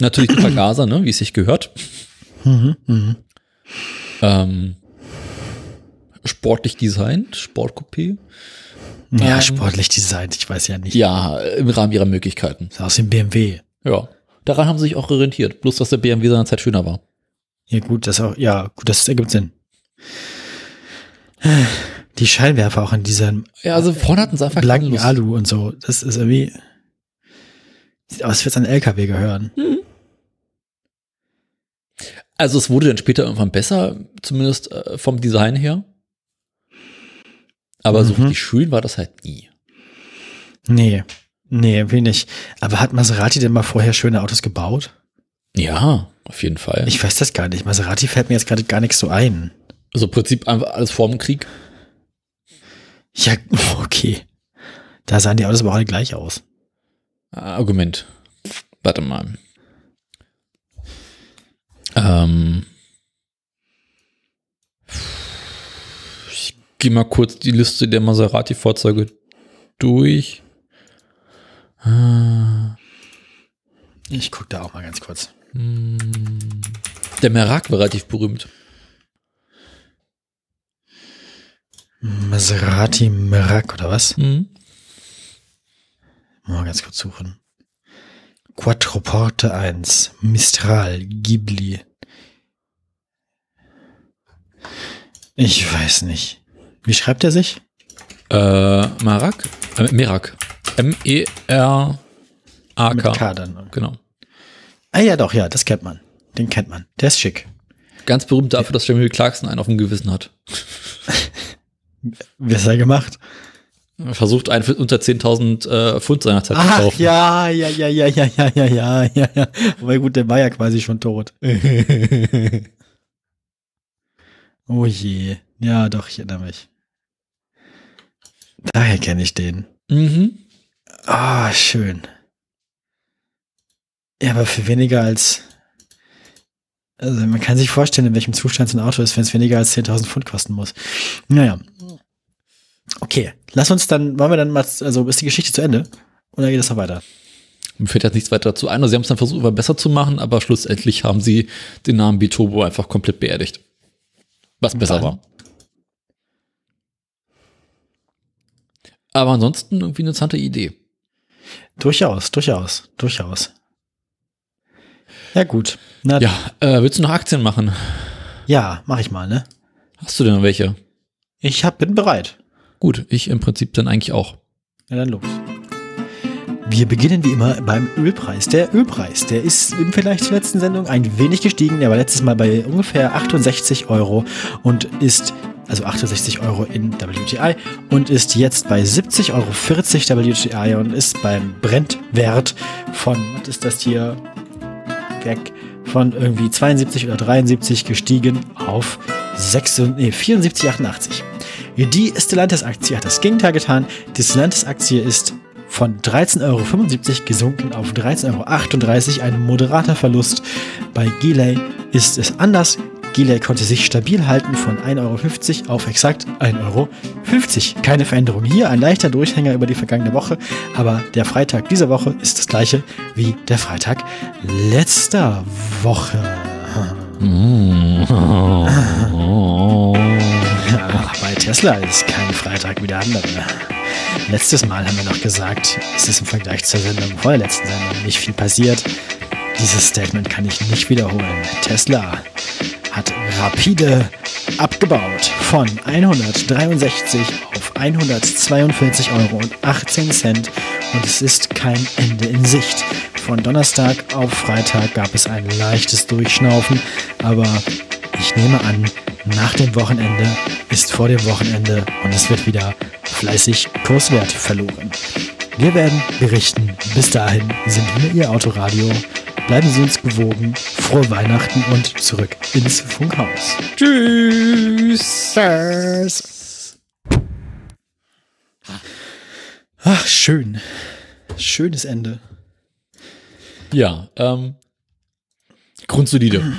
C: Natürlich die Vergaser, ne, wie es sich gehört.
A: Mhm, mhm.
C: Ähm, sportlich designt, Sportcoupé.
A: Ja,
C: Ähm.
A: sportlich designt, ich weiß ja nicht.
C: Ja, im Rahmen ihrer Möglichkeiten.
A: Ist aus dem BMW.
C: Ja. Daran haben sie sich auch orientiert. Bloß, dass der BMW seiner Zeit schöner war.
A: Ja, gut, das auch, ja, gut, das ergibt Sinn. Die Scheinwerfer auch in diesem
C: Ja, also vorne hatten sie einfach keine
A: blanken
C: Lust.
A: Alu und so, das ist irgendwie, sieht aus, als würde es an einen LKW gehören.
C: Hm? Also es wurde dann später irgendwann besser, zumindest äh, vom Design her. Aber so
A: Mhm.
C: richtig schön war das halt nie.
A: Nee, nee, wenig. Aber hat Maserati denn mal vorher schöne Autos gebaut?
C: Ja, auf jeden Fall.
A: Ich weiß das gar nicht. Maserati fällt mir jetzt gerade gar nichts so ein.
C: also im Prinzip einfach alles vor dem Krieg.
A: Ja, [LAUGHS] okay. Da sahen die Autos aber alle gleich aus.
C: Ah, Argument. Warte mal. Ähm. Ich gehe mal kurz die Liste der Maserati-Fahrzeuge durch. Ah,
A: Ich guck da auch mal ganz kurz.
C: hm. Der Merak war relativ berühmt.
A: Maserati Merak oder was?
C: Mhm.
A: Mal ganz kurz suchen. Quattroporte 1, Mistral, Ghibli. Ich weiß nicht. Wie schreibt er sich?
C: Äh, Marak? Äh, Merak. E M-E-R-A-K.
A: Mit K dann.
C: Genau.
A: Ah ja, doch, ja, das kennt man. Den kennt man. Der ist schick.
C: Ganz berühmt dafür, dass Jamie Clarkson einen auf dem Gewissen hat.
A: Was hat er gemacht?
C: Versucht einen für unter 10.000 äh, Pfund seiner Zeit zu
A: Ach
C: kaufen.
A: Ah, ja, ja, ja, ja, ja, ja, ja, ja, ja, ja. Aber gut, der war ja quasi schon tot. oh je. Ja, doch, ich erinnere mich. Daher kenne ich den.
C: [LAUGHS] Mhm.
A: Ah, schön. Ja, aber für weniger als. Also man kann sich vorstellen, in welchem Zustand so ein Auto ist, wenn es weniger als 10.000 Pfund kosten muss. Naja. Okay, lass uns dann, wollen wir dann mal, also ist die Geschichte zu Ende? Oder geht es noch weiter?
C: Mir fällt jetzt nichts weiter dazu ein. Also Sie haben es dann versucht, immer besser zu machen, aber schlussendlich haben sie den Namen Bitobo einfach komplett beerdigt. Was besser
A: Wann?
C: war. Aber ansonsten irgendwie eine interessante Idee.
A: Durchaus, durchaus, durchaus. Ja, gut. Na, ja,
C: Ja, äh, willst du noch Aktien machen?
A: ja mach ich mal, ne?
C: Hast du denn noch welche?
A: Ich hab, bin bereit.
C: Gut, ich im Prinzip dann
A: [LAUGHS]
C: eigentlich auch.
A: Ja, dann los. Wir beginnen wie immer beim Ölpreis. Der Ölpreis, der ist im Vergleich zur letzten Sendung ein wenig gestiegen. Der war letztes Mal bei ungefähr 68 Euro und ist, also 68 Euro in WTI und ist jetzt bei 70,40 Euro WTI und ist beim Brentwert von, was ist das hier? Weg von irgendwie 72 oder 73 gestiegen auf 6, nee, 74, 88. Die Stellantis-Aktie hat das Gegenteil getan. Die Stellantis-Aktie ist von 13,75 Euro gesunken auf 13,38 Euro. Ein moderater Verlust. Bei Gilei ist es anders. Gilei konnte sich stabil halten von 1,50 Euro auf exakt 1,50 Euro. Keine Veränderung hier, ein leichter Durchhänger über die vergangene Woche, aber der Freitag dieser Woche ist das gleiche wie der Freitag letzter Woche. Ach, bei Äh, Tesla ist kein Freitag wie der andere. Letztes Mal haben wir noch gesagt, es ist im Vergleich zur Sendung vor der letzten Sendung nicht viel passiert. Dieses Statement kann ich nicht wiederholen. Tesla hat rapide abgebaut von 163 auf 142 Euro und 18 Cent und es ist kein Ende in Sicht. Von Donnerstag auf Freitag gab es ein leichtes Durchschnaufen, aber ich nehme an, nach dem Wochenende ist vor dem Wochenende und es wird wieder fleißig Kurswert verloren. Wir werden berichten. Bis dahin sind wir Ihr Autoradio. Bleiben Sie uns gewogen. Frohe Weihnachten und zurück ins Funkhaus.
C: Tschüss.
A: Ach, schön. Schönes Ende.
C: Ja, ähm, grundsolide.